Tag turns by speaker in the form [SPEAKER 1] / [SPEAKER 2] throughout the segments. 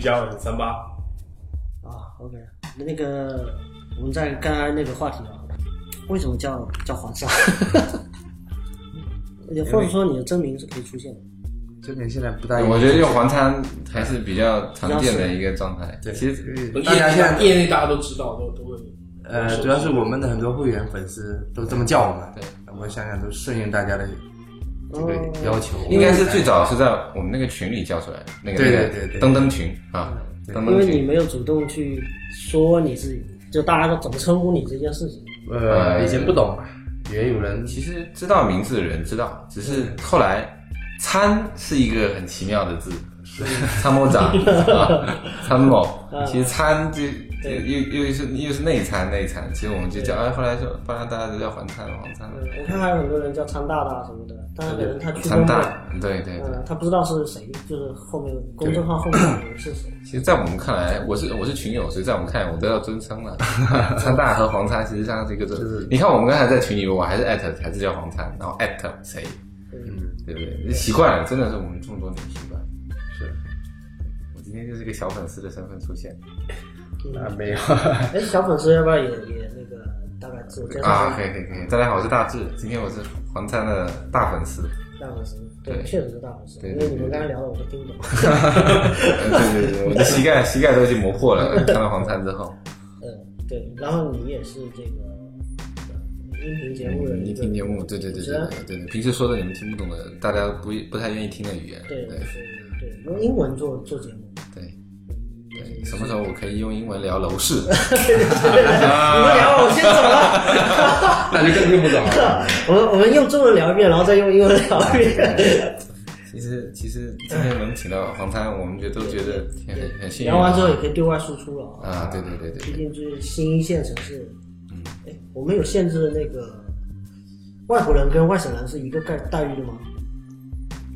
[SPEAKER 1] 价位是三八。
[SPEAKER 2] 啊，OK，那那个我们再刚才那个话题啊，为什么叫叫黄鳝？也或者说你的真名是可以出现的，
[SPEAKER 3] 这边现在不大，
[SPEAKER 4] 我觉得用黄餐还是比较常见的一个状态。
[SPEAKER 3] 对，
[SPEAKER 4] 其实
[SPEAKER 3] 实
[SPEAKER 5] 业
[SPEAKER 3] 大家现
[SPEAKER 5] 内
[SPEAKER 3] 在
[SPEAKER 5] 业内大家都知道，都都会。
[SPEAKER 3] 呃，主要是我们的很多会员粉丝都这么叫我们，
[SPEAKER 4] 对，
[SPEAKER 3] 我想想都顺应大家的这个要求，
[SPEAKER 4] 应该是最早是在我们那个群里叫出来的，那个
[SPEAKER 3] 对
[SPEAKER 4] 那个
[SPEAKER 3] 对对对
[SPEAKER 4] 登登群啊，
[SPEAKER 3] 对
[SPEAKER 4] 登
[SPEAKER 2] 因
[SPEAKER 4] 登
[SPEAKER 2] 为你
[SPEAKER 4] 群。
[SPEAKER 2] 没有主动去说你自己，就大家怎么称呼你这件事情。
[SPEAKER 3] 呃，以前不懂，也有人
[SPEAKER 4] 其实知道名字的人知道，只是后来“参”是一个很奇妙的字，参谋长啊，参谋。其实“参”这这又又是又是内参内参，其实我们就叫哎，后来说不然大家都叫黄参黄参
[SPEAKER 2] 嗯，我看还有很多人叫昌大大什么的，但是可能他去
[SPEAKER 4] 参
[SPEAKER 2] 公
[SPEAKER 4] 大
[SPEAKER 2] 布，，
[SPEAKER 4] 对对对。
[SPEAKER 2] 嗯，他不知道是谁，就是后面公众号后面的人是谁。
[SPEAKER 4] 其实，在我们看来，我是我是群友，所以在我们看来，我都要尊称了。 参大和黄参实际上是一个尊。你看，我们刚才在群里，我还是艾特，还是叫黄参，然后艾特谁，
[SPEAKER 3] 嗯
[SPEAKER 4] 对不对？习惯了，真的是我们这么多年习惯。
[SPEAKER 3] 是
[SPEAKER 4] 我今天就是一个小粉丝的身份出现
[SPEAKER 3] 啊没有，
[SPEAKER 2] 哎，小粉丝要不要也也那个大概自我介绍
[SPEAKER 4] 啊，
[SPEAKER 2] 一
[SPEAKER 4] 可
[SPEAKER 2] 下？
[SPEAKER 4] 以可以可以。大家好，我是大志，今天我是黄灿的大粉丝。
[SPEAKER 2] 大粉丝，对，
[SPEAKER 4] 对
[SPEAKER 2] 确实是大粉丝，
[SPEAKER 4] 对
[SPEAKER 2] 因为你们刚才聊的我都听不懂。
[SPEAKER 4] 嗯对对对，我的膝盖膝盖都已经磨破了，看到黄灿之后，
[SPEAKER 2] 嗯，对，然后你也是这个呃音频节目的
[SPEAKER 4] 嗯你
[SPEAKER 2] 一个
[SPEAKER 4] 听节目，对对对对对对，平时说的你们听不懂的，大家不不太愿意听的语言，
[SPEAKER 2] 对对
[SPEAKER 4] 对。
[SPEAKER 2] 对，用英文做做节目，嗯
[SPEAKER 4] 对，对，什么时候我可以用英文聊楼 市？
[SPEAKER 2] 嗯 你们聊，我先走了。
[SPEAKER 3] 那就更听不懂 了。
[SPEAKER 2] 我们我们用中文聊一遍，然后再用英文聊一遍。
[SPEAKER 4] 其实其实今天能请到黄灿，我们觉得都觉得挺很很幸运。啊
[SPEAKER 2] 聊完之后也可以对外输出了啊，
[SPEAKER 4] 啊，对对对
[SPEAKER 2] 毕
[SPEAKER 4] 对，
[SPEAKER 2] 竟就是新一线城市。
[SPEAKER 4] 嗯
[SPEAKER 2] 哎，我们有限制的那个外国人跟外省人是一个概待遇的吗？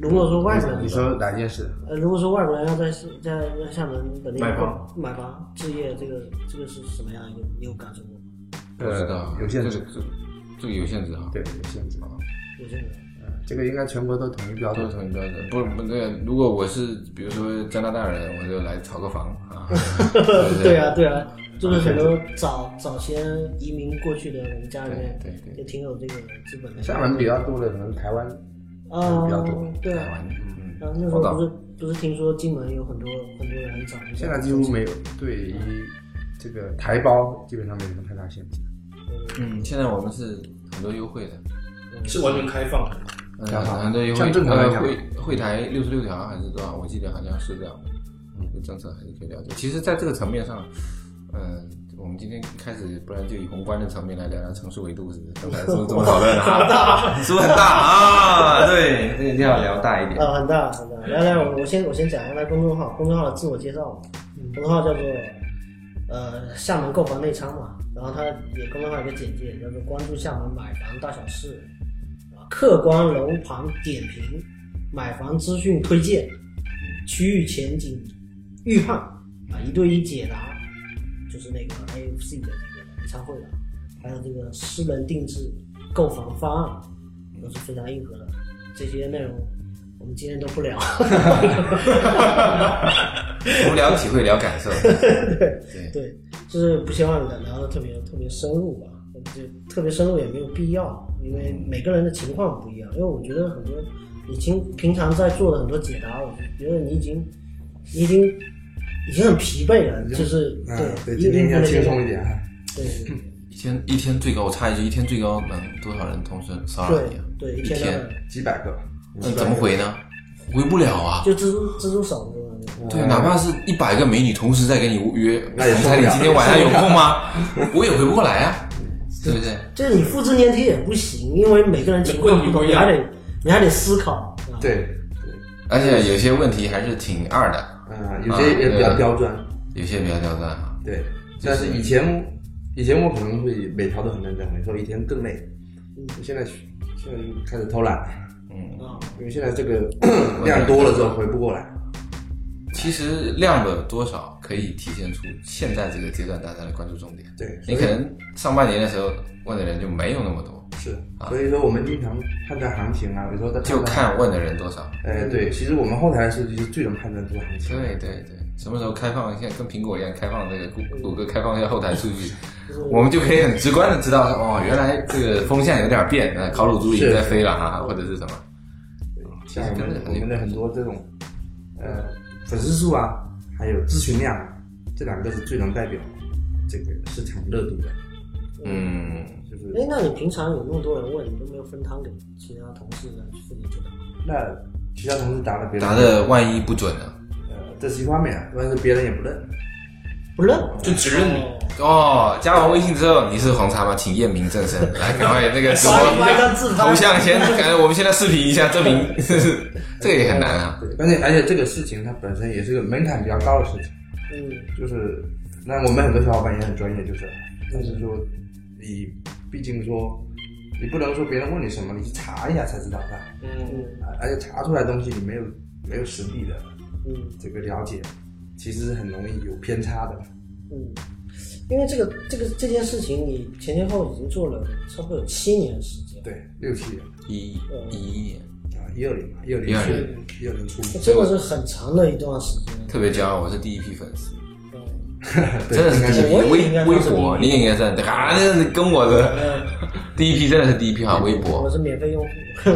[SPEAKER 2] 如果说外省人，
[SPEAKER 3] 你说哪件事？
[SPEAKER 2] 呃，如果说外国人要在在在厦门本地
[SPEAKER 1] 买房
[SPEAKER 2] 买房置业，这个这个是什么样一个？你有感受过吗？
[SPEAKER 4] 不知
[SPEAKER 3] 呃
[SPEAKER 4] 道啊
[SPEAKER 3] 有限制
[SPEAKER 4] 这个，这个有限制啊，
[SPEAKER 3] 对，有限制。
[SPEAKER 2] 有这个？
[SPEAKER 3] 这个应该全国都统一标
[SPEAKER 4] 都
[SPEAKER 3] 准
[SPEAKER 4] 是。统一标准。不不，对，如果我是比如说加拿大人，我就来炒个房啊。
[SPEAKER 2] 对啊，对啊，
[SPEAKER 3] 嗯
[SPEAKER 2] 就是很多早早先移民过去的我们家里面，
[SPEAKER 4] 对对对
[SPEAKER 2] 也挺有这个资本的。
[SPEAKER 3] 厦门比较多的可能台湾，
[SPEAKER 2] 啊
[SPEAKER 3] 嗯比较多，
[SPEAKER 2] 对
[SPEAKER 4] 台
[SPEAKER 2] 啊。
[SPEAKER 4] 湾，嗯，
[SPEAKER 2] 然后那时
[SPEAKER 4] 宝
[SPEAKER 2] 候
[SPEAKER 4] 岛
[SPEAKER 2] 不是不是听说金门有很多很多人找，
[SPEAKER 3] 现在几乎没有。对于这个台胞，基本上没有什么太大限制。
[SPEAKER 4] 嗯，现在我们是很多优惠的，
[SPEAKER 5] 是完全开放的，
[SPEAKER 3] 挺好
[SPEAKER 4] 嗯，很多优惠，
[SPEAKER 3] 像正常来
[SPEAKER 4] 呃
[SPEAKER 3] 讲
[SPEAKER 4] 会会台六十六条还是多少？我记得好像是这样的，
[SPEAKER 3] 嗯
[SPEAKER 4] 这政策还是可以了解。其实，在这个层面上，嗯、我们今天开始，不然就以宏观的层面来聊聊城市维度，是不是？刚才是不是这么讨 论啊？ 是不是很大啊？对，这个一定要聊大一点。
[SPEAKER 2] 啊，很大很大。来来，我我先我先讲一下公众号，公众号的自我介绍嘛。公众号叫做呃厦门购房内参嘛，然后它也公众号有个简介叫做关注厦门买房大小事，啊，客观楼盘点评、买房资讯推荐、区域前景预判啊，一对一解答，就是那个 AFC 的这个演唱会啊，还有这个私人定制购房方案，都是非常硬核的。这些内容我们今天都不聊。
[SPEAKER 4] 我们聊体会，聊感受。
[SPEAKER 2] 对，就是不希望聊的特别特别深入吧，就特别深入也没有必要，因为每个人的情况不一样。因为我觉得很多已经平常在做的很多解答，我觉得你已经你已经已经很疲惫了，就是对，
[SPEAKER 3] 啊对，
[SPEAKER 2] 一
[SPEAKER 3] 今天
[SPEAKER 2] 定
[SPEAKER 3] 要
[SPEAKER 2] 会
[SPEAKER 3] 轻松一点啊。
[SPEAKER 2] 对对
[SPEAKER 4] 一天一天最高，我插一句，一天最高能多少人同时骚扰你啊？
[SPEAKER 2] 对对，一
[SPEAKER 4] 一
[SPEAKER 2] 天到晚
[SPEAKER 4] 天，
[SPEAKER 3] 几百个，
[SPEAKER 4] 那怎么回呢？回不了啊。
[SPEAKER 2] 就蜘蛛蜘蛛手那种。
[SPEAKER 4] 对，哪怕是一百个美女同时在跟你约，
[SPEAKER 3] 啊那也受不
[SPEAKER 4] 猜
[SPEAKER 3] 了
[SPEAKER 4] 你今天晚上有 空吗？我也回不过来啊，对不对？
[SPEAKER 2] 就是你复制粘贴也不行，因为每个人情况不同，你还得你还得思考。啊
[SPEAKER 3] 对，
[SPEAKER 4] 而且有些问题还是挺二的，
[SPEAKER 3] 嗯，有些也比较刁钻，
[SPEAKER 4] 有些比较刁钻啊。
[SPEAKER 3] 对。但是以前，以前我可能会每条都很认真，有时候一天更累。我现在现在就开始偷懒，
[SPEAKER 2] 啊，
[SPEAKER 3] 因为现在这个量多了之后回不过来。
[SPEAKER 4] 其实量的多少可以体现出现在这个阶段大家的关注重点。
[SPEAKER 3] 对，
[SPEAKER 4] 你可能上半年的时候问的人就没有那么多，
[SPEAKER 3] 是，所以说我们经常判断行情啊，有时候在
[SPEAKER 4] 就看问的人多少。
[SPEAKER 3] 哎，对，其实我们后台数据是最能判断出行情。
[SPEAKER 4] 对对对，什么时候开放？现在跟苹果一样开放这个谷谷歌开放一下后台数据，
[SPEAKER 2] 就是
[SPEAKER 4] 我们就可以很直观的知道哦，原来这个风向有点变，呃，烤乳猪也在飞了啊，或者是什么。
[SPEAKER 3] 像我们我们的很多这种，呃，粉丝数啊，还有咨询量啊，这两个是最能代表这个市场热度的，
[SPEAKER 4] 嗯，
[SPEAKER 3] 就是
[SPEAKER 2] 哎，那你平常有那么多人问，你都没有分摊给其他同事呢，负责解答吗？
[SPEAKER 3] 那其他同事答了别人
[SPEAKER 4] 答的万一不准呢？
[SPEAKER 3] 呃，这是一方面啊，但是别人也不认。
[SPEAKER 2] 不认，
[SPEAKER 4] 啊
[SPEAKER 5] 就只认你。
[SPEAKER 2] 哦
[SPEAKER 4] 哦，加完微信之后，你是红茶吗？请验明正身，来，赶快那个 直播
[SPEAKER 2] 发发一张自拍
[SPEAKER 4] 啊头像先，感觉我们现在视频一下，证明这个也很难啊。
[SPEAKER 3] 对，而且而且这个事情它本身也是个门槛比较高的事情，
[SPEAKER 2] 嗯，
[SPEAKER 3] 就是那我们很多小伙伴也很专业，就是，但是说你毕竟说你不能说别人问你什么，你去查一下才知道的，
[SPEAKER 5] 嗯，
[SPEAKER 3] 啊而且查出来的东西你没有没有实地的
[SPEAKER 2] 嗯
[SPEAKER 3] 这个了解，其实是很容易有偏差的。
[SPEAKER 2] 嗯，因为这个这个这件事情，你前前后后已经做了差不多有七年时间，
[SPEAKER 3] 对，六七年
[SPEAKER 4] 一一年，
[SPEAKER 3] 啊，一二年嘛，一二
[SPEAKER 4] 一
[SPEAKER 3] 年
[SPEAKER 4] 二
[SPEAKER 3] 初
[SPEAKER 4] 年，
[SPEAKER 3] 一二年初，
[SPEAKER 2] 那真的是很长的一段时间。
[SPEAKER 4] 特别骄傲，我是第一批粉丝，
[SPEAKER 2] 嗯
[SPEAKER 3] 对
[SPEAKER 4] 真的
[SPEAKER 3] 应该
[SPEAKER 4] 是第一批。
[SPEAKER 2] 我也应该
[SPEAKER 4] 微
[SPEAKER 2] 算
[SPEAKER 4] 微
[SPEAKER 2] 是
[SPEAKER 4] 博，你也应该算，啊，那是跟我的 第一批真的是第一批啊，微博
[SPEAKER 2] 我。是免费用户，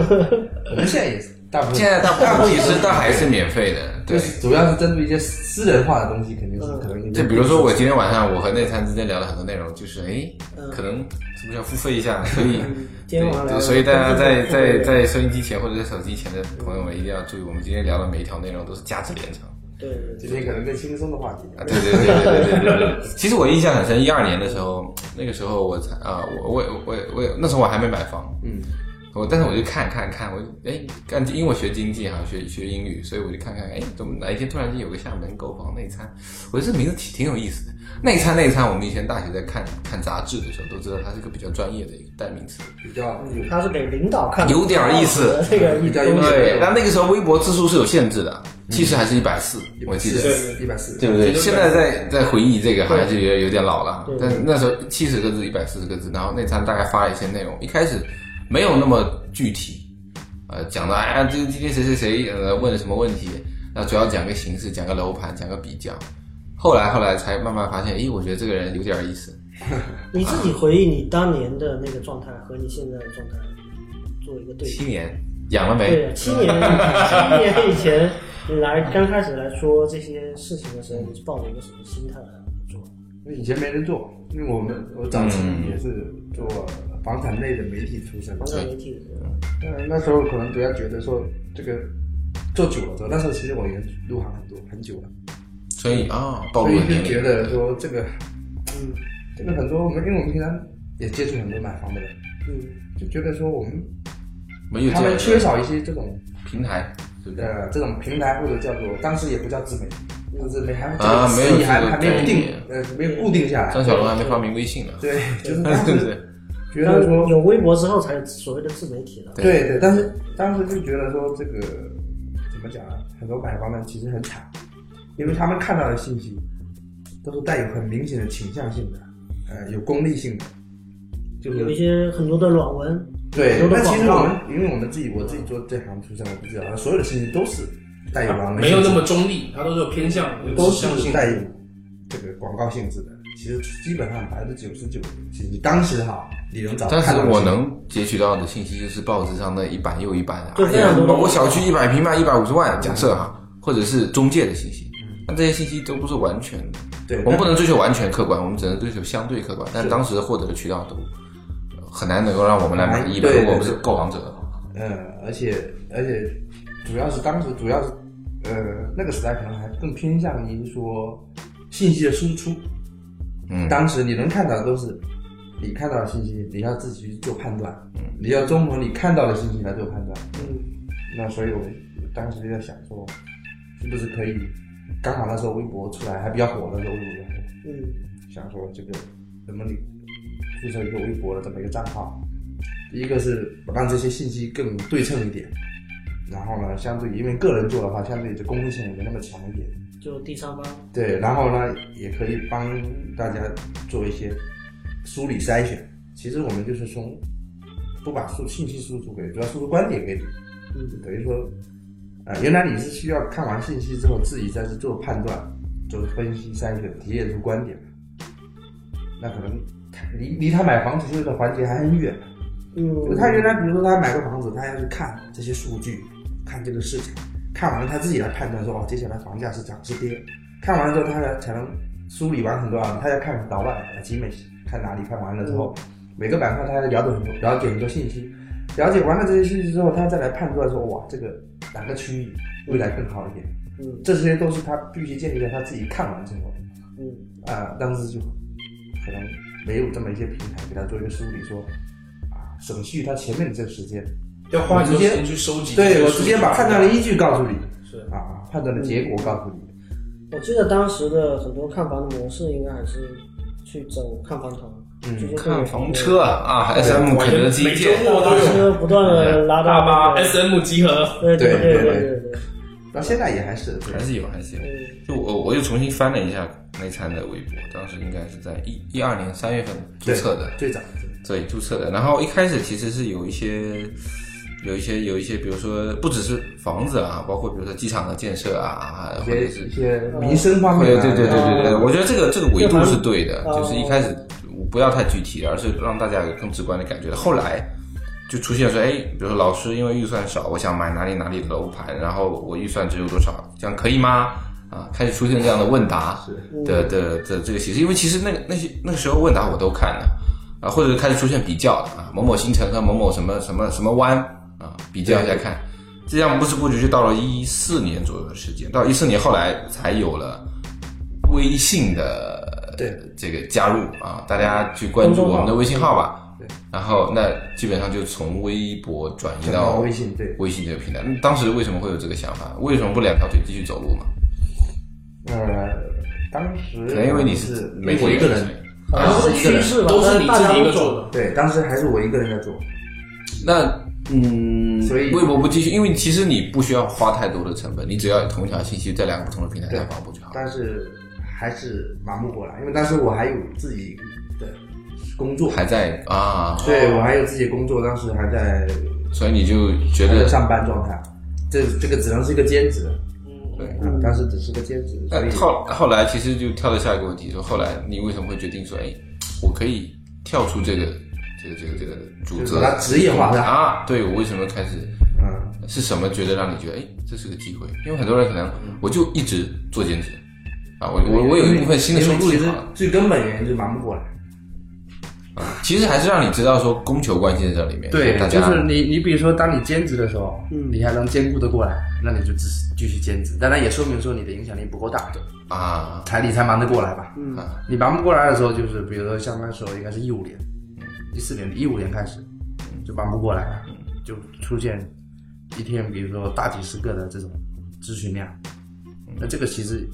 [SPEAKER 3] 我们现在也是大部分
[SPEAKER 4] 现在大
[SPEAKER 3] 大
[SPEAKER 4] 部
[SPEAKER 3] 部分
[SPEAKER 4] 分其
[SPEAKER 3] 也
[SPEAKER 4] 实
[SPEAKER 3] 是
[SPEAKER 4] 倒还是免费的，
[SPEAKER 3] 就
[SPEAKER 4] 对。
[SPEAKER 3] 是主要是针对一些私人化的东西，肯定是可能有点
[SPEAKER 4] 就比如说，我今天晚上我和内参之间聊了很多内容，就是哎
[SPEAKER 2] 嗯，
[SPEAKER 4] 可能是不是要付费一下？所以
[SPEAKER 2] 今天晚上聊
[SPEAKER 4] 对，所以大家在在在收音机前或者在手机前的朋友们一定要注意，我们今天聊的每一条内容都是价值连城
[SPEAKER 2] 对对
[SPEAKER 3] 今天可能更轻松的话题。
[SPEAKER 4] 啊！对对对对对对对。其实我印象很深，一二年的时候，那个时候我才啊，我我我我我那时候我还没买房，
[SPEAKER 3] 嗯，
[SPEAKER 4] 我但是我就看看看，我就哎干，因为我学经济哈，学学英语，所以我就看看，哎，怎么哪一天突然间有个厦门购房内参，我觉得这名字挺挺有意思的。内参内参，我们以前大学在看看杂志的时候都知道，它是一个比较专业的一个代名词。
[SPEAKER 3] 比较有
[SPEAKER 2] 他是给领导看的，
[SPEAKER 4] 有点意思
[SPEAKER 2] 这个
[SPEAKER 3] 比较有
[SPEAKER 4] 对，但那个时候微博字数是有限制的，其实还是一百四，我记得。
[SPEAKER 3] 一百四，
[SPEAKER 4] 对不对？现在在在回忆这个，好像就觉得有点老了
[SPEAKER 2] 对。
[SPEAKER 4] 但那时候七十个字，一百四十个字，然后那餐大概发了一些内容，一开始没有那么具体，呃，讲的哎呀，这个今天谁谁谁呃问了什么问题，那主要讲个形式，讲个楼盘，讲个比较。后来后来才慢慢发现，咦，我觉得这个人有点意思。
[SPEAKER 2] 你自己回忆你当年的那个状态和你现在的状态做一个对比。
[SPEAKER 4] 七年养了没
[SPEAKER 2] 对，？七年七年以前你来刚开始来说这些事情的时候，你是抱着一个什么心态来做？
[SPEAKER 3] 因为以前没人做，因为我们我早期
[SPEAKER 4] 嗯
[SPEAKER 3] 也是做房产类的媒体出身，
[SPEAKER 2] 房产媒体，啊
[SPEAKER 3] 嗯，那时候可能主要觉得说这个做久了之后，那时候其实我已经入行很多很久了，
[SPEAKER 4] 所以啊，暴
[SPEAKER 3] 所
[SPEAKER 4] 露
[SPEAKER 3] 以
[SPEAKER 4] 了年
[SPEAKER 3] 就觉
[SPEAKER 4] 龄。
[SPEAKER 3] 得说这个
[SPEAKER 2] 嗯
[SPEAKER 3] 这个很多我们因为我们平常也接触很多买房的人，
[SPEAKER 2] 嗯
[SPEAKER 3] 就觉得说我们
[SPEAKER 4] 没有
[SPEAKER 3] 他
[SPEAKER 4] 这
[SPEAKER 3] 们
[SPEAKER 4] 样
[SPEAKER 3] 缺
[SPEAKER 4] 的
[SPEAKER 3] 少一些这种
[SPEAKER 4] 平台，对不对？
[SPEAKER 3] 呃这种平台或者叫做当时也不叫自媒体。当时没还这
[SPEAKER 4] 啊
[SPEAKER 3] 个
[SPEAKER 4] 没有
[SPEAKER 3] 词语还
[SPEAKER 4] 这个
[SPEAKER 3] 还没有
[SPEAKER 4] 概
[SPEAKER 3] 定
[SPEAKER 4] 念
[SPEAKER 3] 呃没有固定下来，
[SPEAKER 4] 张小龙还没发明微信呢，
[SPEAKER 3] 对，就是当
[SPEAKER 4] 对不对
[SPEAKER 3] 时？觉得说，
[SPEAKER 2] 有微博之后才有所谓的自媒体了。
[SPEAKER 4] 对
[SPEAKER 3] 对对，但是当时就觉得说这个怎么讲啊？很多买房人其实很惨，因为他们看到的信息都是带有很明显的倾向性的，呃，有功利性的，就
[SPEAKER 2] 有一些
[SPEAKER 3] 是
[SPEAKER 2] 很多的软文，
[SPEAKER 3] 对
[SPEAKER 2] 有。的
[SPEAKER 3] 但其实
[SPEAKER 2] 广告
[SPEAKER 3] 我们因为我们自己我自己做这行出身，我不知道所有的信息都是带有
[SPEAKER 2] 啊
[SPEAKER 3] 狼的
[SPEAKER 5] 没有那
[SPEAKER 3] 性质
[SPEAKER 5] 么中立，他都是有偏向，有
[SPEAKER 3] 都
[SPEAKER 5] 指向
[SPEAKER 3] 是
[SPEAKER 5] 性。
[SPEAKER 3] 带有这个广告性质的。其实基本上百分之九十九，你当时哈，你能找到
[SPEAKER 4] 但是
[SPEAKER 3] 看到的
[SPEAKER 4] 我
[SPEAKER 3] 信息
[SPEAKER 4] 能截取到的信息就是报纸上那一版又一版的，
[SPEAKER 2] 就非常多
[SPEAKER 4] 哎呀某小区一百平卖一百五十万，假设哈，或者是中介的信息，
[SPEAKER 3] 嗯
[SPEAKER 4] 那这些信息都不是完全的，
[SPEAKER 3] 对
[SPEAKER 4] 我们不能追求完全客观，我们只能追求相对客观，但当时获得的渠道都很难能够让我们来满意的，
[SPEAKER 3] 哎对
[SPEAKER 4] 如果我们是
[SPEAKER 3] 对对
[SPEAKER 4] 购房者的话，
[SPEAKER 3] 呃，而且而且主要是当时主要是呃那个时代可能还更偏向于说信息的输出，
[SPEAKER 4] 嗯，
[SPEAKER 3] 当时你能看到的都是你看到的信息，你要自己去做判断，
[SPEAKER 4] 嗯
[SPEAKER 3] 你要综合你看到的信息来做判断。
[SPEAKER 2] 嗯
[SPEAKER 3] 那所以我当时就在想说，是不是可以刚好那时候微博出来还比较火，那时候微博比较火，
[SPEAKER 2] 嗯
[SPEAKER 3] 想说这个怎么你注册一个微博的这么一个账号，第一个是让这些信息更对称一点，然后呢，相对因为个人做的话，相对这公益性也没那么强一点，
[SPEAKER 2] 就第三方，
[SPEAKER 3] 对，然后呢，也可以帮大家做一些梳理筛选。其实我们就是从不把数信息输出给你，主要输出观点给你，
[SPEAKER 2] 嗯
[SPEAKER 3] 呃等于说，啊、原来你是需要看完信息之后自己再去做判断，做分析、筛选、提炼出观点，那可能他离离他买房子这个环节还很远。
[SPEAKER 2] 嗯，
[SPEAKER 3] 他原来比如说他买个房子，他要去看这些数据，看这个市场，看完了他自己来判断说哦，接下来房价是涨是跌。看完了之后，他才才能梳理完很多啊，他要看老外来集美，看哪里看完了之后，每个板块他要了解很多，了解很多信息，了解完了这些信息之后，他再来判断说哇，这个哪个区域未来更好一点。
[SPEAKER 2] 嗯
[SPEAKER 3] 这些都是他必须建立在他自己看完之后
[SPEAKER 2] 嗯
[SPEAKER 3] 啊、当时就可能没有这么一些平台给他做一个梳理说，啊，省去他前面的这个时间，
[SPEAKER 5] 要花很多时间去收集。
[SPEAKER 3] 对我直接把判断的依据告诉你
[SPEAKER 5] 是
[SPEAKER 3] 啊，判断
[SPEAKER 4] 嗯
[SPEAKER 3] 的结果告诉你，
[SPEAKER 2] 我记得当时的很多看房的模式应该还是去走看房团，
[SPEAKER 3] 嗯
[SPEAKER 2] 就是
[SPEAKER 4] 看房车啊啊
[SPEAKER 3] 对
[SPEAKER 4] ，SM 肯德基
[SPEAKER 5] 每周
[SPEAKER 4] 见。
[SPEAKER 5] 末都
[SPEAKER 2] 就
[SPEAKER 5] 有
[SPEAKER 2] 不断的拉到
[SPEAKER 5] 大巴
[SPEAKER 2] 那个
[SPEAKER 5] SM 集合，
[SPEAKER 2] 对对
[SPEAKER 3] 对
[SPEAKER 2] 对
[SPEAKER 3] 对
[SPEAKER 2] 对
[SPEAKER 3] 到现在也还是对
[SPEAKER 4] 还是有，还是有。
[SPEAKER 2] 嗯
[SPEAKER 4] 就我我又重新翻了一下内参的微博，当时应该是在一一二年三月份注册的，
[SPEAKER 3] 最早
[SPEAKER 4] 对注册的。然后一开始其实是有一些。有一些有一些，比如说不只是房子啊，包括比如说机场的建设啊，
[SPEAKER 3] 一
[SPEAKER 4] 或者
[SPEAKER 3] 些
[SPEAKER 4] 是
[SPEAKER 3] 一些民生方面
[SPEAKER 4] 对
[SPEAKER 3] 的，
[SPEAKER 4] 对对对对对，
[SPEAKER 2] 啊
[SPEAKER 4] 我觉得这个这个维度是对的，
[SPEAKER 2] 这个
[SPEAKER 4] 就是一开始不要太具体，而是让大家有更直观的感觉。后来就出现说，哎，比如说老师因为预算少，我想买哪里哪里的楼盘，然后我预算只有多少，这样可以吗？啊，开始出现这样的问答的的的这个形式，因为其实那个那些那个时候问答我都看了啊，或者是开始出现比较的啊，某某新城和某某什么什么什么湾啊，比较一下看。这样不知不觉就到了一四年左右的时间，到一四年后来才有了微信的
[SPEAKER 3] 对
[SPEAKER 4] 这个加入啊，大家去关注我们的微信号吧。
[SPEAKER 3] 对，
[SPEAKER 4] 然后那基本上就从微博转移
[SPEAKER 3] 转
[SPEAKER 4] 到
[SPEAKER 3] 到微信对
[SPEAKER 4] 微信这个平台。嗯那当时为什么会有这个想法？为什么不两条腿继续走路嘛？
[SPEAKER 3] 呃，当时
[SPEAKER 4] 可能因为你
[SPEAKER 3] 是
[SPEAKER 4] 媒体
[SPEAKER 3] 我一个人
[SPEAKER 4] 人，
[SPEAKER 2] 好
[SPEAKER 3] 啊
[SPEAKER 2] 像是趋势吧，
[SPEAKER 5] 都是
[SPEAKER 2] 但
[SPEAKER 5] 你
[SPEAKER 2] 大家
[SPEAKER 5] 自己一个
[SPEAKER 2] 都走
[SPEAKER 5] 做的。
[SPEAKER 3] 对，当时还是我一个人在做，
[SPEAKER 4] 那嗯，
[SPEAKER 3] 所以
[SPEAKER 4] 微博不继续，因为其实你不需要花太多的成本，你只要同一条信息在两个不同的平台
[SPEAKER 3] 对
[SPEAKER 4] 上发布就好了。
[SPEAKER 3] 但是还是忙不过来，因为当时我还有自己的工作，
[SPEAKER 4] 还在啊，
[SPEAKER 3] 对
[SPEAKER 2] 哦
[SPEAKER 3] 我还有自己的工作，当时还在
[SPEAKER 4] 所以你就觉
[SPEAKER 3] 还在
[SPEAKER 4] 得
[SPEAKER 3] 上班状态，这这个只能是一个兼职，
[SPEAKER 2] 嗯
[SPEAKER 3] 对，啊当时只是个兼职，所
[SPEAKER 4] 那
[SPEAKER 3] 以
[SPEAKER 4] 呃后后来其实就跳到下一个问题，说后来你为什么会决定说，哎，我可以跳出这个这个这个这个主
[SPEAKER 3] 就是
[SPEAKER 4] 责，
[SPEAKER 3] 把它职业化了，
[SPEAKER 4] 啊？对我为什么开始
[SPEAKER 3] 嗯，
[SPEAKER 4] 是什么觉得让你觉得哎这是个机会？因为很多人可能我就一直做兼职啊，我我我有一部分新的收入
[SPEAKER 3] 嗯因为其
[SPEAKER 4] 就
[SPEAKER 3] 实
[SPEAKER 4] 好了。
[SPEAKER 3] 最根本原因就是忙不过来，
[SPEAKER 4] 其实还是让你知道说供求关系在这里面，
[SPEAKER 1] 对
[SPEAKER 4] 大，
[SPEAKER 1] 就
[SPEAKER 4] 家
[SPEAKER 1] 是你，你比如说，当你兼职的时候，
[SPEAKER 2] 嗯
[SPEAKER 1] 你还能兼顾得过来，那你就继继续兼职。当然也说明说你的影响力不够大，
[SPEAKER 4] 啊
[SPEAKER 1] 才你才忙得过来吧。
[SPEAKER 2] 嗯
[SPEAKER 4] 啊
[SPEAKER 1] 你忙不过来的时候，就是比如说像那时候应该是一五年，一四年、一五年开始就忙不过来了，就出现一天比如说大几十个的这种咨询量。那这个其实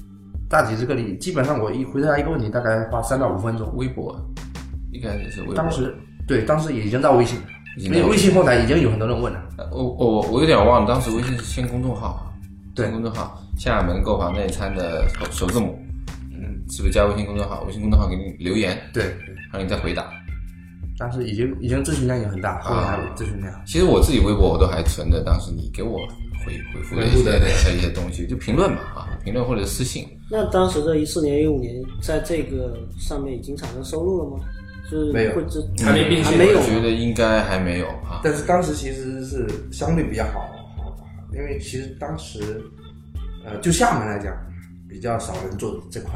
[SPEAKER 1] 大几十个里，基本上我一回答一个问题，大概花三到五分钟。
[SPEAKER 4] 微博应该也是微博。
[SPEAKER 1] 当时对，当时也已经到微信了，
[SPEAKER 4] 已经
[SPEAKER 1] 因
[SPEAKER 4] 到
[SPEAKER 1] 为微信后台已经有很多人问了。
[SPEAKER 4] 呃我我我有点忘了，当时微信是先公众号啊，
[SPEAKER 1] 对
[SPEAKER 4] 先公众号，厦门购房内参的首首字母，嗯，是不是加微信公众号？微信公众号给你留言，
[SPEAKER 1] 对，对
[SPEAKER 4] 然后你再回答。
[SPEAKER 1] 当时已经已经咨询量也很大，后面还有咨询量。
[SPEAKER 4] 其实我自己微博我都还存着，当时你给我回回复的一些一些东西，就评论嘛啊，评论或者私信。
[SPEAKER 2] 那当时这一四年、一五年，在这个上面已经产生收入了吗？就是
[SPEAKER 3] 没有
[SPEAKER 2] 会知
[SPEAKER 5] 还没变
[SPEAKER 2] 还
[SPEAKER 5] 现
[SPEAKER 2] 没有
[SPEAKER 4] 我觉得应该还没有啊。
[SPEAKER 3] 但是当时其实是相对比较好，因为其实当时，呃，就厦门来讲，比较少人做这块，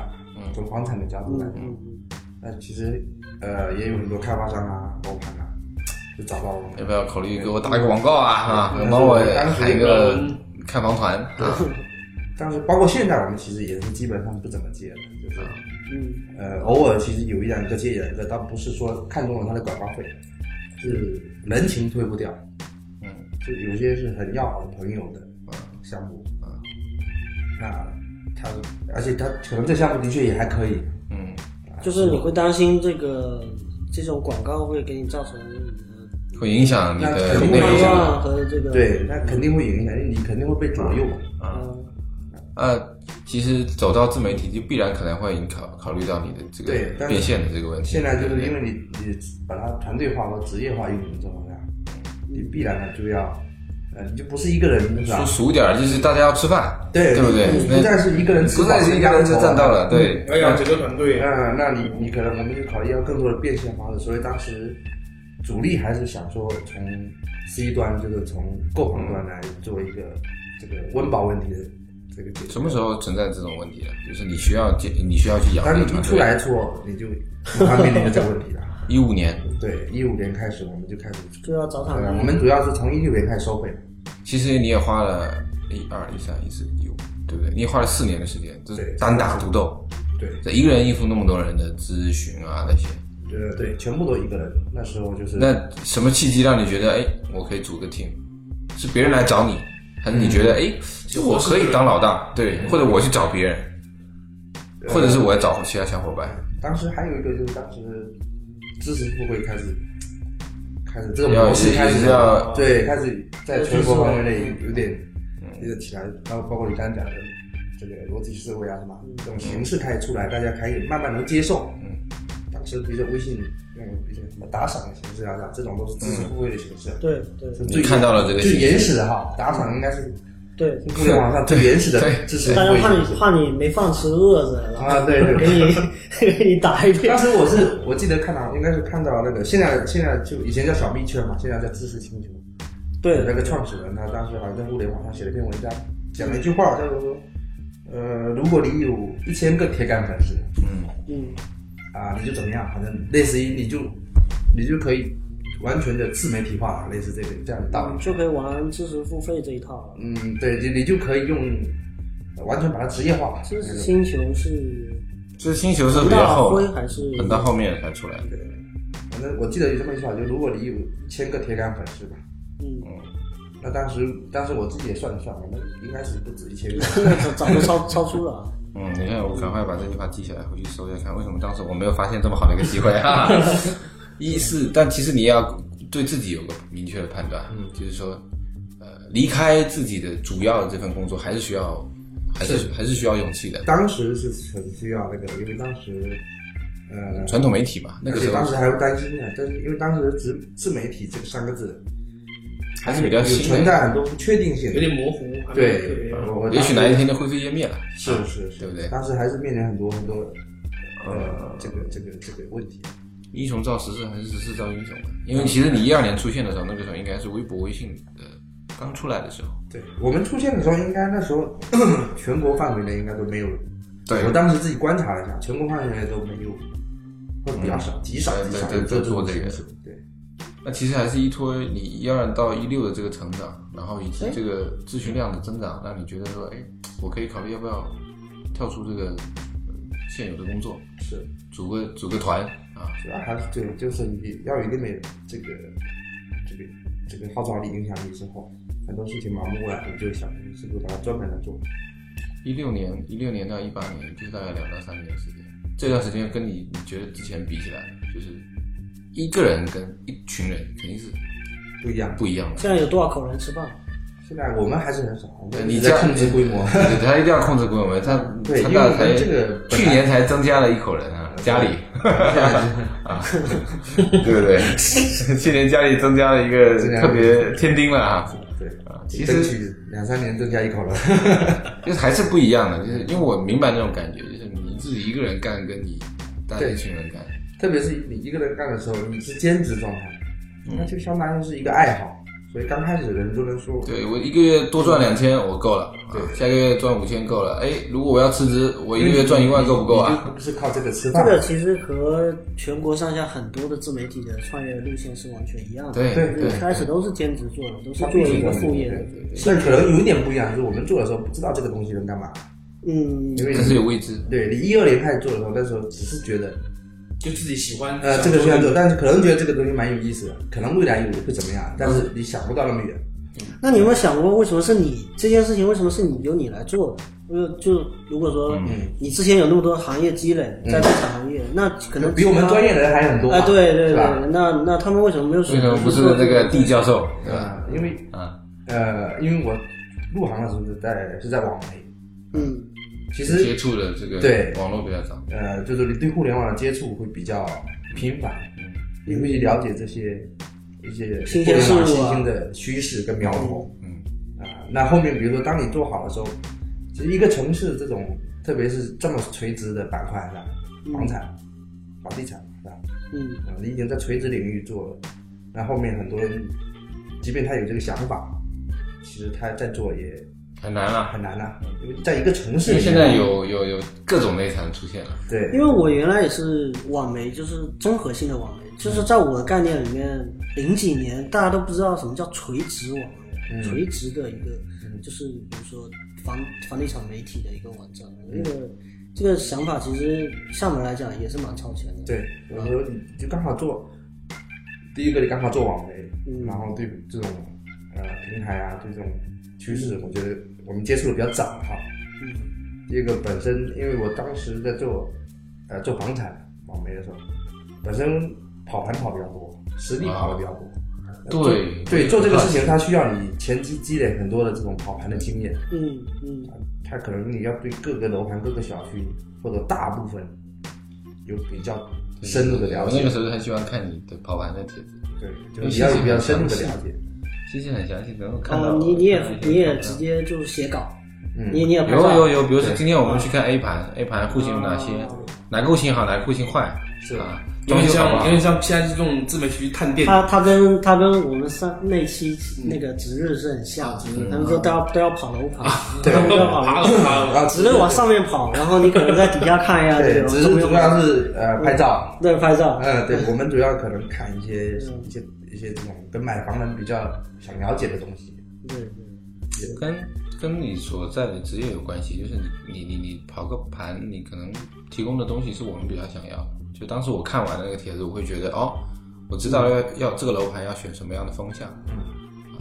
[SPEAKER 3] 从房产的角度来
[SPEAKER 2] 嗯
[SPEAKER 3] 讲，那其实呃也有很多开发商啊、楼盘啊，就找到我们
[SPEAKER 4] 要不要考虑给我打个广告啊？啊，
[SPEAKER 3] 嗯
[SPEAKER 4] 帮我
[SPEAKER 3] 当时
[SPEAKER 4] 喊一个看房团啊。
[SPEAKER 3] 但是包括现在我们其实也是基本上不怎么接了，就是
[SPEAKER 2] 嗯
[SPEAKER 3] 呃偶尔其实有一两个接一两个，倒不是说看中了他的广告费，是人情推不掉，
[SPEAKER 4] 嗯，
[SPEAKER 3] 就有些是很要好的朋友的项目，啊，那他而且他可能这项目的确也还可以，
[SPEAKER 4] 嗯，
[SPEAKER 2] 就是你会担心这个这种广告会给你造成你
[SPEAKER 4] 会影响你
[SPEAKER 3] 那
[SPEAKER 4] 的
[SPEAKER 3] 肯定
[SPEAKER 4] 内
[SPEAKER 2] 的
[SPEAKER 3] 会
[SPEAKER 4] 容
[SPEAKER 2] 观
[SPEAKER 3] 影响
[SPEAKER 4] 价值
[SPEAKER 2] 望和这个
[SPEAKER 3] 对，那肯定会影响，因为你肯定会被左右嘛，
[SPEAKER 4] 啊。
[SPEAKER 2] 嗯
[SPEAKER 4] 呃，其实走到自媒体，就必然可能会影考考虑到你的这
[SPEAKER 3] 对
[SPEAKER 4] 个
[SPEAKER 3] 但是
[SPEAKER 4] 变现的这个问题。
[SPEAKER 3] 现在就是因
[SPEAKER 4] 对
[SPEAKER 3] 为你你把它团队化和职业化运营之后呢，你必然呢就要呃呃，你就不是一个人，是吧
[SPEAKER 4] 说？俗点儿，就是大家要吃饭，
[SPEAKER 3] 对
[SPEAKER 4] 对不对
[SPEAKER 3] 你？
[SPEAKER 4] 那
[SPEAKER 3] 不再是一个人吃
[SPEAKER 4] 不再
[SPEAKER 3] 饱
[SPEAKER 4] 是一个人吃占到了，对。
[SPEAKER 5] 哎呀，整个团队
[SPEAKER 3] 嗯那那你你可能我们就考虑要更多的变现方式，所以当时主力还是想说从 C 端，就是从购房端来做一个这个温饱问题的这个解决。
[SPEAKER 4] 什么时候存在这种问题啊？就是你需要建，你需要去养
[SPEAKER 3] 当
[SPEAKER 4] 这
[SPEAKER 3] 你
[SPEAKER 4] 个
[SPEAKER 3] 一
[SPEAKER 4] 团
[SPEAKER 3] 出
[SPEAKER 4] 队。
[SPEAKER 3] 来做，你就马上面临着这个问题了。
[SPEAKER 4] 一五年，
[SPEAKER 3] 对，一五年开始我们就开始，
[SPEAKER 2] 就要找
[SPEAKER 3] 呃
[SPEAKER 2] 场地。
[SPEAKER 3] 我们主要是从一六年开始收费，
[SPEAKER 4] 其实你也花了一二一三一四一五，对不对？你也花了四年的时间，就是
[SPEAKER 3] 对
[SPEAKER 4] 单打独斗，
[SPEAKER 3] 对，
[SPEAKER 4] 这一个人应付那么多人的咨询啊那些。
[SPEAKER 3] 呃，对，全部都一个人。那时候就是
[SPEAKER 4] 那什么契机让你觉得，哎，我可以组个 team？是别人来找你，还是你觉得，哎，就我可以当老大？对，或者我去找别人，或者是我要找其他小伙伴？
[SPEAKER 3] 当时还有一个就是当时知识付费开始开始这个
[SPEAKER 4] 要
[SPEAKER 3] 模式
[SPEAKER 4] 是
[SPEAKER 3] 开
[SPEAKER 4] 也
[SPEAKER 3] 始
[SPEAKER 4] 是要
[SPEAKER 3] 对开始在全国范围内有点有点起来，然后包括你刚才讲的这个逻辑思维啊什么这种形式开始出来，大家可以慢慢能接受。
[SPEAKER 4] 嗯，
[SPEAKER 3] 当时比如说微信那种一些什么打赏的形式啊，这种都是知识付费的形式。
[SPEAKER 2] 对对
[SPEAKER 3] 是
[SPEAKER 4] 嗯你
[SPEAKER 3] 最
[SPEAKER 4] 看到了这个
[SPEAKER 3] 最
[SPEAKER 4] 信息
[SPEAKER 3] 原始的哈，打赏应该是
[SPEAKER 2] 对，
[SPEAKER 3] 互联网上最原始的
[SPEAKER 4] 对
[SPEAKER 3] 知识付
[SPEAKER 2] 大家
[SPEAKER 3] 费
[SPEAKER 2] 怕
[SPEAKER 3] 形
[SPEAKER 2] 你
[SPEAKER 3] 式。
[SPEAKER 2] 怕你没饭吃饿着，然后
[SPEAKER 3] 啊，对对
[SPEAKER 2] 给。
[SPEAKER 3] 对
[SPEAKER 2] 你给你打一遍
[SPEAKER 3] 当。时我是我记得看到，应该是看到那个现在现在就以前叫小币圈嘛，现在叫知识星球。
[SPEAKER 2] 对，
[SPEAKER 3] 那个创始人他当时好像在互联网上写了一篇文章，讲了一句话，叫做说，呃，如果你有一千个铁杆粉丝
[SPEAKER 4] 嗯，
[SPEAKER 2] 嗯，
[SPEAKER 3] 啊，你就怎么样，反正类似于你就你就可以完全的自媒体化，类似这个这样的道理。
[SPEAKER 2] 就可以玩知识付费这一套了。
[SPEAKER 3] 嗯，对，你你就可以用呃完全把它职业化。
[SPEAKER 2] 知识星球是
[SPEAKER 4] 这星球是
[SPEAKER 2] 恒
[SPEAKER 4] 比较
[SPEAKER 2] 大
[SPEAKER 4] 后，
[SPEAKER 2] 辉还是
[SPEAKER 4] 很到后面才出来的。
[SPEAKER 3] 反正我记得有这么一句话，就如果你有一千个铁杆粉丝吧，
[SPEAKER 2] 嗯，
[SPEAKER 3] 那当时，当时我自己也算了算，我们应该是不止一千个。
[SPEAKER 2] 这个早早就超超出了啊。
[SPEAKER 4] 嗯，你看，我赶快把这句话记下来，回去搜一下看，为什么当时我没有发现这么好的一个机会 啊？一是，但其实你也要对自己有个明确的判断，嗯，就是说，呃，离开自己的主要的这份工作，还是需要，还是还是需要勇气的。
[SPEAKER 3] 当时是很需要那个，因为当时，呃，
[SPEAKER 4] 传统媒体嘛，那个
[SPEAKER 3] 而
[SPEAKER 4] 时
[SPEAKER 3] 且
[SPEAKER 4] 候
[SPEAKER 3] 当时还会担心呢，啊但是因为当时自自媒体这三个字
[SPEAKER 4] 还是比较
[SPEAKER 3] 有
[SPEAKER 4] 新
[SPEAKER 3] 存
[SPEAKER 4] 的，
[SPEAKER 3] 在很多不确定性
[SPEAKER 5] 有。点模糊，还没有特
[SPEAKER 3] 对
[SPEAKER 5] 别，
[SPEAKER 3] 我我
[SPEAKER 4] 也许
[SPEAKER 3] 当
[SPEAKER 4] 哪
[SPEAKER 3] 时
[SPEAKER 4] 一天就灰飞烟灭了。
[SPEAKER 3] 是是是，
[SPEAKER 4] 对不对哦
[SPEAKER 3] 当时还是面临很多很多呃这个这个这个问题。
[SPEAKER 4] 英雄造时势，还是时势造英雄嘛？因为其实你一二年出现的时候，那个时候应该是微博、微信的刚出来的时候。
[SPEAKER 3] 对我们出现的时候，应该那时候全国范围内应该都没有。
[SPEAKER 4] 对
[SPEAKER 3] 我当时自己观察了一下，全国范围内都没有，或者比较少，极少
[SPEAKER 4] 对
[SPEAKER 3] 极少
[SPEAKER 4] 嗯对
[SPEAKER 3] 有
[SPEAKER 4] 对做
[SPEAKER 3] 种
[SPEAKER 4] 这
[SPEAKER 3] 形
[SPEAKER 4] 个
[SPEAKER 3] 式。对。
[SPEAKER 4] 那其实还是依托你一二到一六的这个成长，然后以及这个咨询量的增长，让你觉得说，哎，我可以考虑要不要跳出这个呃现有的工作，
[SPEAKER 3] 是，
[SPEAKER 4] 组个组个团啊，
[SPEAKER 3] 主要还是对，就是你要有一定的这个这个这个号召力、影响力之后，很多事情忙不过来，你就想你是不是把它专门来做。
[SPEAKER 4] 一六年，一六年到一八年，就是大概两到三年的时间。这段时间跟你你觉得之前比起来，就是一个人跟一群人肯定是
[SPEAKER 3] 不一样，
[SPEAKER 4] 不一样 的。
[SPEAKER 2] 现在有多少口人吃饭？
[SPEAKER 3] 现在我们还是很少，我们
[SPEAKER 4] 你
[SPEAKER 3] 在
[SPEAKER 4] 这样
[SPEAKER 3] 控制规 模。
[SPEAKER 4] 对他一定要控制规模，他
[SPEAKER 3] 对
[SPEAKER 4] 他
[SPEAKER 3] 因为
[SPEAKER 4] 大
[SPEAKER 3] 我们
[SPEAKER 4] 才
[SPEAKER 3] 这个本来
[SPEAKER 4] 去年才增加了一口人啊，家里 啊，对不对？去年家里增加了一个
[SPEAKER 3] 增加
[SPEAKER 4] 特别天丁了啊，
[SPEAKER 3] 对
[SPEAKER 4] 啊，其
[SPEAKER 3] 其
[SPEAKER 4] 实
[SPEAKER 3] 争取两三年增加一口了。
[SPEAKER 4] 就是还是不一样的，就是因为我明白那种感觉，就是你自己一个人干跟你带着一群人干，
[SPEAKER 3] 特别是你一个人干的时候，你是兼职状态，
[SPEAKER 4] 嗯
[SPEAKER 3] 那就相当于是一个爱好。所以刚开始人都能说，
[SPEAKER 4] 对我一个月多赚两千，我够了。对，下个月赚五千够了。哎，如果我要辞职，我一个月赚一万够不够
[SPEAKER 3] 你
[SPEAKER 4] 啊？
[SPEAKER 3] 就不是靠这个吃
[SPEAKER 2] 这
[SPEAKER 3] 饭。
[SPEAKER 2] 个其实和全国上下很多的自媒体的创业路线是完全一样的。
[SPEAKER 4] 对
[SPEAKER 3] 对
[SPEAKER 2] 就是
[SPEAKER 4] 对
[SPEAKER 2] 一开始都是兼职做的，都是
[SPEAKER 3] 它
[SPEAKER 2] 做
[SPEAKER 3] 必须
[SPEAKER 2] 一个
[SPEAKER 3] 这么
[SPEAKER 2] 副
[SPEAKER 3] 做
[SPEAKER 2] 业
[SPEAKER 3] 对
[SPEAKER 2] 的。
[SPEAKER 3] 对对但可能有一点不一样，就是我们做的时候不知道这个东西能干嘛，
[SPEAKER 2] 嗯，
[SPEAKER 3] 因为
[SPEAKER 4] 但是有未知。
[SPEAKER 3] 对你一二年开始做的时候，那时候只是觉得，
[SPEAKER 5] 就自己喜欢
[SPEAKER 3] 呃，这个虽然做，但是可能觉得这个东西蛮有意思的，可能未来有会怎么样，但是你想不到那么远。
[SPEAKER 2] 那你有没有想过，为什么是你这件事情？为什么是你由你来做的？因为就如果说
[SPEAKER 3] 嗯
[SPEAKER 2] 你之前有那么多行业积累，在这个行业，那可能
[SPEAKER 3] 比我们
[SPEAKER 2] 其他
[SPEAKER 3] 专业的人还很多嘛啊
[SPEAKER 2] 哎，对对
[SPEAKER 3] 是
[SPEAKER 2] 对
[SPEAKER 3] 吧，
[SPEAKER 2] 那那他们为什么没有
[SPEAKER 4] 为
[SPEAKER 2] 选
[SPEAKER 4] 什
[SPEAKER 2] 择
[SPEAKER 4] 么
[SPEAKER 2] 去
[SPEAKER 4] 不是
[SPEAKER 2] 做
[SPEAKER 4] 那个
[SPEAKER 2] 这
[SPEAKER 4] 地教授？对吧？
[SPEAKER 3] 呃，因为
[SPEAKER 4] 啊，
[SPEAKER 3] 呃，因为我入行的时候是在是在网媒，
[SPEAKER 2] 嗯，
[SPEAKER 3] 其
[SPEAKER 4] 接
[SPEAKER 3] 实
[SPEAKER 4] 触的这个
[SPEAKER 3] 对
[SPEAKER 4] 网络比较早。
[SPEAKER 3] 呃，就是你对互联网的接触会比较频繁，你会了解这些一些
[SPEAKER 2] 新
[SPEAKER 3] 互
[SPEAKER 2] 鲜
[SPEAKER 3] 联网
[SPEAKER 2] 事物
[SPEAKER 3] 新
[SPEAKER 2] 啊
[SPEAKER 3] 兴的趋势跟苗头，啊
[SPEAKER 4] 嗯，
[SPEAKER 3] 那后面比如说当你做好的时候，其实一个城市这种，特别是这么垂直的板块上，房产、房地产是吧？
[SPEAKER 2] 嗯
[SPEAKER 3] 啊，你已经在垂直领域做了，那后面很多人，即便他有这个想法，其实他在做也
[SPEAKER 4] 很难了，
[SPEAKER 3] 很难呐、因为在一个城市
[SPEAKER 4] 因
[SPEAKER 3] 里
[SPEAKER 4] 为
[SPEAKER 3] 面，
[SPEAKER 4] 现在有有有各种内涵出现了，
[SPEAKER 3] 对，
[SPEAKER 2] 因为我原来也是网媒，就是综合性的网媒，就是在我的概念里面，零几年大家都不知道什么叫垂直网
[SPEAKER 4] 嗯
[SPEAKER 2] 媒，垂直的一个就是比如说房房地产媒体的一个网站，
[SPEAKER 4] 嗯
[SPEAKER 2] 那个这个想法其实厦门来讲也是蛮超前的。
[SPEAKER 3] 对，有时候你就刚好做，第一个你刚好做网媒，
[SPEAKER 2] 嗯
[SPEAKER 3] 然后对这种呃平台啊，对这种趋势，我觉得我们接触的比较早哈。
[SPEAKER 2] 嗯
[SPEAKER 3] 第一个本身，因为我当时在做呃做房产网媒的时候，本身跑盘跑比较多，实地跑的比较多。
[SPEAKER 4] 对
[SPEAKER 3] 对，做这个事情，它需要你前期积累很多的这种跑盘的经验，
[SPEAKER 2] 嗯嗯
[SPEAKER 3] 它可能你要对各个楼盘、各个小区或者大部分有比较深入的了
[SPEAKER 4] 我
[SPEAKER 3] 解
[SPEAKER 4] 那个。时候很喜欢看你的跑盘的帖子，
[SPEAKER 3] 对，就是你要有比较深入的了解。
[SPEAKER 4] 其实很详细，能够看到
[SPEAKER 2] 哦，
[SPEAKER 4] 我
[SPEAKER 2] 你你也
[SPEAKER 4] 看到一些
[SPEAKER 2] 你也
[SPEAKER 4] 跑盘
[SPEAKER 2] 直接就写稿，
[SPEAKER 3] 嗯
[SPEAKER 2] 你你也拍
[SPEAKER 4] 有
[SPEAKER 2] 照
[SPEAKER 4] 有有，比如说
[SPEAKER 3] 对
[SPEAKER 4] 今天我们去看 A 盘，A 盘户型有哪些
[SPEAKER 2] 哦，
[SPEAKER 4] 哪个户型好，哪个户型坏，
[SPEAKER 3] 是
[SPEAKER 4] 啊，
[SPEAKER 5] 有
[SPEAKER 4] 装
[SPEAKER 5] 点
[SPEAKER 4] 修好不
[SPEAKER 5] 像
[SPEAKER 4] 好
[SPEAKER 5] 有点像现在这种自媒体去探店，
[SPEAKER 2] 他他跟他跟我们上那期
[SPEAKER 4] 嗯
[SPEAKER 2] 那个值日是很像的，他们说都要都要跑 楼盘，
[SPEAKER 3] 对
[SPEAKER 2] 他们都要跑
[SPEAKER 5] 爬
[SPEAKER 2] 楼
[SPEAKER 5] 了爬了，
[SPEAKER 3] 啊，
[SPEAKER 2] 只能往上面跑，然后你可能在底下看一下这
[SPEAKER 3] 对，
[SPEAKER 2] 种，
[SPEAKER 3] 只是主要是
[SPEAKER 2] 嗯
[SPEAKER 3] 呃拍照。
[SPEAKER 2] 对拍照，
[SPEAKER 3] 嗯，对，我们主要可能看一些
[SPEAKER 2] 嗯
[SPEAKER 3] 一些一些这种跟买房人比较想了解的东西。嗯
[SPEAKER 2] 对对，
[SPEAKER 4] 跟跟你所在的职业有关系，就是你你你你跑个盘，你可能提供的东西是我们比较想要的。就当时我看完那个帖子，我会觉得哦，我知
[SPEAKER 3] 嗯
[SPEAKER 4] 道要要这个楼盘要选什么样的方向，啊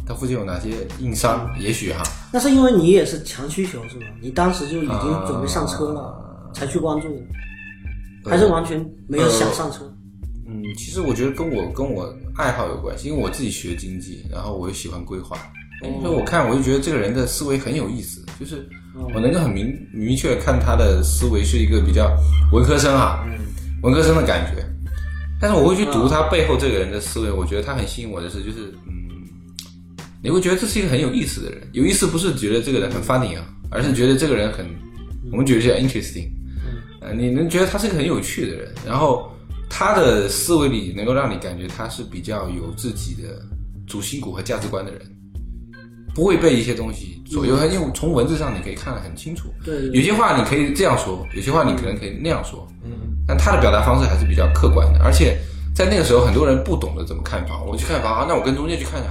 [SPEAKER 4] 它附近有哪些硬伤，也许哈，
[SPEAKER 2] 那是因为你也是强需求是吗？你当时就已经准备上车了
[SPEAKER 4] 啊，
[SPEAKER 2] 才去关注的，还是完全没有想上车？
[SPEAKER 4] 嗯，其实我觉得跟我跟我爱好有关系，因为我自己学经济，然后我又喜欢规划，所以我看我就觉得这个人的思维很有意思，就是我能够很明明确地看他的思维是一个比较文科生啊，文科生的感觉，但是我会去读他背后这个人的思维，我觉得他很吸引我的是，就是嗯，你会觉得这是一个很有意思的人，有意思不是觉得这个人很 funny 啊，而是觉得这个人很，
[SPEAKER 2] 嗯
[SPEAKER 4] 我们觉得叫 interesting，呃，你能觉得他是个很有趣的人，然后他的思维里能够让你感觉他是比较有自己的主心骨和价值观的人，不会被一些东西左右，因为从文字上你可以看得很清楚，
[SPEAKER 2] 嗯对对
[SPEAKER 4] 有些话你可以这样说，有些话你可能可以那样说，嗯，但他的表达方式还是比较客观的，而且在那个时候很多人不懂得怎么看房，我去看房啊，那我跟中介去看一下，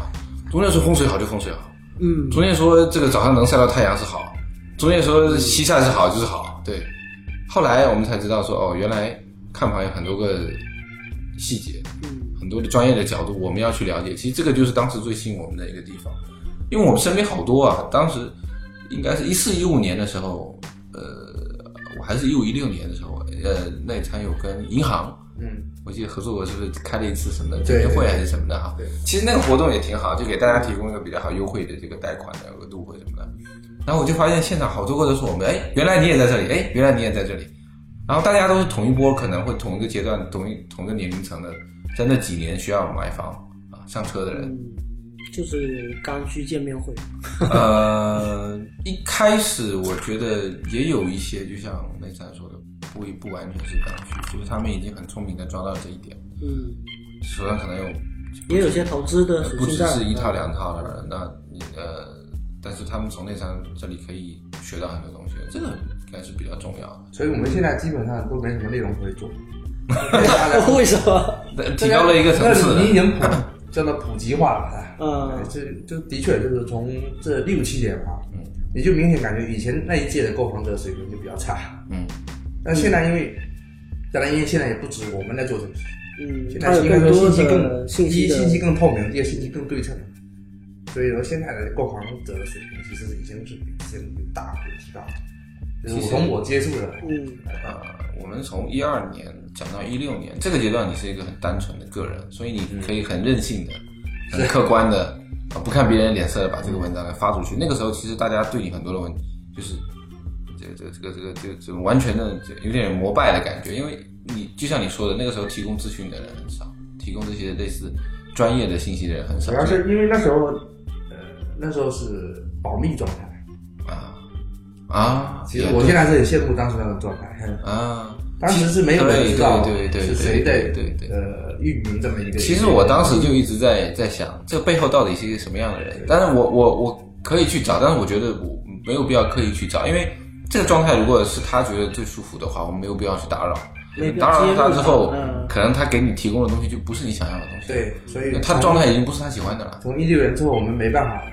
[SPEAKER 4] 中介说风水好就风水好，
[SPEAKER 2] 嗯，
[SPEAKER 4] 中介说这个早上能晒到太阳是好，中介说西晒是好就是好，对。后来我们才知道说哦，原来看房有很多个细节，很多的专业的角度我们要去了解。其实这个就是当时最吸引我们的一个地方，因为我们身边好多啊，当时应该是一四一五年的时候，呃，我还是一五一六年的时候，呃，那一场有跟银行。
[SPEAKER 3] 嗯，
[SPEAKER 4] 我记得合作过是不是开了一次什么见
[SPEAKER 3] 对
[SPEAKER 4] 面会
[SPEAKER 3] 对
[SPEAKER 4] 还是什么的哈？
[SPEAKER 3] 对
[SPEAKER 4] 其实那个活动也挺好，就给大家提供一个比较好优惠的这个贷款的额度或什么的。然后我就发现现场好多个都是我们，哎，原来你也在这里，哎，原来你也在这里。然后大家都是同一波，可能会同一个阶段、同一同一个年龄层的，在那几年需要买房啊上车的人。
[SPEAKER 2] 嗯就是刚需见面会，
[SPEAKER 3] 嗯
[SPEAKER 4] 呃， 一开始我觉得也有一些，就像内山说的，不不完全是刚需，就是他们已经很聪明的抓到这一点，
[SPEAKER 2] 嗯，
[SPEAKER 4] 手上可能有
[SPEAKER 2] 也有些投资的属
[SPEAKER 4] 不
[SPEAKER 2] 性
[SPEAKER 4] 只
[SPEAKER 2] 在，
[SPEAKER 4] 是一套两套的，那你呃，但是他们从内山这里可以学到很多东西，这个应该是比较重要的，
[SPEAKER 3] 所以我们现在基本上都没什么内容可以 做，为啥呢
[SPEAKER 2] 为什么？
[SPEAKER 4] 但提高了一个层次
[SPEAKER 3] 那你已经普叫做普及化了啊。
[SPEAKER 2] 嗯
[SPEAKER 3] 对这就的确就是从这六七年吧，你就明显感觉以前那一届的购房者水平就比较差，
[SPEAKER 4] 嗯，
[SPEAKER 3] 但现在因为，当然因为现在也不止我们在做这个事情。
[SPEAKER 2] 嗯，
[SPEAKER 3] 现
[SPEAKER 2] 它
[SPEAKER 3] 在
[SPEAKER 2] 有
[SPEAKER 3] 应该
[SPEAKER 2] 更
[SPEAKER 3] 说
[SPEAKER 2] 多
[SPEAKER 3] 信息
[SPEAKER 2] 的
[SPEAKER 3] 更
[SPEAKER 2] 信
[SPEAKER 3] 第
[SPEAKER 2] 息
[SPEAKER 3] 一
[SPEAKER 2] 的
[SPEAKER 3] 信息更透明，第二信息更对称。所以说，现在的购房者的水平其实已经是比之前有大幅提高了。就是我从我接触的，
[SPEAKER 2] 嗯
[SPEAKER 4] 呃，我们从一二年讲到一六年这个阶段，你是一个很单纯的个人，所以
[SPEAKER 3] 嗯
[SPEAKER 4] 你可以很任性的、很客观的，呃不看别人脸色的把这个文章给发出去。那个时候，其实大家对你很多的问，就是这这这个这个这个这个完全的有点膜拜的感觉，因为你就像你说的，那个时候提供资讯的人很少，提供这些类似专业的信息的人很少
[SPEAKER 3] 主。要是因为那时候，呃，那时候是保密状态。
[SPEAKER 4] 啊啊，
[SPEAKER 3] 其实我现在是很羡慕当时那种状态，
[SPEAKER 4] 啊，
[SPEAKER 3] 当时是没有人知道
[SPEAKER 4] 对对对对
[SPEAKER 3] 是谁在
[SPEAKER 4] 对对对
[SPEAKER 3] 呃运营这么一个。
[SPEAKER 4] 其实我当时就一直在在想，这背后到底是一个什么样的人？但是我我我可以去找，但是我觉得我没有必要刻意去找，因为这个状态如果是他觉得最舒服的话，我们没有必要去打扰
[SPEAKER 2] 没。必要
[SPEAKER 4] 打扰
[SPEAKER 2] 介
[SPEAKER 4] 他
[SPEAKER 2] 入
[SPEAKER 4] 之后
[SPEAKER 2] 嗯，
[SPEAKER 4] 可能他给你提供的东西就不是你想要的东西。
[SPEAKER 3] 对，所以
[SPEAKER 4] 他的状态已经不是他喜欢的了。
[SPEAKER 3] 从一六年之后，我们没办法，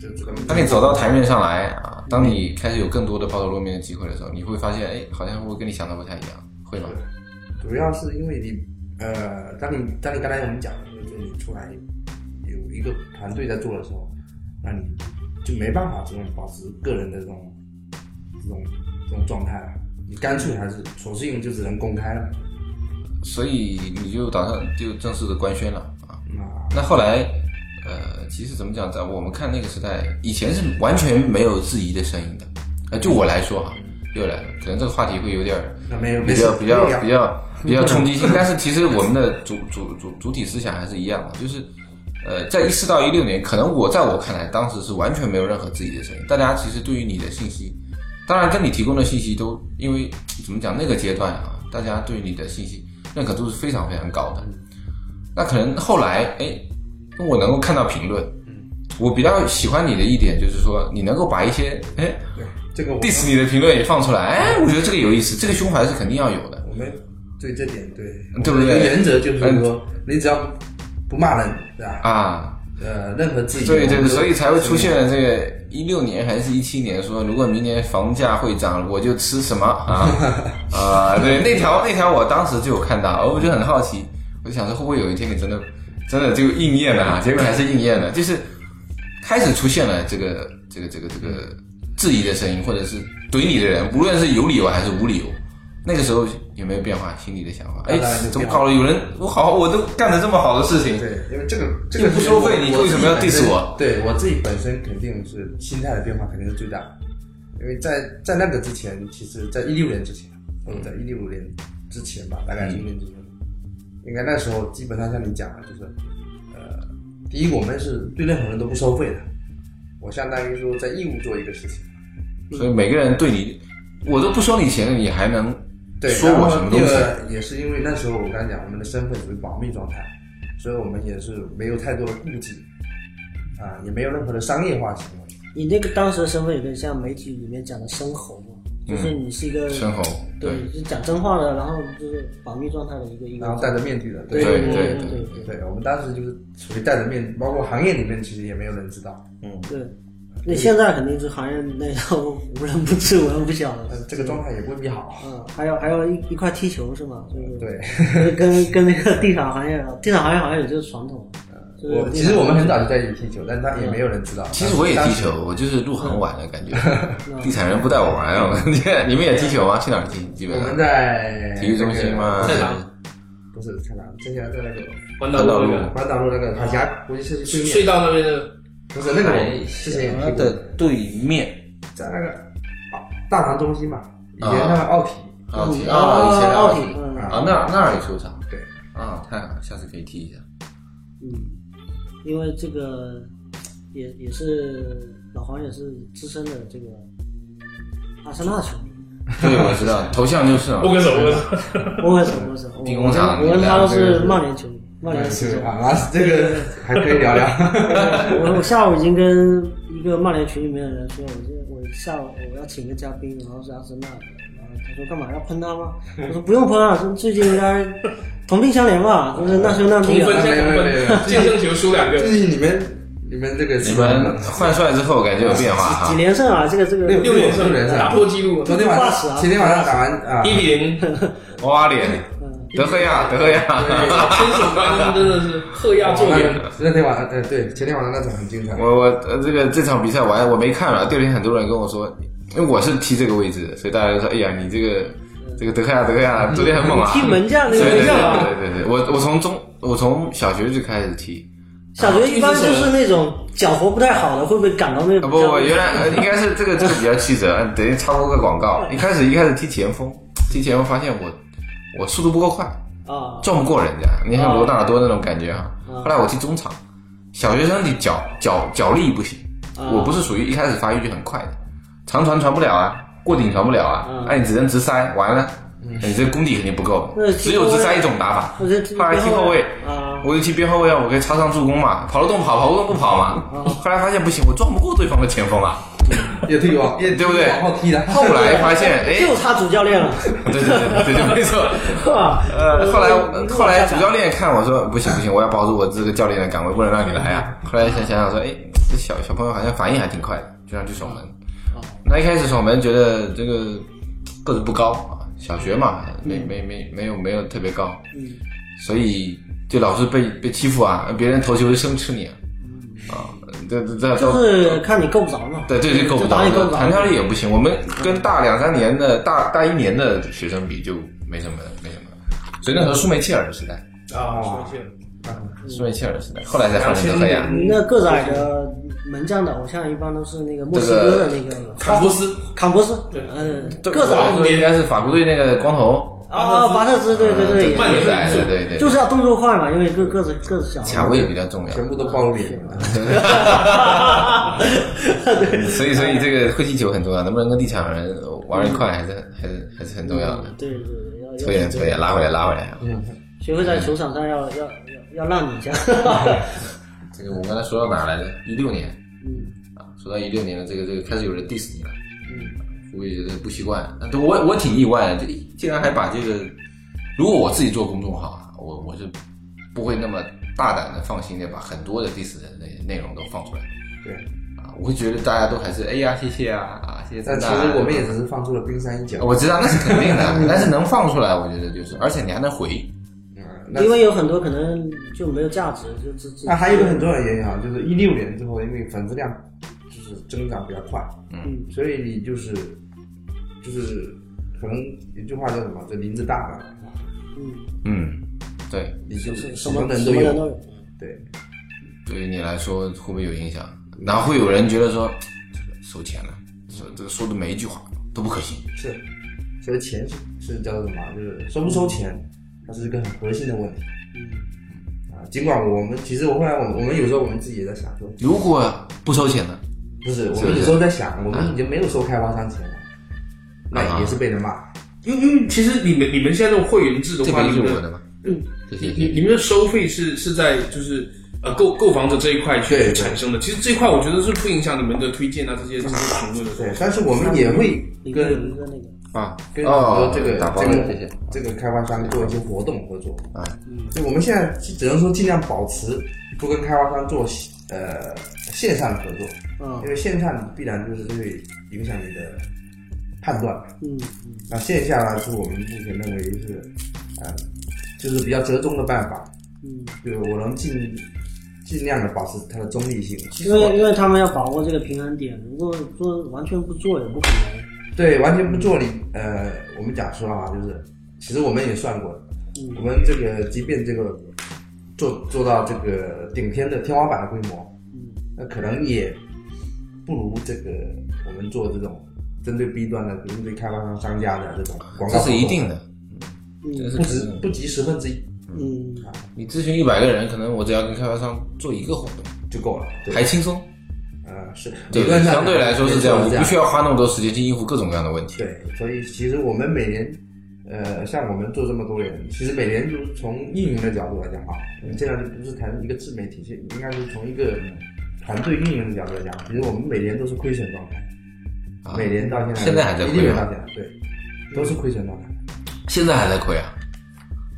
[SPEAKER 3] 就这个
[SPEAKER 4] 当你走到台面上来啊，当你开始有更多的抛头露面的机会的时候，你会发现，哎，好像会跟你想的不太一样，会吗？
[SPEAKER 3] 主要是因为你呃，当你当你刚才我们讲的就是你出来有一个团队在做的时候，那你就没办法这种保持个人的这种这种这种状态了，你干脆还是索性就只能公开了。
[SPEAKER 4] 所以你就打算就正式的官宣了啊。
[SPEAKER 3] 那
[SPEAKER 4] 那后来，呃，其实怎么讲，在我们看那个时代，以前是完全没有质疑的声音的。呃，就我来说啊，又来了，可能这个话题会有点儿
[SPEAKER 3] 那没有
[SPEAKER 4] 比
[SPEAKER 3] 没事
[SPEAKER 4] 较比较
[SPEAKER 3] 不聊
[SPEAKER 4] 比较比较冲击性，但是其实我们的主主主主体思想还是一样的，就是。呃，在一四到一六年，可能我在我看来，当时是完全没有任何质疑的声音。大家其实对于你的信息，当然跟你提供的信息都，因为怎么讲，那个阶段啊，大家对你的信息认可度是非常非常高的。
[SPEAKER 3] 嗯
[SPEAKER 4] 那可能后来，哎，我能够看到评论，
[SPEAKER 3] 嗯
[SPEAKER 4] 我比较喜欢你的一点就是说，你能够把一些哎
[SPEAKER 3] 对这个我
[SPEAKER 4] diss 你的评论也放出来，哎，我觉得这个有意思，这个胸怀是肯定要有的。
[SPEAKER 3] 我们对这点对
[SPEAKER 4] 对不对
[SPEAKER 3] 我们的原则就是说，你只要不骂人，对吧？
[SPEAKER 4] 啊，
[SPEAKER 3] 呃，任何质疑，
[SPEAKER 4] 对
[SPEAKER 3] 我
[SPEAKER 4] 对，
[SPEAKER 3] 们都
[SPEAKER 4] 所以才会出现了这个一六年还是一七年说，如果明年房价会涨，我就吃什么 啊啊、对，那条那条我当时就有看到，我就很好奇，我就想说会不会有一天你真的真的就应验了啊？结果还是应验了，就是开始出现了这个这个这个这个质疑的声音，或者是怼你的人，无论是有理由还是无理由。那个时候有没有变化？心里的想法？哎
[SPEAKER 3] 当然有变，化
[SPEAKER 4] 怎么搞了？有人我好，我都干了这么好的事情，
[SPEAKER 3] 对，因为这个这
[SPEAKER 4] 又
[SPEAKER 3] 个
[SPEAKER 4] 不收费
[SPEAKER 3] 我
[SPEAKER 4] 你
[SPEAKER 3] 我
[SPEAKER 4] 为什么要
[SPEAKER 3] 自己
[SPEAKER 4] diss
[SPEAKER 3] 本身
[SPEAKER 4] 我
[SPEAKER 3] 对我自己本身肯定是心态的变化肯定是最大的，因为在在那个之前，其实在一六年之前，或者在一六年之前
[SPEAKER 4] 嗯
[SPEAKER 3] 吧，大概一六年之前，应该那时候基本上像你讲的，就是呃，第一，我们是对任何人都不收费的，我相当于说在义务做一个事情。
[SPEAKER 4] 所以每个人对你，我都不收你钱了，你还能
[SPEAKER 3] 对，
[SPEAKER 4] 说
[SPEAKER 3] 然
[SPEAKER 4] 我
[SPEAKER 3] 后
[SPEAKER 4] 什么东西
[SPEAKER 3] 第？二也是因为那时候我刚才讲，我们的身份属于保密状态，所以我们也是没有太多的顾忌，啊，也没有任何的商业化行为。
[SPEAKER 2] 你那个当时的身份有点像媒体里面讲的生猴嘛，就是你是一个
[SPEAKER 3] 啊
[SPEAKER 4] 生猴，对
[SPEAKER 2] 对，就讲真话的，然后就是保密状态的一个一个
[SPEAKER 3] 然后戴着面具的，
[SPEAKER 2] 对
[SPEAKER 4] 对
[SPEAKER 2] 对
[SPEAKER 4] 对
[SPEAKER 2] 对
[SPEAKER 3] 对我们当时就是属于戴着面，包括行业里面其实也没有人知道，
[SPEAKER 2] 对。那现在肯定是行业内都无人不知、无人不晓
[SPEAKER 3] 但
[SPEAKER 2] 的
[SPEAKER 3] 是。呃这个状态也不会比好。
[SPEAKER 2] 嗯，还有还有一一块踢球是吗？就是
[SPEAKER 3] 对，
[SPEAKER 2] 跟跟跟那个地产行业，地产行业好像有这个传统。就是
[SPEAKER 3] 呃 我其实我们很早就在一起踢球，但他也没有人知道。
[SPEAKER 4] 其实我也
[SPEAKER 3] 当
[SPEAKER 4] 踢
[SPEAKER 3] 时，嗯
[SPEAKER 4] 球，我就是入行晚了，感觉地产人不带我玩啊。 你们也踢球啊吗？去哪儿踢？基本
[SPEAKER 3] 我们
[SPEAKER 4] 上
[SPEAKER 3] 在
[SPEAKER 4] 体育中心吗？
[SPEAKER 5] 在哪
[SPEAKER 3] 不是菜场，之前在那个
[SPEAKER 5] 环岛路那个
[SPEAKER 3] 环岛路那个塔峡，估计是对面，
[SPEAKER 5] 隧道那边的，
[SPEAKER 3] 不是那个我之前也踢
[SPEAKER 4] 它
[SPEAKER 3] 过
[SPEAKER 4] 的。对面
[SPEAKER 3] 在那个大堂中心嘛，以前那个奥体，
[SPEAKER 4] 啊，
[SPEAKER 2] 嗯
[SPEAKER 4] 踢啊，以前的
[SPEAKER 2] 奥
[SPEAKER 4] 奥
[SPEAKER 2] 体
[SPEAKER 4] 体
[SPEAKER 2] 嗯
[SPEAKER 4] 啊，那儿那儿有球场
[SPEAKER 3] 对，
[SPEAKER 4] 啊，太好，了，下次可以踢一下。
[SPEAKER 2] 嗯，因为这个也也是老黄也是资深的这个阿森纳球迷，
[SPEAKER 4] 对，我知道，头像就是啊
[SPEAKER 5] 握。个手，握个手。
[SPEAKER 2] 我为什么？我为什么？我
[SPEAKER 4] 兵工厂
[SPEAKER 2] 我跟他都
[SPEAKER 4] 你们俩
[SPEAKER 2] 是
[SPEAKER 4] 这个
[SPEAKER 2] 曼联球迷，曼联始
[SPEAKER 3] 对
[SPEAKER 2] 终。
[SPEAKER 3] 啊，那这个还可以聊聊。
[SPEAKER 2] 我我下午已经跟一个曼联群里面的人说，我这我下午我要请个嘉宾，然后是阿森纳的，然后他说干嘛要喷他吗？我说不用喷啊，说最近应该同病相怜吧，就是难兄难
[SPEAKER 5] 同
[SPEAKER 2] 弟
[SPEAKER 5] 分
[SPEAKER 2] 啊。
[SPEAKER 5] 先同
[SPEAKER 3] 没有没有没有
[SPEAKER 5] 分，净胜球输两个
[SPEAKER 3] 就。是你们你们这个
[SPEAKER 4] 你们换帅之后感觉有变化
[SPEAKER 2] 几
[SPEAKER 4] 哈。
[SPEAKER 2] 连胜啊，这个这个
[SPEAKER 3] 六
[SPEAKER 5] 六连胜
[SPEAKER 3] 六连胜
[SPEAKER 5] 打破纪录，
[SPEAKER 3] 昨天晚上前天晚上打完啊，
[SPEAKER 5] 一比零，
[SPEAKER 4] 哇脸，
[SPEAKER 3] 嗯
[SPEAKER 4] 德赫亚，德赫亚。
[SPEAKER 5] 千手观音真的是鹤压
[SPEAKER 3] 那
[SPEAKER 5] 坐 远。
[SPEAKER 3] 那天晚上呃对，前天晚上那场很精彩。
[SPEAKER 4] 我我呃这个这场比赛我还我没看了，第二天很多人跟我说，因为我是踢这个位置的，所以大家就说，哎呀，你这个这个德克亚德克亚昨天很猛啊，
[SPEAKER 2] 踢门将那
[SPEAKER 4] 对
[SPEAKER 2] 个
[SPEAKER 4] 对
[SPEAKER 2] 门
[SPEAKER 4] 对
[SPEAKER 2] 将啊。
[SPEAKER 4] 对对对，我我从中我从小学就开始踢，
[SPEAKER 2] 小学一般就是那种脚活不太好的，会不会感到那
[SPEAKER 4] 啊
[SPEAKER 2] 种？
[SPEAKER 4] 不我原来呃应该是这个这个比较曲折，嗯等于插播个广告，一开始一开始踢前锋，踢前锋发现我我速度不够快，
[SPEAKER 2] 啊，
[SPEAKER 4] 撞不过人家，你啊像罗纳尔多那种感觉啊。后来我踢中场，小学生你脚脚脚力不行，我不是属于一开始发育就很快的，长传传不了啊，过顶传不了啊嗯
[SPEAKER 2] 嗯，
[SPEAKER 4] 那、你只能直塞，完了，你这功底肯定不够
[SPEAKER 2] 那，
[SPEAKER 4] 只有直塞一种打法。
[SPEAKER 2] 我这
[SPEAKER 4] 后来踢后卫
[SPEAKER 2] 啊，
[SPEAKER 4] 我就踢边后卫啊，我可以插上助攻嘛，跑得动跑，跑不动不跑嘛。后来发现不行，我撞不过对方的前锋啊，
[SPEAKER 3] 也挺往也
[SPEAKER 4] 对不对
[SPEAKER 3] 往后踢的。？
[SPEAKER 4] 后来发现，哎，
[SPEAKER 2] 就差主教练了，
[SPEAKER 4] 对对对对对，没错。
[SPEAKER 2] 是吧？
[SPEAKER 4] 呃，后来
[SPEAKER 2] 你跟我
[SPEAKER 4] 后来
[SPEAKER 2] 看
[SPEAKER 4] 主
[SPEAKER 2] 看
[SPEAKER 4] 教练看我说不行不行，我要保住我这个教练的岗位，不能让你来啊。后来想想想说，哎，这小小朋友好像反应还挺快的，就让去守门。
[SPEAKER 2] 哦
[SPEAKER 4] 那一开始守门觉得这个个子不高啊，小学嘛，没没没没有没有特别高，
[SPEAKER 2] 嗯，
[SPEAKER 4] 所以就老是被被欺负啊，别人投球就生吃你啊，
[SPEAKER 2] 嗯
[SPEAKER 4] 啊，这这 这
[SPEAKER 2] 就
[SPEAKER 4] 都
[SPEAKER 2] 是看你够不着嘛。
[SPEAKER 4] 对对对，够不
[SPEAKER 2] 就打
[SPEAKER 4] 着
[SPEAKER 2] 你够
[SPEAKER 4] 的
[SPEAKER 2] 不，着。
[SPEAKER 4] 弹跳力也不行。我们跟大两三年的大大一年的学生比就没什么没什么，所以那时候舒梅切尔时代，
[SPEAKER 5] 啊，说一些
[SPEAKER 4] 舒梅切尔时代，后来才换成德赫亚。
[SPEAKER 2] 那个子矮的门将的偶像一般都是那个墨西哥的那个
[SPEAKER 5] 坎布斯，
[SPEAKER 2] 坎博斯，
[SPEAKER 5] 对
[SPEAKER 2] 嗯，
[SPEAKER 4] 对
[SPEAKER 2] 个子
[SPEAKER 4] 法
[SPEAKER 2] 矮
[SPEAKER 4] 国队应该是法国队那个光头，
[SPEAKER 2] 啊，巴特斯，对对
[SPEAKER 4] 呃
[SPEAKER 2] 对，
[SPEAKER 5] 曼
[SPEAKER 4] 个
[SPEAKER 5] 联
[SPEAKER 4] 子矮的，对对，
[SPEAKER 2] 就是要动作快嘛，因为个个子个子小嘛。
[SPEAKER 4] 卡位比较重要。
[SPEAKER 3] 全部都暴露脸 了，
[SPEAKER 2] 对，
[SPEAKER 4] 所以，所以这个会踢球很重要，能不能跟地产人玩一块，还是还是还是很重要的。
[SPEAKER 2] 嗯对对对，要
[SPEAKER 4] 扯远扯远，拉回来拉回来啊！
[SPEAKER 2] 嗯学会在球场上要要要要让 你一下。
[SPEAKER 4] 这个我刚才说到哪来着？一六年，
[SPEAKER 2] 嗯
[SPEAKER 4] 啊，说到一六年的这个这个开始有人 diss 你了，
[SPEAKER 2] 嗯
[SPEAKER 4] 我也觉得不习惯。但我我挺意外的，这竟然还把这个，如果我自己做公众号啊，我我是不会那么大胆的、放心的把很多的 diss 的内内容都放出来
[SPEAKER 3] 对。
[SPEAKER 4] 啊，我会觉得大家都还是哎呀，谢谢啊啊，谢谢
[SPEAKER 3] 但
[SPEAKER 4] 赞
[SPEAKER 3] 其
[SPEAKER 4] 赞。
[SPEAKER 3] 实我们也只是放出了冰山一角。
[SPEAKER 4] 我知道那是肯定 的，但是能放出来，我觉得就是，而且你还能回，
[SPEAKER 3] 嗯，那
[SPEAKER 2] 因为有很多可能就没有价值，就只只
[SPEAKER 3] 那还有一个很重要的原因啊，就是一六年之后，因为粉丝量就是增长比较快，
[SPEAKER 2] 嗯，
[SPEAKER 3] 所以你就是就是可能一句话叫什么？这林子大了，
[SPEAKER 2] 嗯，
[SPEAKER 4] 嗯，对，
[SPEAKER 3] 你就是
[SPEAKER 2] 什
[SPEAKER 3] 什
[SPEAKER 2] 么
[SPEAKER 3] 么人
[SPEAKER 2] 什
[SPEAKER 3] 都
[SPEAKER 2] 么人
[SPEAKER 3] 有。
[SPEAKER 2] 都有。
[SPEAKER 3] 对，
[SPEAKER 4] 对于你来说会不会有影响？然后会有人觉得说，收钱了，说这个说的每一句话都不可信。
[SPEAKER 3] 是，所以钱是是叫做什么？就是收不收钱，它是一个很核心的问题。啊，尽管我们其实我后来我们我们有时候我们自己也在想说，
[SPEAKER 4] 如果不收钱呢？
[SPEAKER 3] 不是，我
[SPEAKER 4] 是
[SPEAKER 3] 们
[SPEAKER 4] 是
[SPEAKER 3] 有时候在想，我们已经没有收开发商钱了，
[SPEAKER 4] 啊
[SPEAKER 3] 哎那也是被人骂。
[SPEAKER 5] 因为因为其实你们你们现在这种会员制的
[SPEAKER 4] 这
[SPEAKER 5] 话，
[SPEAKER 4] 不
[SPEAKER 5] 你
[SPEAKER 4] 是
[SPEAKER 5] 们
[SPEAKER 4] 我
[SPEAKER 5] 的
[SPEAKER 4] 的吗？
[SPEAKER 2] 嗯，
[SPEAKER 4] 谢
[SPEAKER 5] 你
[SPEAKER 4] 谢
[SPEAKER 5] 你你们的收费是是在就是呃购购房者这一块
[SPEAKER 3] 对
[SPEAKER 5] 去
[SPEAKER 3] 对
[SPEAKER 5] 产生的。其实这一块我觉得是不影响你们的推荐啊这些这些评论的。
[SPEAKER 3] 对，但是我们也会
[SPEAKER 2] 里面有
[SPEAKER 3] 跟
[SPEAKER 2] 一个那个，
[SPEAKER 4] 啊
[SPEAKER 3] 嗯跟很
[SPEAKER 4] 哦
[SPEAKER 3] 多，这个
[SPEAKER 4] 打包
[SPEAKER 3] 这
[SPEAKER 4] 了，
[SPEAKER 3] 个嗯
[SPEAKER 4] 谢谢。
[SPEAKER 3] 这个开发商做一些活动合作。
[SPEAKER 4] 啊，
[SPEAKER 3] 就我们现在只能说尽量保持不跟开发商做呃线上合作，
[SPEAKER 4] 哦
[SPEAKER 2] 嗯
[SPEAKER 3] 因为线上必然就是会影响你的判断。
[SPEAKER 2] 嗯
[SPEAKER 3] 那线下呢，是我们目前认为是呃就是比较折中的办法，
[SPEAKER 2] 嗯，
[SPEAKER 3] 就是我能尽尽量的保持它的中立性。
[SPEAKER 2] 因为因为他们要把握这个平衡点，如果说完全不做也不可能。
[SPEAKER 3] 对，完全不做你呃，我们讲说啊，就是其实我们也算过，
[SPEAKER 2] 嗯
[SPEAKER 3] 我们这个即便这个做做到这个顶天的天花板的规模，
[SPEAKER 2] 嗯
[SPEAKER 3] 那可能也不如这个我们做这种针对 B 端的、针对开发商、商家的这种广告
[SPEAKER 4] 这
[SPEAKER 3] 活动，
[SPEAKER 4] 是一定的。
[SPEAKER 2] 嗯
[SPEAKER 4] 这是
[SPEAKER 3] 不
[SPEAKER 4] 肯
[SPEAKER 3] 值
[SPEAKER 4] 定的
[SPEAKER 3] 不及十分之一
[SPEAKER 2] 嗯
[SPEAKER 4] 你咨询一百个人，可能我只要跟开发商做一个活动，
[SPEAKER 3] 就够了，对，
[SPEAKER 4] 还轻松。
[SPEAKER 3] 呃是
[SPEAKER 4] 对
[SPEAKER 3] 理论，上
[SPEAKER 4] 相对来说是这样，我
[SPEAKER 3] 没错
[SPEAKER 4] 不需要花那么多时间去应付各种各样的问题。
[SPEAKER 3] 对，所以其实我们每年，呃，像我们做这么多年，其实每年就是从运营的角度来讲啊，我们现在就不是谈一个自媒体，是应该是从一个团队运营的角度来讲，其实我们每年都是亏损状态，
[SPEAKER 4] 啊
[SPEAKER 3] 每年到现在
[SPEAKER 4] 现在还在
[SPEAKER 3] 一
[SPEAKER 4] 亏
[SPEAKER 3] 六年
[SPEAKER 4] 吗
[SPEAKER 3] 到现在，对，都是亏损状态，
[SPEAKER 4] 现在还在亏啊？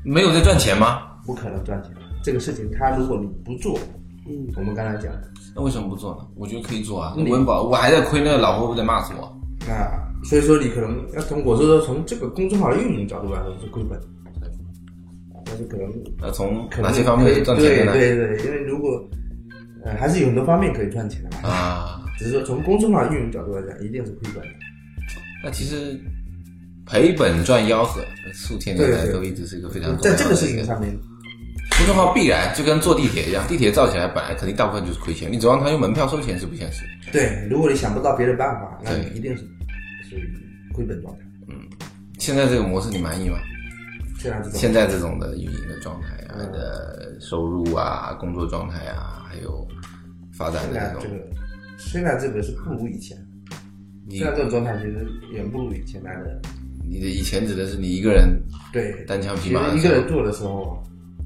[SPEAKER 4] 没有在赚钱吗？
[SPEAKER 3] 不可能赚钱。这个事情，它如果你不做，
[SPEAKER 2] 嗯
[SPEAKER 3] 我们刚才讲的，
[SPEAKER 4] 那为什么不做呢？我觉得可以做啊。
[SPEAKER 3] 你
[SPEAKER 4] 温饱，我还在亏，那个老婆不得骂死我？
[SPEAKER 3] 那所以说你可能要从我是说从这个公众号的运营角度来说是亏本，但是可能
[SPEAKER 4] 那从
[SPEAKER 3] 可
[SPEAKER 4] 哪
[SPEAKER 3] 能
[SPEAKER 4] 些方面赚钱的呢？
[SPEAKER 3] 对对对，因为如果呃还是有很多方面可以赚钱的嘛，
[SPEAKER 4] 啊，
[SPEAKER 3] 只是说从公众号运营角度来讲，一定是亏本的。
[SPEAKER 4] 那其实赔本赚吆喝，数天年
[SPEAKER 3] 对
[SPEAKER 4] 来
[SPEAKER 3] 对
[SPEAKER 4] 都一直是一个非常重
[SPEAKER 3] 在
[SPEAKER 4] 要的
[SPEAKER 3] 这个事情上面，
[SPEAKER 4] 公众号必然就跟坐地铁一样，地铁造起来本来肯定大部分就是亏钱，你指望它用门票收钱是不现实。
[SPEAKER 3] 对，如果你想不到别的办法，那你
[SPEAKER 4] 对
[SPEAKER 3] 一定是属于亏本状态。
[SPEAKER 4] 现在这个模式你满意吗？
[SPEAKER 3] 虽然这种
[SPEAKER 4] 现在这种的运营的状态啊，
[SPEAKER 3] 嗯
[SPEAKER 4] 你的收入啊，工作状态啊，还有发展
[SPEAKER 3] 现
[SPEAKER 4] 的
[SPEAKER 3] 在
[SPEAKER 4] 这
[SPEAKER 3] 这
[SPEAKER 4] 种
[SPEAKER 3] 个现在这个是不如以前，
[SPEAKER 4] 你
[SPEAKER 3] 现在这种状态其实远不如以前来的。
[SPEAKER 4] 你的以前指的是你一个人
[SPEAKER 3] 对，
[SPEAKER 4] 单枪匹
[SPEAKER 3] 其
[SPEAKER 4] 马
[SPEAKER 3] 实
[SPEAKER 4] 的
[SPEAKER 3] 一
[SPEAKER 4] 时
[SPEAKER 3] 个
[SPEAKER 4] 候
[SPEAKER 3] 人做的时候，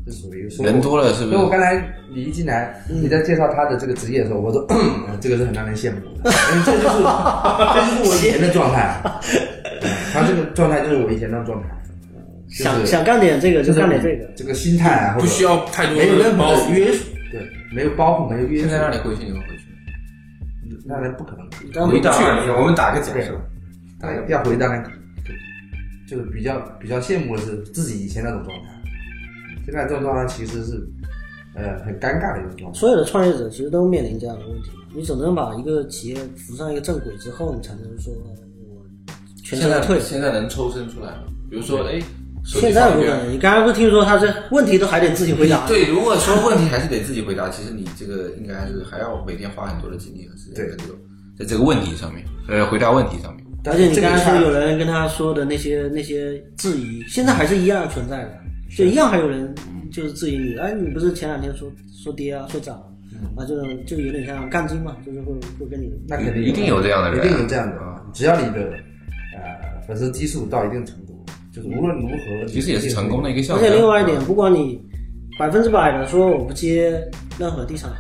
[SPEAKER 3] 是属于说
[SPEAKER 4] 人多了是不
[SPEAKER 3] 所以我
[SPEAKER 4] 是？
[SPEAKER 3] 刚才你一进来，你在介绍他的这个职业的时候，我 说这个是很让人羡慕的，因为这就是 这就是我以前的状态， 嗯他这个状态就是我以前那种状态，就是
[SPEAKER 2] 想想干点这个
[SPEAKER 3] 就
[SPEAKER 2] 就是干点这个，
[SPEAKER 3] 这个心态啊，或
[SPEAKER 5] 不
[SPEAKER 3] 者
[SPEAKER 5] 需要太多
[SPEAKER 3] 没有
[SPEAKER 5] 的
[SPEAKER 3] 任何
[SPEAKER 5] 包
[SPEAKER 3] 的
[SPEAKER 5] 袱。
[SPEAKER 3] 约束，对，没有包袱，没有约束，
[SPEAKER 4] 现在让你回去，你会回去吗？
[SPEAKER 3] 那人不可能，
[SPEAKER 2] 刚
[SPEAKER 5] 回
[SPEAKER 4] 回
[SPEAKER 5] 到
[SPEAKER 4] 到
[SPEAKER 3] 啊
[SPEAKER 5] 二零
[SPEAKER 4] 我们打个假
[SPEAKER 3] 对，当然要回到那个，就是比较比较羡慕的是自己以前那种状态，现在这种状态其实是呃很尴尬的一种状态，
[SPEAKER 2] 所有的创业者其实都面临这样的问题，你只能把一个企业扶上一个正轨之后，你才能说呃我全身
[SPEAKER 4] 现在
[SPEAKER 2] 而退。
[SPEAKER 4] 现在能抽身出来吗？比如说，哎，手机
[SPEAKER 2] 现在
[SPEAKER 4] 放
[SPEAKER 2] 不
[SPEAKER 4] 一边
[SPEAKER 2] 可能，你刚刚不听说他这问题都还得自己回答，
[SPEAKER 4] 哎对，如果说问题还是得自己回答，其实你这个应该还是还要每天花很多的精力和时间
[SPEAKER 3] 对
[SPEAKER 4] 在这个在这个问题上面，呃，回答问题上面。
[SPEAKER 2] 而且你
[SPEAKER 3] 这个
[SPEAKER 2] 刚才
[SPEAKER 3] 差
[SPEAKER 2] 说有人跟他说的那些那些质疑，现在还是一样存在的，就一样还有人就是质疑你，哎，你不是前两天说说跌啊，说涨啊，啊，这种就有点像杠精嘛，就是会会跟你
[SPEAKER 3] 那肯定
[SPEAKER 4] 一定有这样的人
[SPEAKER 3] 一定有这样的啊！只要你的呃粉丝基数到一定程度，就是无论如何，
[SPEAKER 4] 其实也是成功的一
[SPEAKER 3] 个。
[SPEAKER 4] 个效
[SPEAKER 2] 而
[SPEAKER 4] 果。
[SPEAKER 2] 且另外一点，，不管你百分之百的说我不接任何地产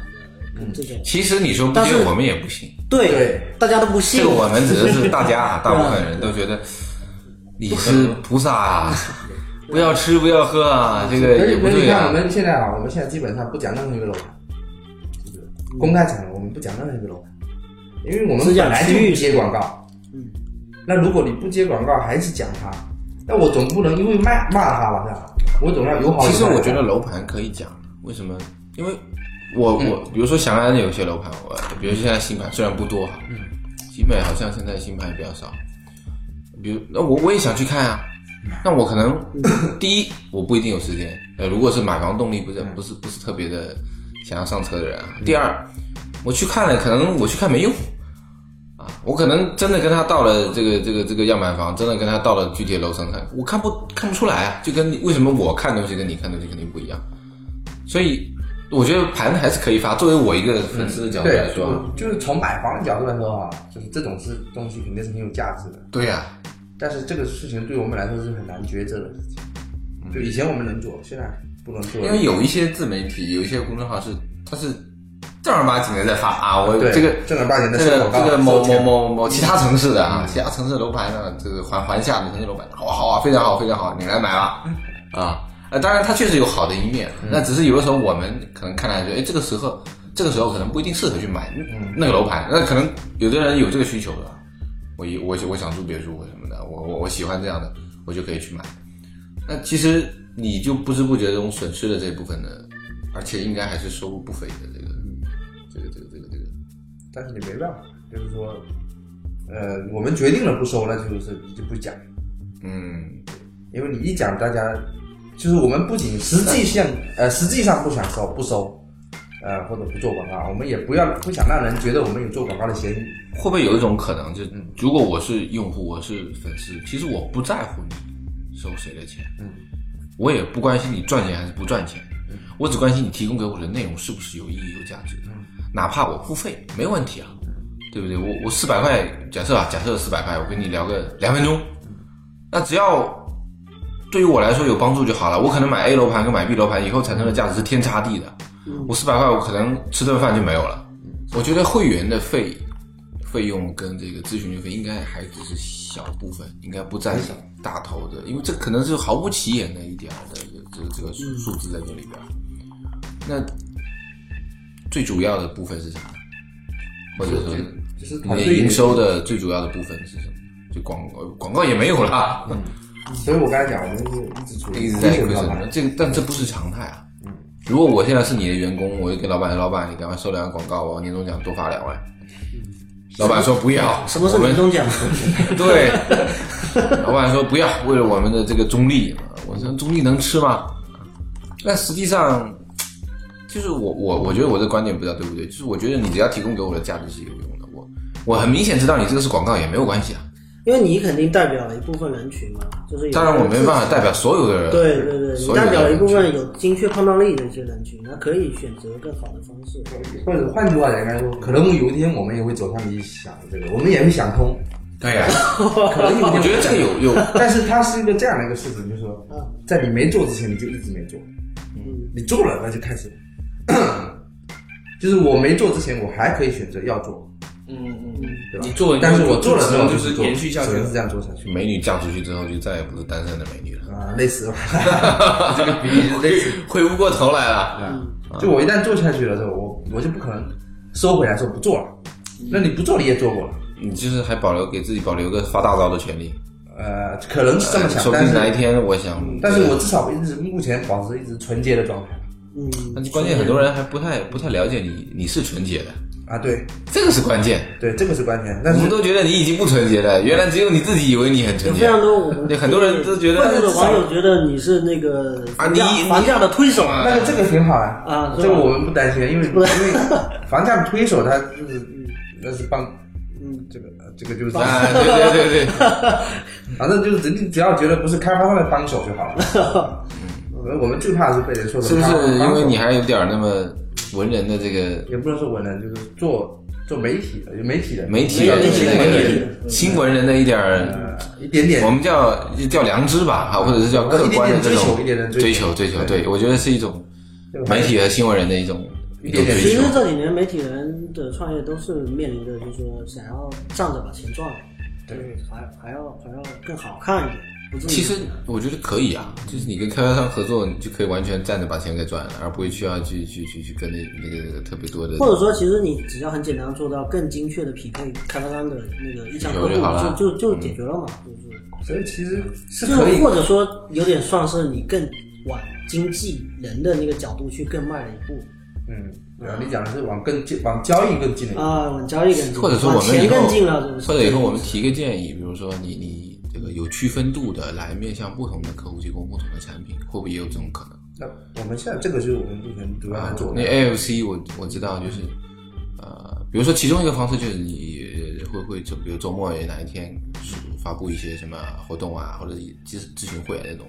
[SPEAKER 4] 嗯
[SPEAKER 2] 的这种，
[SPEAKER 4] 其实你说不
[SPEAKER 2] 但
[SPEAKER 4] 接
[SPEAKER 2] 是
[SPEAKER 4] 我们也不行，
[SPEAKER 2] 对，
[SPEAKER 3] 对
[SPEAKER 2] 大家都不信
[SPEAKER 4] 这个。我们指的是大家啊大部分人都觉得你是菩萨啊，不要吃不要喝啊，这个
[SPEAKER 3] 而且
[SPEAKER 4] 也不
[SPEAKER 3] 你
[SPEAKER 4] 对
[SPEAKER 3] 看我
[SPEAKER 4] 啊。
[SPEAKER 3] 们现在啊，我们现在基本上不讲任何一个楼盘，就是公开场合我们不讲任何一个楼盘，因为我们
[SPEAKER 2] 只
[SPEAKER 3] 本
[SPEAKER 2] 讲
[SPEAKER 3] 来就
[SPEAKER 2] 区域
[SPEAKER 3] 不接广告。
[SPEAKER 2] 嗯，
[SPEAKER 3] 那如果你不接广告还是讲它，那我总不能因为骂骂他吧，是吧？我总要友好。
[SPEAKER 4] 其实我觉得，楼盘可以讲，为什么？因为我我比如说翔安有些楼盘，我比如现在新盘虽然不多哈，嗯，集美好像现在新盘也比较少。比如那我我也想去看啊，那我可能第一我不一定有时间，呃，如果是买房动力不是不是不是特别的想要上车的人啊。第二，我去看了，可能我去看没用。啊，我可能真的跟他到了这个这个这个样板房，真的跟他到了具体的楼层看，我看不看不出来啊，就跟你为什么我看东西跟你看东西肯定不一样，所以我觉得盘还是可以发。作为我一个粉丝的角度来
[SPEAKER 3] 对，
[SPEAKER 4] 说，啊
[SPEAKER 3] 就是从买房的角度来说啊，就是这种是东西肯定是很有价值的。
[SPEAKER 4] 对啊呀、
[SPEAKER 3] 但是这个事情对我们来说是很难抉择的事情。就以前我们能做，现在不能做了。
[SPEAKER 4] 嗯因为有一些自媒体，有一些公众号是它是正儿八经的在发啊，我
[SPEAKER 3] 对
[SPEAKER 4] 这个
[SPEAKER 3] 正儿八经的
[SPEAKER 4] 这个
[SPEAKER 3] 收广告
[SPEAKER 4] 这个
[SPEAKER 3] 收
[SPEAKER 4] 某某
[SPEAKER 3] 钱嗯
[SPEAKER 4] 某某其他城市的啊，其他城市的楼盘啊，这个环环下的城市楼盘，好啊好啊，非常好非常好，你来买吧
[SPEAKER 3] 嗯
[SPEAKER 4] 啊。呃，当然，它确实有好的一面，那只是有的时候我们可能看来就，哎，这个时候，这个时候可能不一定适合去买
[SPEAKER 3] 嗯
[SPEAKER 4] 那个楼盘，那可能有的人有这个需求的，我一我我想住别墅或什么的，我我我喜欢这样的，我就可以去买。那其实你就不知不觉中损失了这部分的，而且应该还是收入不菲的这个，这个这个这个这个。
[SPEAKER 3] 但是你没办法，就是说，呃，我们决定了不收，那就是就不讲，
[SPEAKER 4] 嗯，
[SPEAKER 3] 因为你一讲，大家就是我们不仅实际上呃实际上不想收不收，呃或者不做广告，我们也不要不想让人觉得我们有做广告的嫌疑。
[SPEAKER 4] 会不会有一种可能，就如果我是用户，我是粉丝，其实我不在乎你收谁的钱，嗯，我也不关心你赚钱还是不赚钱，我只关心你提供给我的内容是不是有意义、有价值的，哪怕我付费没问题啊，对不对？我我四百块，假设啊，假设四百块，我跟你聊个两分钟，那只要对于我来说有帮助就好了。我可能买 A 楼盘跟买 B 楼盘以后产生的价值是天差地的，我四百块我可能吃顿饭就没有了。我觉得会员的费费用跟这个咨询费应该还只是小部分，应该不占大头的，因为这可能是毫不起眼的一点儿的这个这个数数字在这里边儿。那最主要的部分是啥？或者说
[SPEAKER 3] 就是
[SPEAKER 4] 你
[SPEAKER 3] 团
[SPEAKER 4] 的
[SPEAKER 3] 队
[SPEAKER 4] 营收的最主要的部分是什么？就广告广告也没有啦，
[SPEAKER 3] 所以我刚才讲，我们是一直处于
[SPEAKER 4] 一直在亏
[SPEAKER 3] 亏损
[SPEAKER 4] 损
[SPEAKER 3] 状态。
[SPEAKER 4] 这个，但这不是常态啊。如果我现在是你的员工，我就跟老板说，老板，你赶快收两个广告，我年终奖多发两万。老板说不要，
[SPEAKER 2] 嗯什么是
[SPEAKER 4] 我们
[SPEAKER 2] 年终奖？
[SPEAKER 4] 对，老板说不要，为了我们的这个中立，我说中立能吃吗？那实际上，就是我我我觉得我的观点不知道对不对，就是我觉得你只要提供给我的价值是有用的，我我很明显知道你这个是广告也没有关系啊，
[SPEAKER 2] 因为你肯定代表了一部分人群嘛，就是有
[SPEAKER 4] 当然我没办法代表所有的人，
[SPEAKER 2] 对对对，你
[SPEAKER 4] 所有
[SPEAKER 2] 代
[SPEAKER 4] 的
[SPEAKER 2] 表了
[SPEAKER 4] 人
[SPEAKER 2] 一部分有精确碰撞力的一些人群，那可以选择更好的方式。
[SPEAKER 3] 或者换句话讲来说，可能有一天我们也会走上你想的这个，我们也会想通。
[SPEAKER 4] 对呀、
[SPEAKER 3] 可能有一天
[SPEAKER 4] 我觉得这个有有
[SPEAKER 3] 但是它是一个这样的一个事情，就是说
[SPEAKER 2] 嗯，
[SPEAKER 3] 在你没做之前你就一直没做，
[SPEAKER 2] 嗯
[SPEAKER 3] 你做了那就开始，就是我没做之前我还可以选择要做，
[SPEAKER 5] 嗯嗯
[SPEAKER 2] 嗯，
[SPEAKER 3] 对吧？
[SPEAKER 5] 你做了
[SPEAKER 3] 但是我
[SPEAKER 5] 做
[SPEAKER 3] 做了之后
[SPEAKER 5] 就
[SPEAKER 3] 不
[SPEAKER 5] 是
[SPEAKER 3] 做
[SPEAKER 5] 延续下去
[SPEAKER 3] 只能是这样做下去
[SPEAKER 4] 美女嫁出去之后就再也不是单身的美 女了，
[SPEAKER 3] 啊，类似吧。
[SPEAKER 4] 这个比喻类似回不过头来了。
[SPEAKER 3] 就我一旦做下去了之后，我我就不可能收回来说不做了。
[SPEAKER 5] 嗯
[SPEAKER 3] 那你不做你也做过了，
[SPEAKER 4] 你就是还保留给自己保留个发大招的权利，
[SPEAKER 3] 呃，可能是这么想，
[SPEAKER 4] 说不
[SPEAKER 3] 但
[SPEAKER 4] 定哪一
[SPEAKER 3] 是嗯
[SPEAKER 4] 天我想，啊
[SPEAKER 3] 但是我至少一直目前保持一直纯洁的状态
[SPEAKER 2] 嗯，
[SPEAKER 4] 但是关键很多人还不太不太了解你，你是纯洁的，
[SPEAKER 3] 啊，对
[SPEAKER 4] 这个是关键。
[SPEAKER 3] 对，这个是关键。
[SPEAKER 4] 我
[SPEAKER 3] 但是
[SPEAKER 4] 们都觉得你已经不纯洁了，原来只有你自己以为你很
[SPEAKER 2] 有
[SPEAKER 4] 纯
[SPEAKER 2] 非
[SPEAKER 4] 洁。
[SPEAKER 2] 常多我们
[SPEAKER 4] 对，很多人都觉
[SPEAKER 2] 愤怒
[SPEAKER 4] 得
[SPEAKER 2] 的网友觉得你是那个
[SPEAKER 4] 啊
[SPEAKER 2] 房价
[SPEAKER 4] 你
[SPEAKER 2] 房价的推手，
[SPEAKER 3] 那个这个挺好啊，
[SPEAKER 2] 啊
[SPEAKER 3] 这
[SPEAKER 2] 是
[SPEAKER 3] 个
[SPEAKER 2] 吧
[SPEAKER 3] 我们不担心，因为因为房价推手他就是那是帮，
[SPEAKER 2] 嗯，
[SPEAKER 3] 这个这个就是这样，
[SPEAKER 4] 啊，对对对对，
[SPEAKER 3] 反正就是你只要觉得不是开发商的帮手就 好了。嗯我们最怕是被人说
[SPEAKER 4] 是
[SPEAKER 3] 成
[SPEAKER 4] 不
[SPEAKER 3] 帮
[SPEAKER 4] 是因
[SPEAKER 3] 帮
[SPEAKER 4] 为
[SPEAKER 3] 手
[SPEAKER 4] 你还有点儿那么文人的这个
[SPEAKER 3] 也不能说文人，就是做做媒体的，媒体的
[SPEAKER 4] 媒体的啊
[SPEAKER 2] 没有
[SPEAKER 4] 这
[SPEAKER 2] 没有
[SPEAKER 4] 个新闻人的一点儿
[SPEAKER 3] 呃，一点点
[SPEAKER 4] 我们叫叫良知吧，啊哈，或者是叫客观的这种
[SPEAKER 3] 一点点追
[SPEAKER 4] 追
[SPEAKER 3] 求
[SPEAKER 4] 求
[SPEAKER 3] 一点点追
[SPEAKER 4] 追
[SPEAKER 3] 求
[SPEAKER 4] 求，对我觉得是一种
[SPEAKER 3] 对吧
[SPEAKER 4] 媒体和新闻人的一种
[SPEAKER 3] 一
[SPEAKER 4] 一
[SPEAKER 3] 点
[SPEAKER 4] 种
[SPEAKER 3] 点
[SPEAKER 4] 追
[SPEAKER 2] 其实
[SPEAKER 4] 求。
[SPEAKER 2] 这几年媒体人的创业都是面临着，就是说想要站着把钱赚了，对，还还要还要更好看一点。不至于
[SPEAKER 4] 其实我觉得可以啊，就是你跟开发商合作，你就可以完全站着把钱给赚了，而不会需要去去去去跟那那个特别多的。
[SPEAKER 2] 或者说，其实你只要很简单做到更精确的匹配开发商的那个意向客
[SPEAKER 4] 有就好
[SPEAKER 2] 户，
[SPEAKER 4] 了嗯
[SPEAKER 2] 就就就解决了嘛，就是。
[SPEAKER 3] 所以其实是
[SPEAKER 2] 就
[SPEAKER 3] 可以
[SPEAKER 2] 是，或者说有点算是你更往经纪人的那个角度去更迈了一步
[SPEAKER 3] 嗯，对啊，你讲的是往更近，往交易更近的，
[SPEAKER 2] 啊，往交易更近，
[SPEAKER 4] 或者说我
[SPEAKER 2] 往
[SPEAKER 4] 们以
[SPEAKER 2] 钱
[SPEAKER 4] 后
[SPEAKER 2] 更近了，是不，是？
[SPEAKER 4] 或者以后我们提个建议，比如说你你这个有区分度的来面向不同的客户提供不同的产品，会不会也有这种可能？
[SPEAKER 3] 那我们现在这个就是我们目前主要在做
[SPEAKER 4] 那
[SPEAKER 3] 的，
[SPEAKER 4] AFC 我我知道就是，呃，比如说其中一个方式就是你呃会会就比如周末哪一天是发布一些什么活动啊，或者咨咨询会啊那种。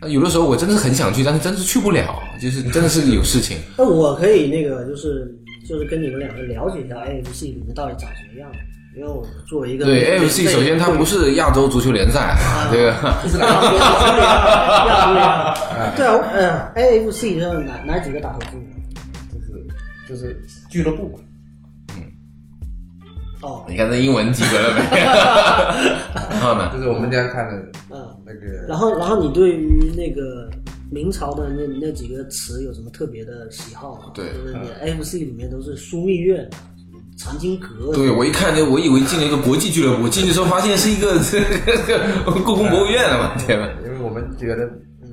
[SPEAKER 4] 那有的时候我真的是很想去，但是真是去不了，就是真的是有事情。
[SPEAKER 2] 那我可以那个就是就是跟你们两个了解一下 AFC 里面到底长什么样，因为我作为一个
[SPEAKER 4] 对 AFC，首先它不是亚洲足球联赛，这个
[SPEAKER 2] 不是打球要对啊，嗯，AFC 就是哪哪几个打头部？
[SPEAKER 3] 就是就是俱乐部嘛，
[SPEAKER 2] 哦，
[SPEAKER 4] 你看这英文及格了没？ 然后呢
[SPEAKER 3] 就？是我们这样看的
[SPEAKER 2] 嗯，
[SPEAKER 3] 那个
[SPEAKER 2] 然后然后你对于那个明朝的那那几个词有什么特别的喜好吗？
[SPEAKER 4] 对呃
[SPEAKER 2] 就是你 AFC 里面都是枢密院、藏经阁，
[SPEAKER 4] 对，我一看就我以为进了一个国际俱乐部，进去之后发现是一个 这个故宫博物院了嘛，天呐！
[SPEAKER 3] 因为我们觉得，嗯，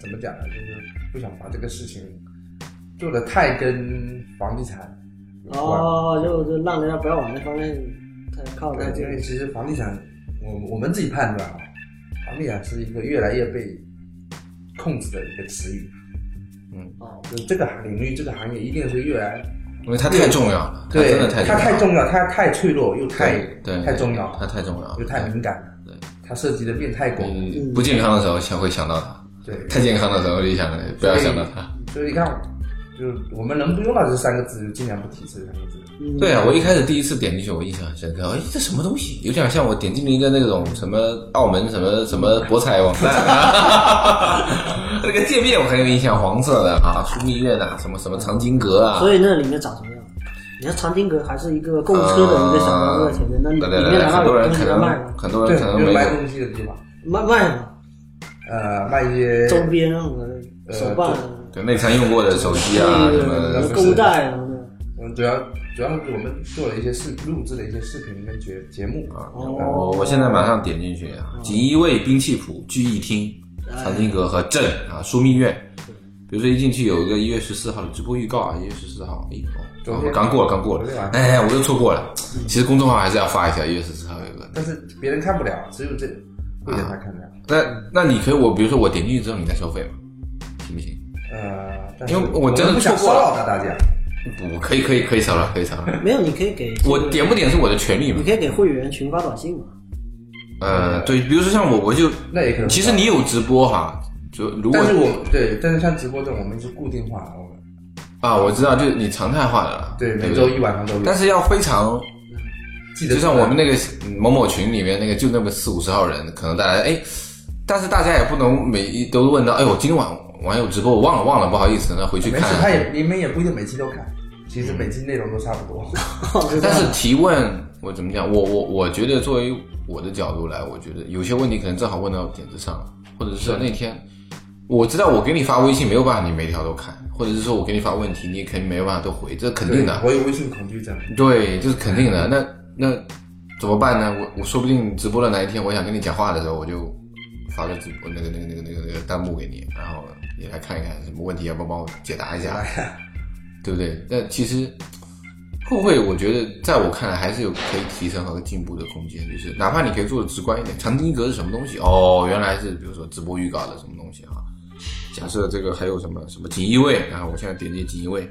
[SPEAKER 3] 怎么讲呢，就是不想把这个事情做的太跟房地产有关。
[SPEAKER 2] 哦，就就让人家不要往那方面太靠太
[SPEAKER 3] 对，
[SPEAKER 2] 近
[SPEAKER 3] 因。为其实房地产，我我们自己判断啊，房地产是一个越来越被控制的一个词语，
[SPEAKER 2] 哦，
[SPEAKER 3] 就是这个行领域、这个行业一定是越来
[SPEAKER 4] 因为它太重要了，它
[SPEAKER 3] 对
[SPEAKER 4] 真的太
[SPEAKER 3] 它太
[SPEAKER 4] 了
[SPEAKER 3] 重要，它太脆弱又太
[SPEAKER 4] 对对
[SPEAKER 3] 太重要，
[SPEAKER 4] 它太重要了，
[SPEAKER 3] 又太敏感了，
[SPEAKER 4] 对，嗯
[SPEAKER 3] 它涉及的面太广，
[SPEAKER 4] 你不健康的时候想会想到它，
[SPEAKER 3] 对，
[SPEAKER 4] 太健康的时候就想不要想到它。
[SPEAKER 3] 所以你看，就是我们能不用到这三个字，就尽量不提这三个字。
[SPEAKER 2] 嗯
[SPEAKER 4] 对啊，我一开始第一次点进去，我印象很深刻。哎，这什么东西？有点像我点进了一个那种什么澳门什么什么博彩网站，那个界面我很有印象，黄色的啊，枢密院啊，什么什么藏经阁啊。
[SPEAKER 2] 所以那里面长什么样？你看藏经阁还是一个购物车的一个小房子在前面，那里
[SPEAKER 4] 呃对对
[SPEAKER 2] 面
[SPEAKER 4] 对，
[SPEAKER 2] 难
[SPEAKER 4] 很
[SPEAKER 2] 道
[SPEAKER 4] 多
[SPEAKER 2] 有
[SPEAKER 4] 人
[SPEAKER 2] 东
[SPEAKER 4] 可
[SPEAKER 2] 西在
[SPEAKER 4] 能
[SPEAKER 2] 卖吗？
[SPEAKER 4] 很多
[SPEAKER 3] 对，
[SPEAKER 4] 人可能
[SPEAKER 3] 就是
[SPEAKER 4] 没
[SPEAKER 3] 卖
[SPEAKER 4] 有
[SPEAKER 3] 东西的地方，
[SPEAKER 2] 卖卖什么？
[SPEAKER 3] 呃，卖一些
[SPEAKER 2] 周边什么的
[SPEAKER 3] 呃
[SPEAKER 2] 手办啊、
[SPEAKER 4] 对内参用过的手机啊
[SPEAKER 2] 那
[SPEAKER 4] 什
[SPEAKER 2] 个
[SPEAKER 4] 么
[SPEAKER 2] 什么购物袋啊什么的。
[SPEAKER 3] 嗯，主要主要是我们做了一些视录制的一些视频跟节节目啊，
[SPEAKER 4] 我我现在马上点进去啊，锦衣卫兵器谱、聚义厅、藏经阁和镇啊枢密院。比如说一进去有一个一月十四号的直播预告啊，一月十四号，哎
[SPEAKER 3] 昨
[SPEAKER 4] 哦，
[SPEAKER 3] 天
[SPEAKER 4] 刚过了，刚过了
[SPEAKER 3] 昨天晚，上
[SPEAKER 4] 哎，我又错过了。其实公众号还是要发一下，一月十四号有个。
[SPEAKER 3] 但是别人看不了，只有这会员
[SPEAKER 4] 啊
[SPEAKER 3] 才看得了。
[SPEAKER 4] 那那你可以我比如说我点进去之后你再收费嘛，行不行？
[SPEAKER 3] 呃，但
[SPEAKER 4] 因为我真的
[SPEAKER 3] 们不想
[SPEAKER 4] 错
[SPEAKER 3] 骚
[SPEAKER 4] 过
[SPEAKER 3] 扰
[SPEAKER 4] 了
[SPEAKER 3] 到大家，
[SPEAKER 4] 不，可以可以可以少了，可以少了。
[SPEAKER 2] 没有，你可以给
[SPEAKER 4] 我点不点是我的权利嘛
[SPEAKER 2] 你。可以给会员群发短信嘛？
[SPEAKER 4] 呃，对，比如说像我，我就
[SPEAKER 3] 那也可能
[SPEAKER 4] 其实你有直播哈，就如果
[SPEAKER 3] 但是我对，但是像直播这种，我们是固定化的，我们
[SPEAKER 4] 啊，我知道，就是你常态化的了，
[SPEAKER 3] 对
[SPEAKER 4] 不
[SPEAKER 3] 每周一晚上都有。
[SPEAKER 4] 但是要非常，
[SPEAKER 3] 记得
[SPEAKER 4] 就像我们那个某某群里面那个，就那么四五十号人，可能大家哎，但是大家也不能每一都问到，哎，我今晚网友直播我忘了忘了，不好意思，那回去
[SPEAKER 3] 没
[SPEAKER 4] 看
[SPEAKER 3] 事，。他也你们也不一定每期都看，其实每期内容都差不多。
[SPEAKER 4] 但是提问我怎么讲？我我我觉得作为我的角度来，我觉得有些问题可能正好问到点子上了，或者是说那天我知道我给你发微信没有办法你每条都看，或者是说我给你发问题你也肯定没有办法都回，这肯定的。
[SPEAKER 3] 我有微信恐惧症，
[SPEAKER 4] 对，这是肯定的。那那怎么办呢？我我说不定直播的哪一天，我想跟你讲话的时候，我就发个直播那个那个那个那个那个弹幕给你，然后你来看一看什么问题，要不要帮我解答一下，对不对？那其实会不会？我觉得在我看来，还是有可以提升和进步的空间。就是哪怕你可以做的直观一点，长丁格是什么东西？哦，原来是比如说直播预告的什么东西啊。假设这个还有什么什么锦衣卫，然后我现在点击锦衣卫，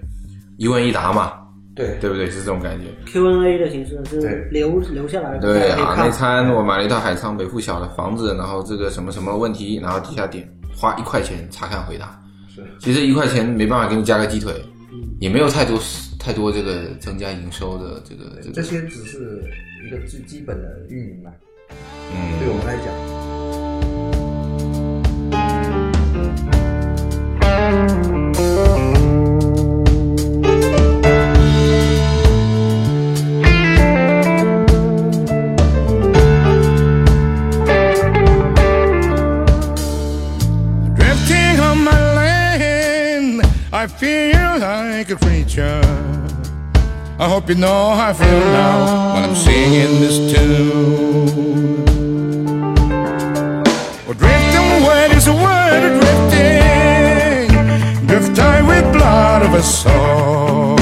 [SPEAKER 4] 一问一答嘛，
[SPEAKER 3] 对
[SPEAKER 4] 对不对？是这种感觉。
[SPEAKER 2] Q&A 的形式，就是
[SPEAKER 3] 对
[SPEAKER 2] 留留下来，
[SPEAKER 4] 对
[SPEAKER 2] 大家可
[SPEAKER 4] 啊
[SPEAKER 2] 以，
[SPEAKER 4] 那
[SPEAKER 2] 看
[SPEAKER 4] 餐我买了一套海沧北附小的房子，然后这个什么什么问题，然后底下点花一块钱查看回答。
[SPEAKER 3] 是
[SPEAKER 4] 其实一块钱没办法给你加个鸡腿，也没有太多太多这个增加营收的这个这
[SPEAKER 3] 这
[SPEAKER 4] 个
[SPEAKER 3] 些只是一个最基本的运营吧，对
[SPEAKER 4] 嗯
[SPEAKER 3] 我们来讲。
[SPEAKER 6] Drifting on my land, I feel like a creature. I hope you know how I feel now when I'm singing this tune. Well, drifting, what is a word of drifting? Drift I with blood of a soul.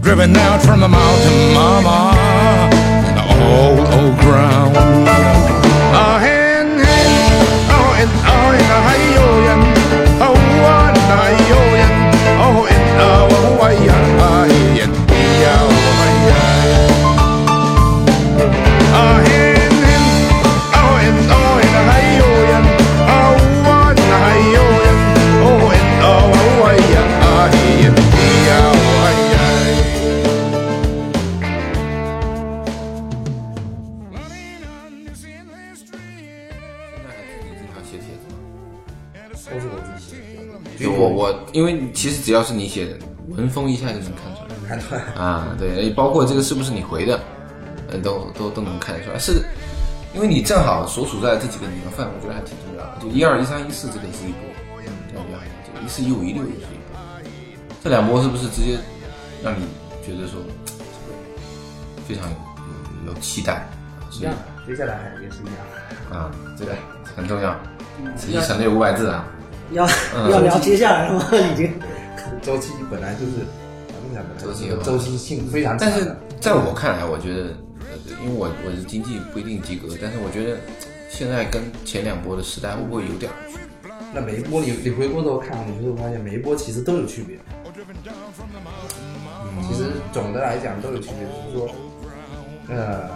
[SPEAKER 6] Driven out from the mountain, mama, and the old, old ground. Oh, hen, hen, oh, and oh, and a hi-yo-yan. Oh, what a hi-yo-yan. Oh, and oh, oh, hi-yan, hi-yan, hi-yan, hi-yan. Oh, hen, hen, oh, and oh, and a hi-yo-yan. Oh, what a hi-yo-yan. Oh, and oh, oh, hi-yan, hi-yan, hi-yan, hi-yan. Running on this endless dream.
[SPEAKER 4] 那还是你经常写帖子吗？
[SPEAKER 3] 都是我自己写
[SPEAKER 4] 就我我，因为其实只要是你写的，文风一下就能看出来。
[SPEAKER 3] 的，看出来。
[SPEAKER 4] 啊，对，包括这个是不是你回的，嗯，都都都能看得出来，是因为你正好所处在这几个年份，我觉得还挺重要的。就一二、一三、一四这个是一波，对比较一四、一五、一六也是一波，这两波是不是直接让你觉得说这个非常有有有期待？
[SPEAKER 3] 一
[SPEAKER 4] 所以
[SPEAKER 3] 样的，嗯接下来也是一样的。
[SPEAKER 4] 啊，这个很重要，
[SPEAKER 3] 嗯
[SPEAKER 4] 是一省略五百字啊。
[SPEAKER 2] 要要聊接下来了吗？已经
[SPEAKER 3] 周期本来就是，咱们讲本来
[SPEAKER 4] 周
[SPEAKER 3] 就
[SPEAKER 4] 期
[SPEAKER 3] 是
[SPEAKER 4] 有
[SPEAKER 3] 一个周期性非常
[SPEAKER 4] 但
[SPEAKER 3] 长
[SPEAKER 4] 是
[SPEAKER 3] 的，
[SPEAKER 4] 在我看来，我觉得，呃，因为我我是经济不一定及格，但是我觉得现在跟前两波的时代会不会有点儿区别？
[SPEAKER 3] 那每一波你你回过头看，你就会发现每一波其实都有区别。嗯其实总的来讲都有区别，就是说，呃，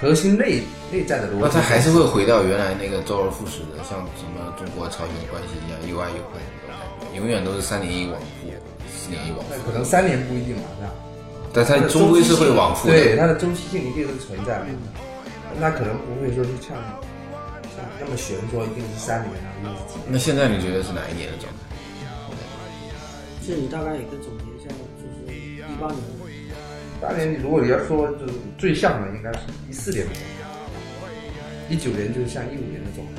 [SPEAKER 3] 核心内内在的逻辑，
[SPEAKER 4] 那它还是会回到原来那个周而复始的，像什么中国朝鲜关系一样又爱又恨那种感觉，永远都是三年一往复，四年一往
[SPEAKER 3] 那
[SPEAKER 4] 复，
[SPEAKER 3] 可能三年不一定嘛，是吧？
[SPEAKER 4] 但它
[SPEAKER 3] 它的周期性
[SPEAKER 4] 终归是会往复的。
[SPEAKER 3] 对，它的周期性一定是存在的。那可能不会说是像像那么悬说一定是三年啊，一定是几年。
[SPEAKER 4] 那现在你觉得是哪一年的状态？
[SPEAKER 2] 这你大概也可以总结一下，就是一八年，
[SPEAKER 3] 当年如果你要说就是最像的，应该是一四年的状态，一九年就是像一五年的状态，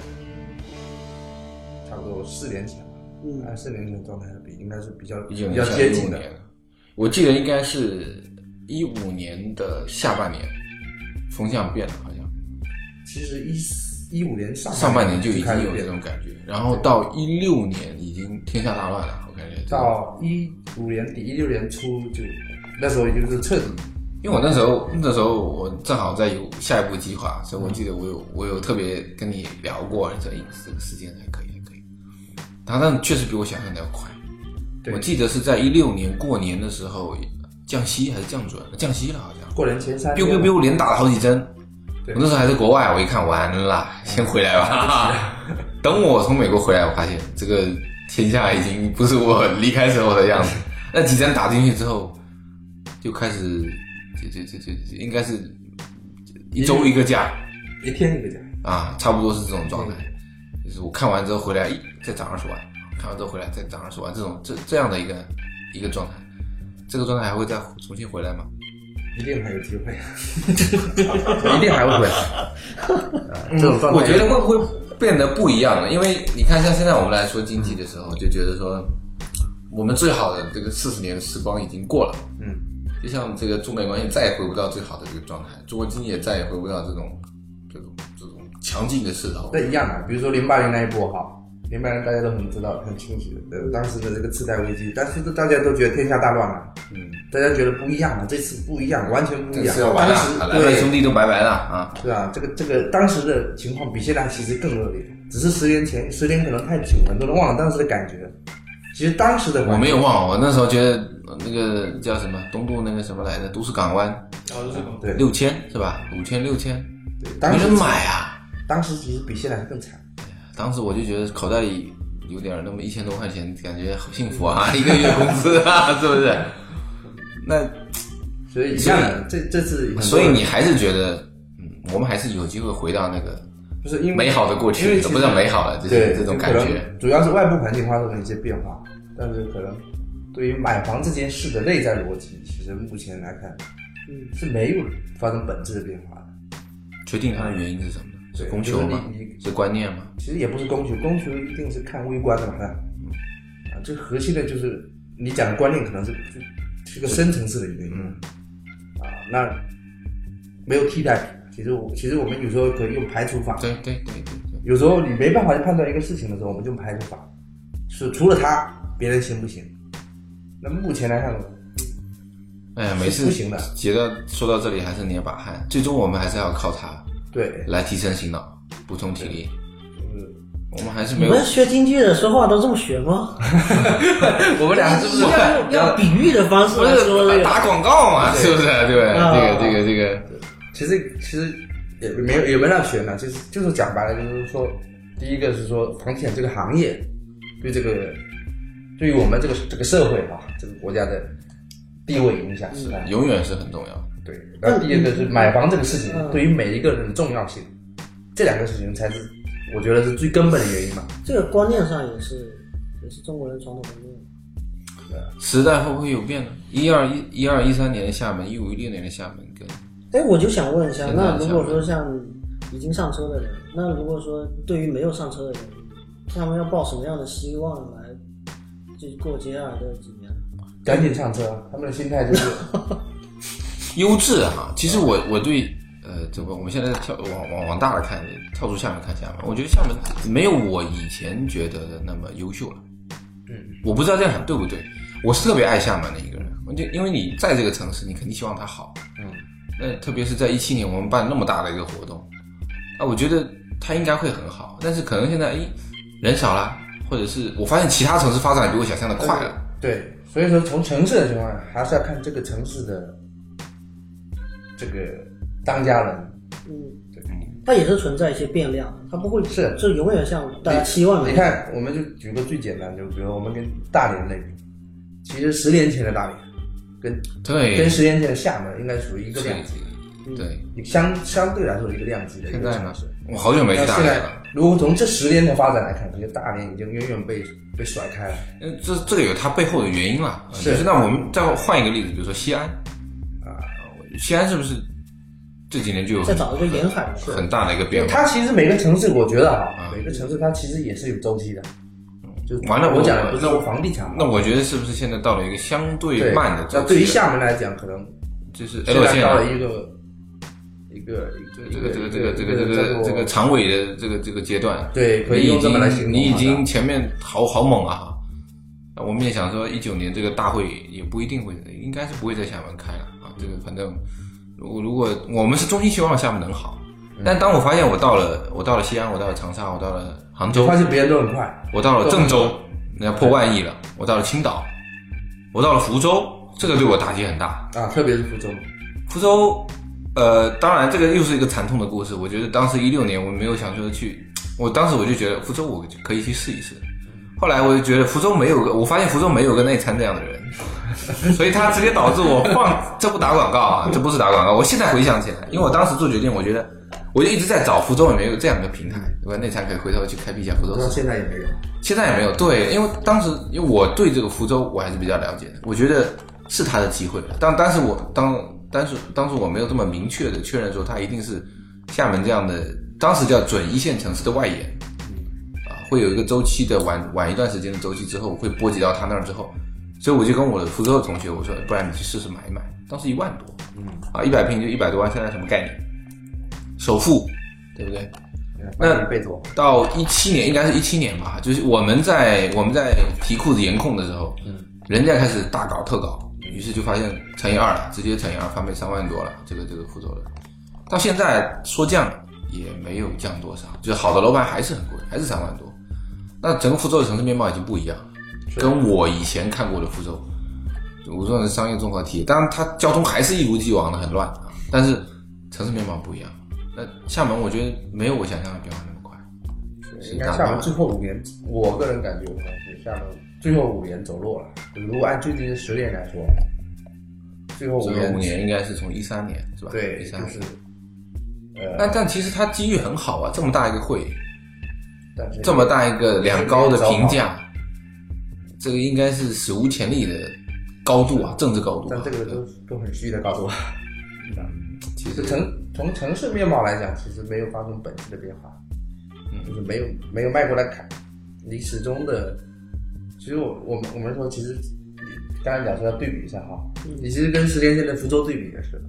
[SPEAKER 3] 差不多四年前吧。
[SPEAKER 2] 嗯
[SPEAKER 3] 按四年前的状态比，应该是比较
[SPEAKER 4] 一
[SPEAKER 3] 比
[SPEAKER 4] 九
[SPEAKER 3] 较
[SPEAKER 4] 年
[SPEAKER 3] 接近的。
[SPEAKER 4] 年，我记得应该是一五年的下半年，风向变了，好像。
[SPEAKER 3] 其实一四一五年上
[SPEAKER 4] 上半
[SPEAKER 3] 半
[SPEAKER 4] 年就已
[SPEAKER 3] 开
[SPEAKER 4] 经
[SPEAKER 3] 始
[SPEAKER 4] 有这
[SPEAKER 3] 变
[SPEAKER 4] 种感觉，然后到一六年已经天下大乱了，我感觉。
[SPEAKER 3] 到一五年底一六年初就那时候也就是彻底
[SPEAKER 4] 因为我那时候那时候我正好在有下一步计划，所以我记得我有我有特别跟你聊过，这一这个时间还可以还可以，他但确实比我想象的要快。
[SPEAKER 3] 对
[SPEAKER 4] 我记得是在一六年过年的时候降息还是降准了，降息了好像，
[SPEAKER 3] 过年前三
[SPEAKER 4] biu
[SPEAKER 3] 天
[SPEAKER 4] biu biu 连打了好几针，
[SPEAKER 3] 对
[SPEAKER 4] 我那时候还在国外，我一看完了，先回来吧。 等我从美国回来，我发现这个天下已经不是我离开时候的样子。那几张打进去之后，就开始就就就就就应该是一周一个价
[SPEAKER 3] 一天一个价，
[SPEAKER 4] 啊，差不多是这种状态。就是我看完之后回来，一再涨二十万，看完之后回来再涨二十万，这种这这样的一个一个状态，这个状态还会再重新回来吗？
[SPEAKER 3] 一定还有机 会。
[SPEAKER 1] 一定还会 回来。啊
[SPEAKER 3] 嗯
[SPEAKER 1] 这种状态，
[SPEAKER 4] 我觉得会不会变得不一样了？因为你看，像现在我们来说经济的时候，就觉得说，我们最好的这个四十年的时光已经过了，
[SPEAKER 3] 嗯，
[SPEAKER 4] 就像这个中美关系再也回不到最好的这个状态，中国经济也再也回不到这种这种这种强劲的势头。
[SPEAKER 3] 那一样的，比如说零八年那一波哈，零八年大家都很知道、很清楚的，呃当时的这个次贷危机，但是大家都觉得天下大乱了，
[SPEAKER 4] 嗯，
[SPEAKER 3] 大家觉得不一样了，这次不一样，完全不
[SPEAKER 4] 这
[SPEAKER 3] 一
[SPEAKER 4] 个
[SPEAKER 3] 样
[SPEAKER 4] 是要。完
[SPEAKER 3] 当
[SPEAKER 4] 了
[SPEAKER 3] 时，
[SPEAKER 4] 好了
[SPEAKER 3] 对
[SPEAKER 4] 兄弟都拜拜了啊！
[SPEAKER 3] 是啊，这个这个当时的情况比现在其实更恶劣，只是十年前，十年可能太久了，很多人忘了当时的感觉。其实当时的
[SPEAKER 4] 我
[SPEAKER 3] 环
[SPEAKER 4] 没
[SPEAKER 3] 境
[SPEAKER 4] 有忘，我那时候觉得呃那个叫什么东渡那个什么来着，都市港湾
[SPEAKER 5] 然后就是
[SPEAKER 3] 对
[SPEAKER 4] 六千是吧？五千六千，
[SPEAKER 3] 对
[SPEAKER 4] 没
[SPEAKER 3] 当时
[SPEAKER 4] 人买啊。
[SPEAKER 3] 当时其实比现在更惨。
[SPEAKER 4] 当时我就觉得口袋里有点儿那么一千多块钱，感觉好幸 福啊，一个月工资啊，是不是？那
[SPEAKER 3] 所以一样的，这这次很多
[SPEAKER 4] 所以
[SPEAKER 3] 人
[SPEAKER 4] 你还是觉得，嗯，我们还是有机会回到那个
[SPEAKER 3] 不是因为
[SPEAKER 4] 美好的过
[SPEAKER 3] 因为
[SPEAKER 4] 去，
[SPEAKER 3] 其实
[SPEAKER 4] 不是美好了，就是
[SPEAKER 3] 对
[SPEAKER 4] 这种
[SPEAKER 3] 就
[SPEAKER 4] 感
[SPEAKER 3] 可能
[SPEAKER 4] 觉。
[SPEAKER 3] 主要是外部环境发生了一些变化，但是可能对于买房这件事的内在逻辑，其实目前来看，
[SPEAKER 2] 嗯
[SPEAKER 3] 是没有发生本质的变化的。
[SPEAKER 4] 决定它的原因是什么呢？是
[SPEAKER 3] 对
[SPEAKER 4] 供
[SPEAKER 3] 就是
[SPEAKER 4] 求吗
[SPEAKER 3] 你你？
[SPEAKER 4] 是观念吗？
[SPEAKER 3] 其实也不是供求，供求一定是看微观的嘛，是吧啊，最核心的就是你讲的观念可能是是个深层次的一个原
[SPEAKER 4] 嗯
[SPEAKER 3] 因啊，那没有替代品。其实我其实我们有时候可以用排除法，
[SPEAKER 4] 对对对对对，
[SPEAKER 3] 有时候你没办法去判断一个事情的时候，我们就用排除法，是除了他，别人行不行？那目前来看，
[SPEAKER 4] 哎呀，每次
[SPEAKER 3] 不行的
[SPEAKER 4] 觉得说到这里还是捏把汗，最终我们还是要靠它
[SPEAKER 3] 对，
[SPEAKER 4] 来提升醒脑，补充体力。
[SPEAKER 3] 就是
[SPEAKER 4] 我们还是没
[SPEAKER 2] 你
[SPEAKER 4] 有
[SPEAKER 2] 们学经济的说话都这么学吗？
[SPEAKER 4] 我们俩是不是
[SPEAKER 2] 要用要用比喻的方式
[SPEAKER 4] 不
[SPEAKER 2] 来说这
[SPEAKER 3] 啊
[SPEAKER 4] 是
[SPEAKER 2] 个？
[SPEAKER 4] 打广
[SPEAKER 5] 啊
[SPEAKER 4] 告嘛，是不是？对不对？
[SPEAKER 2] 啊
[SPEAKER 4] 这个这个这个，
[SPEAKER 3] 其实其实也没有也没让学呢，就是就是讲白了，就是说，第一个是说房地产这个行业对这个对于我们这个这个社会啊，这个国家的地位影响是吧？
[SPEAKER 4] 永远是很重要的。
[SPEAKER 3] 对，然后嗯第二个是买房这个事情
[SPEAKER 2] 嗯
[SPEAKER 3] 对于每一个人的重要性，这两个事情才是我觉得是最根本的原因嘛。
[SPEAKER 2] 这个观念上也是也是中国人传统观念。
[SPEAKER 4] 时代会不会有变呢？一二一一二一三年的厦门，一五一六年的厦门跟
[SPEAKER 2] 哎，我就想问一下，
[SPEAKER 4] 现在
[SPEAKER 2] 那如果
[SPEAKER 4] 想
[SPEAKER 2] 说像已经上车的人，那如果说对于没有上车的人，他们要抱什么样的希望来就过接下来的几年？
[SPEAKER 3] 赶紧上车，他们的心态 就是
[SPEAKER 4] 优质哈、其实我我对呃，这个我们现在跳往往往大了看，跳出厦门看厦门，我觉得厦门没有我以前觉得的那么优秀了。嗯，我不知道这样想对不对，我是特别爱厦门的一个人，我就因为你在这个城市，你肯定希望它好。
[SPEAKER 3] 嗯。
[SPEAKER 4] 那特别是在一七年我们办那么大的一个活动，啊，我觉得它应该会很好，但是可能现在哎人少了，或者是我发现其他城市发展得比我想象的快了。
[SPEAKER 3] 对，所以说从城市的情况下，还是要看这个城市的这个当家人。
[SPEAKER 2] 嗯，它也是存在一些变量，它不会
[SPEAKER 3] 是
[SPEAKER 2] 就永远像大家期望的
[SPEAKER 3] 你
[SPEAKER 2] 一样。
[SPEAKER 3] 看，我们就举个最简单的，就比如我们跟大连类比，其实十年前的大连，跟
[SPEAKER 4] 对，
[SPEAKER 3] 跟十年前的厦门应该属于一个
[SPEAKER 4] 对
[SPEAKER 3] 量级，
[SPEAKER 4] 对，
[SPEAKER 3] 相相对来说是一个量级的一
[SPEAKER 4] 现
[SPEAKER 3] 个
[SPEAKER 4] 在
[SPEAKER 3] 城
[SPEAKER 4] 呢
[SPEAKER 3] 市。，
[SPEAKER 4] 我好久没去
[SPEAKER 3] 那
[SPEAKER 4] 大
[SPEAKER 3] 现
[SPEAKER 4] 连
[SPEAKER 3] 在
[SPEAKER 4] 了。，
[SPEAKER 3] 如果从这十年的发展来看，其实大连已经远远被被甩开了。
[SPEAKER 4] 嗯，这这个有它背后的原因啦。呃
[SPEAKER 3] 是
[SPEAKER 4] 就是那我们再换一个例子，比如说西安，啊，西安是不是这几年就有
[SPEAKER 2] 再找一个沿海的，
[SPEAKER 4] 很大的一个变化？
[SPEAKER 3] 它其实每个城市，我觉得哈
[SPEAKER 4] 啊，
[SPEAKER 3] 每个城市它其实也是有周期的。就是
[SPEAKER 4] 完了
[SPEAKER 3] 我
[SPEAKER 4] 我
[SPEAKER 3] 讲的不是
[SPEAKER 4] 那我
[SPEAKER 3] 房地产嘛，
[SPEAKER 4] 那我觉得是不是现在到了一个相对
[SPEAKER 3] 对
[SPEAKER 4] 慢的周
[SPEAKER 3] 那
[SPEAKER 4] 期？
[SPEAKER 3] 对于厦门来讲，可能
[SPEAKER 4] 就是
[SPEAKER 3] 现
[SPEAKER 4] L
[SPEAKER 3] 在
[SPEAKER 4] 线
[SPEAKER 3] 到
[SPEAKER 4] 啊
[SPEAKER 3] 了一个一个一
[SPEAKER 4] 这
[SPEAKER 3] 个
[SPEAKER 4] 个这个这个这
[SPEAKER 3] 一
[SPEAKER 4] 个这
[SPEAKER 3] 叫
[SPEAKER 4] 个
[SPEAKER 3] 做
[SPEAKER 4] 这个长尾的这个这个阶段，
[SPEAKER 3] 对，可以
[SPEAKER 4] 你
[SPEAKER 3] 用
[SPEAKER 4] 已
[SPEAKER 3] 这么来形
[SPEAKER 4] 经
[SPEAKER 3] 容。
[SPEAKER 4] 你已经前面好好猛啊！那我们也想说，一九年这个大会也不一定会，应该是不会在厦门开了啊。这个反正，如果如果我们是衷心希望厦门能好，
[SPEAKER 3] 嗯
[SPEAKER 4] 但当我发现我到了我到了西安，我到了长沙，我到了杭州
[SPEAKER 3] 我，发现别人都很快，
[SPEAKER 4] 我到了郑州，人家破万亿了，我到了青岛，我到了福州，这个对我打击很大。
[SPEAKER 3] 啊，特别是福州，
[SPEAKER 4] 福州呃，当然这个又是一个惨痛的故事。我觉得当时一六年我没有想说去，我当时我就觉得福州我可以去试一试。后来我就觉得福州没有个，我发现福州没有个内参这样的人，所以他直接导致我放，这不打广告啊，这不是打广告。我现在回想起来，因为我当时做决定，我觉得我就一直在找福州有没有这样一个平台，对吧？内参可以回头去开辟一下福州
[SPEAKER 3] 我
[SPEAKER 4] 市
[SPEAKER 3] 到
[SPEAKER 4] 场。
[SPEAKER 3] 现在也没有。
[SPEAKER 4] 现在也没有对，因为当时因为我对这个福州我还是比较了解的，我觉得是他的机会，但但是我当但是当时我没有这么明确的确认说他一定是厦门这样的，当时叫准一线城市的外延，啊，会有一个周期的晚晚一段时间的周期之后会波及到他那儿之后，所以我就跟我的福州的同学我说，哎不然你去试试买一买，当时一万多，嗯，啊，一百平就一百多万，现在什么概念？首付，对不对？那
[SPEAKER 3] 一辈子我
[SPEAKER 4] 到一七年，应该是一七年吧，就是我们在我们在提裤子严控的时候，嗯，人家开始大搞特搞，于是就发现乘以二了，直接乘以二翻倍三万多了，这个这个福州的，到现在说降也没有降多少，就是好的楼盘还是很贵，还是三万多，那整个福州的城市面貌已经不一样了，跟我以前看过的福州，无论是商业综合体，当然它交通还是一如既往的很乱，但是城市面貌不一样。那厦门我觉得没有我想象的变化那么快。
[SPEAKER 3] 应该厦门最后五年，我个人感觉，我可能是厦门最后五年走弱了。就如果按最近的十年来说，最后五
[SPEAKER 4] 这
[SPEAKER 3] 年，
[SPEAKER 4] 个五年应该是从一三年是吧？
[SPEAKER 3] 对，
[SPEAKER 4] 一
[SPEAKER 3] 就
[SPEAKER 4] 三
[SPEAKER 3] 是
[SPEAKER 4] 年。，
[SPEAKER 3] 呃，
[SPEAKER 4] 但但其实它机遇很好啊，这么大一个会，
[SPEAKER 3] 但是
[SPEAKER 4] 这么大一个两高的评价，这个应该是史无前例的高度啊，政治高度、啊
[SPEAKER 3] 但。这个都都很虚的告诉我，
[SPEAKER 4] 其
[SPEAKER 3] 就
[SPEAKER 4] 实
[SPEAKER 3] 城从城市面貌来讲，其实没有发生本质的变化，
[SPEAKER 4] 嗯
[SPEAKER 3] 就是没有没有迈过来坎，你始终的，其实我我们我们说，其实你刚才讲说要对比一下哈，你其实跟十年前的福州对比也是，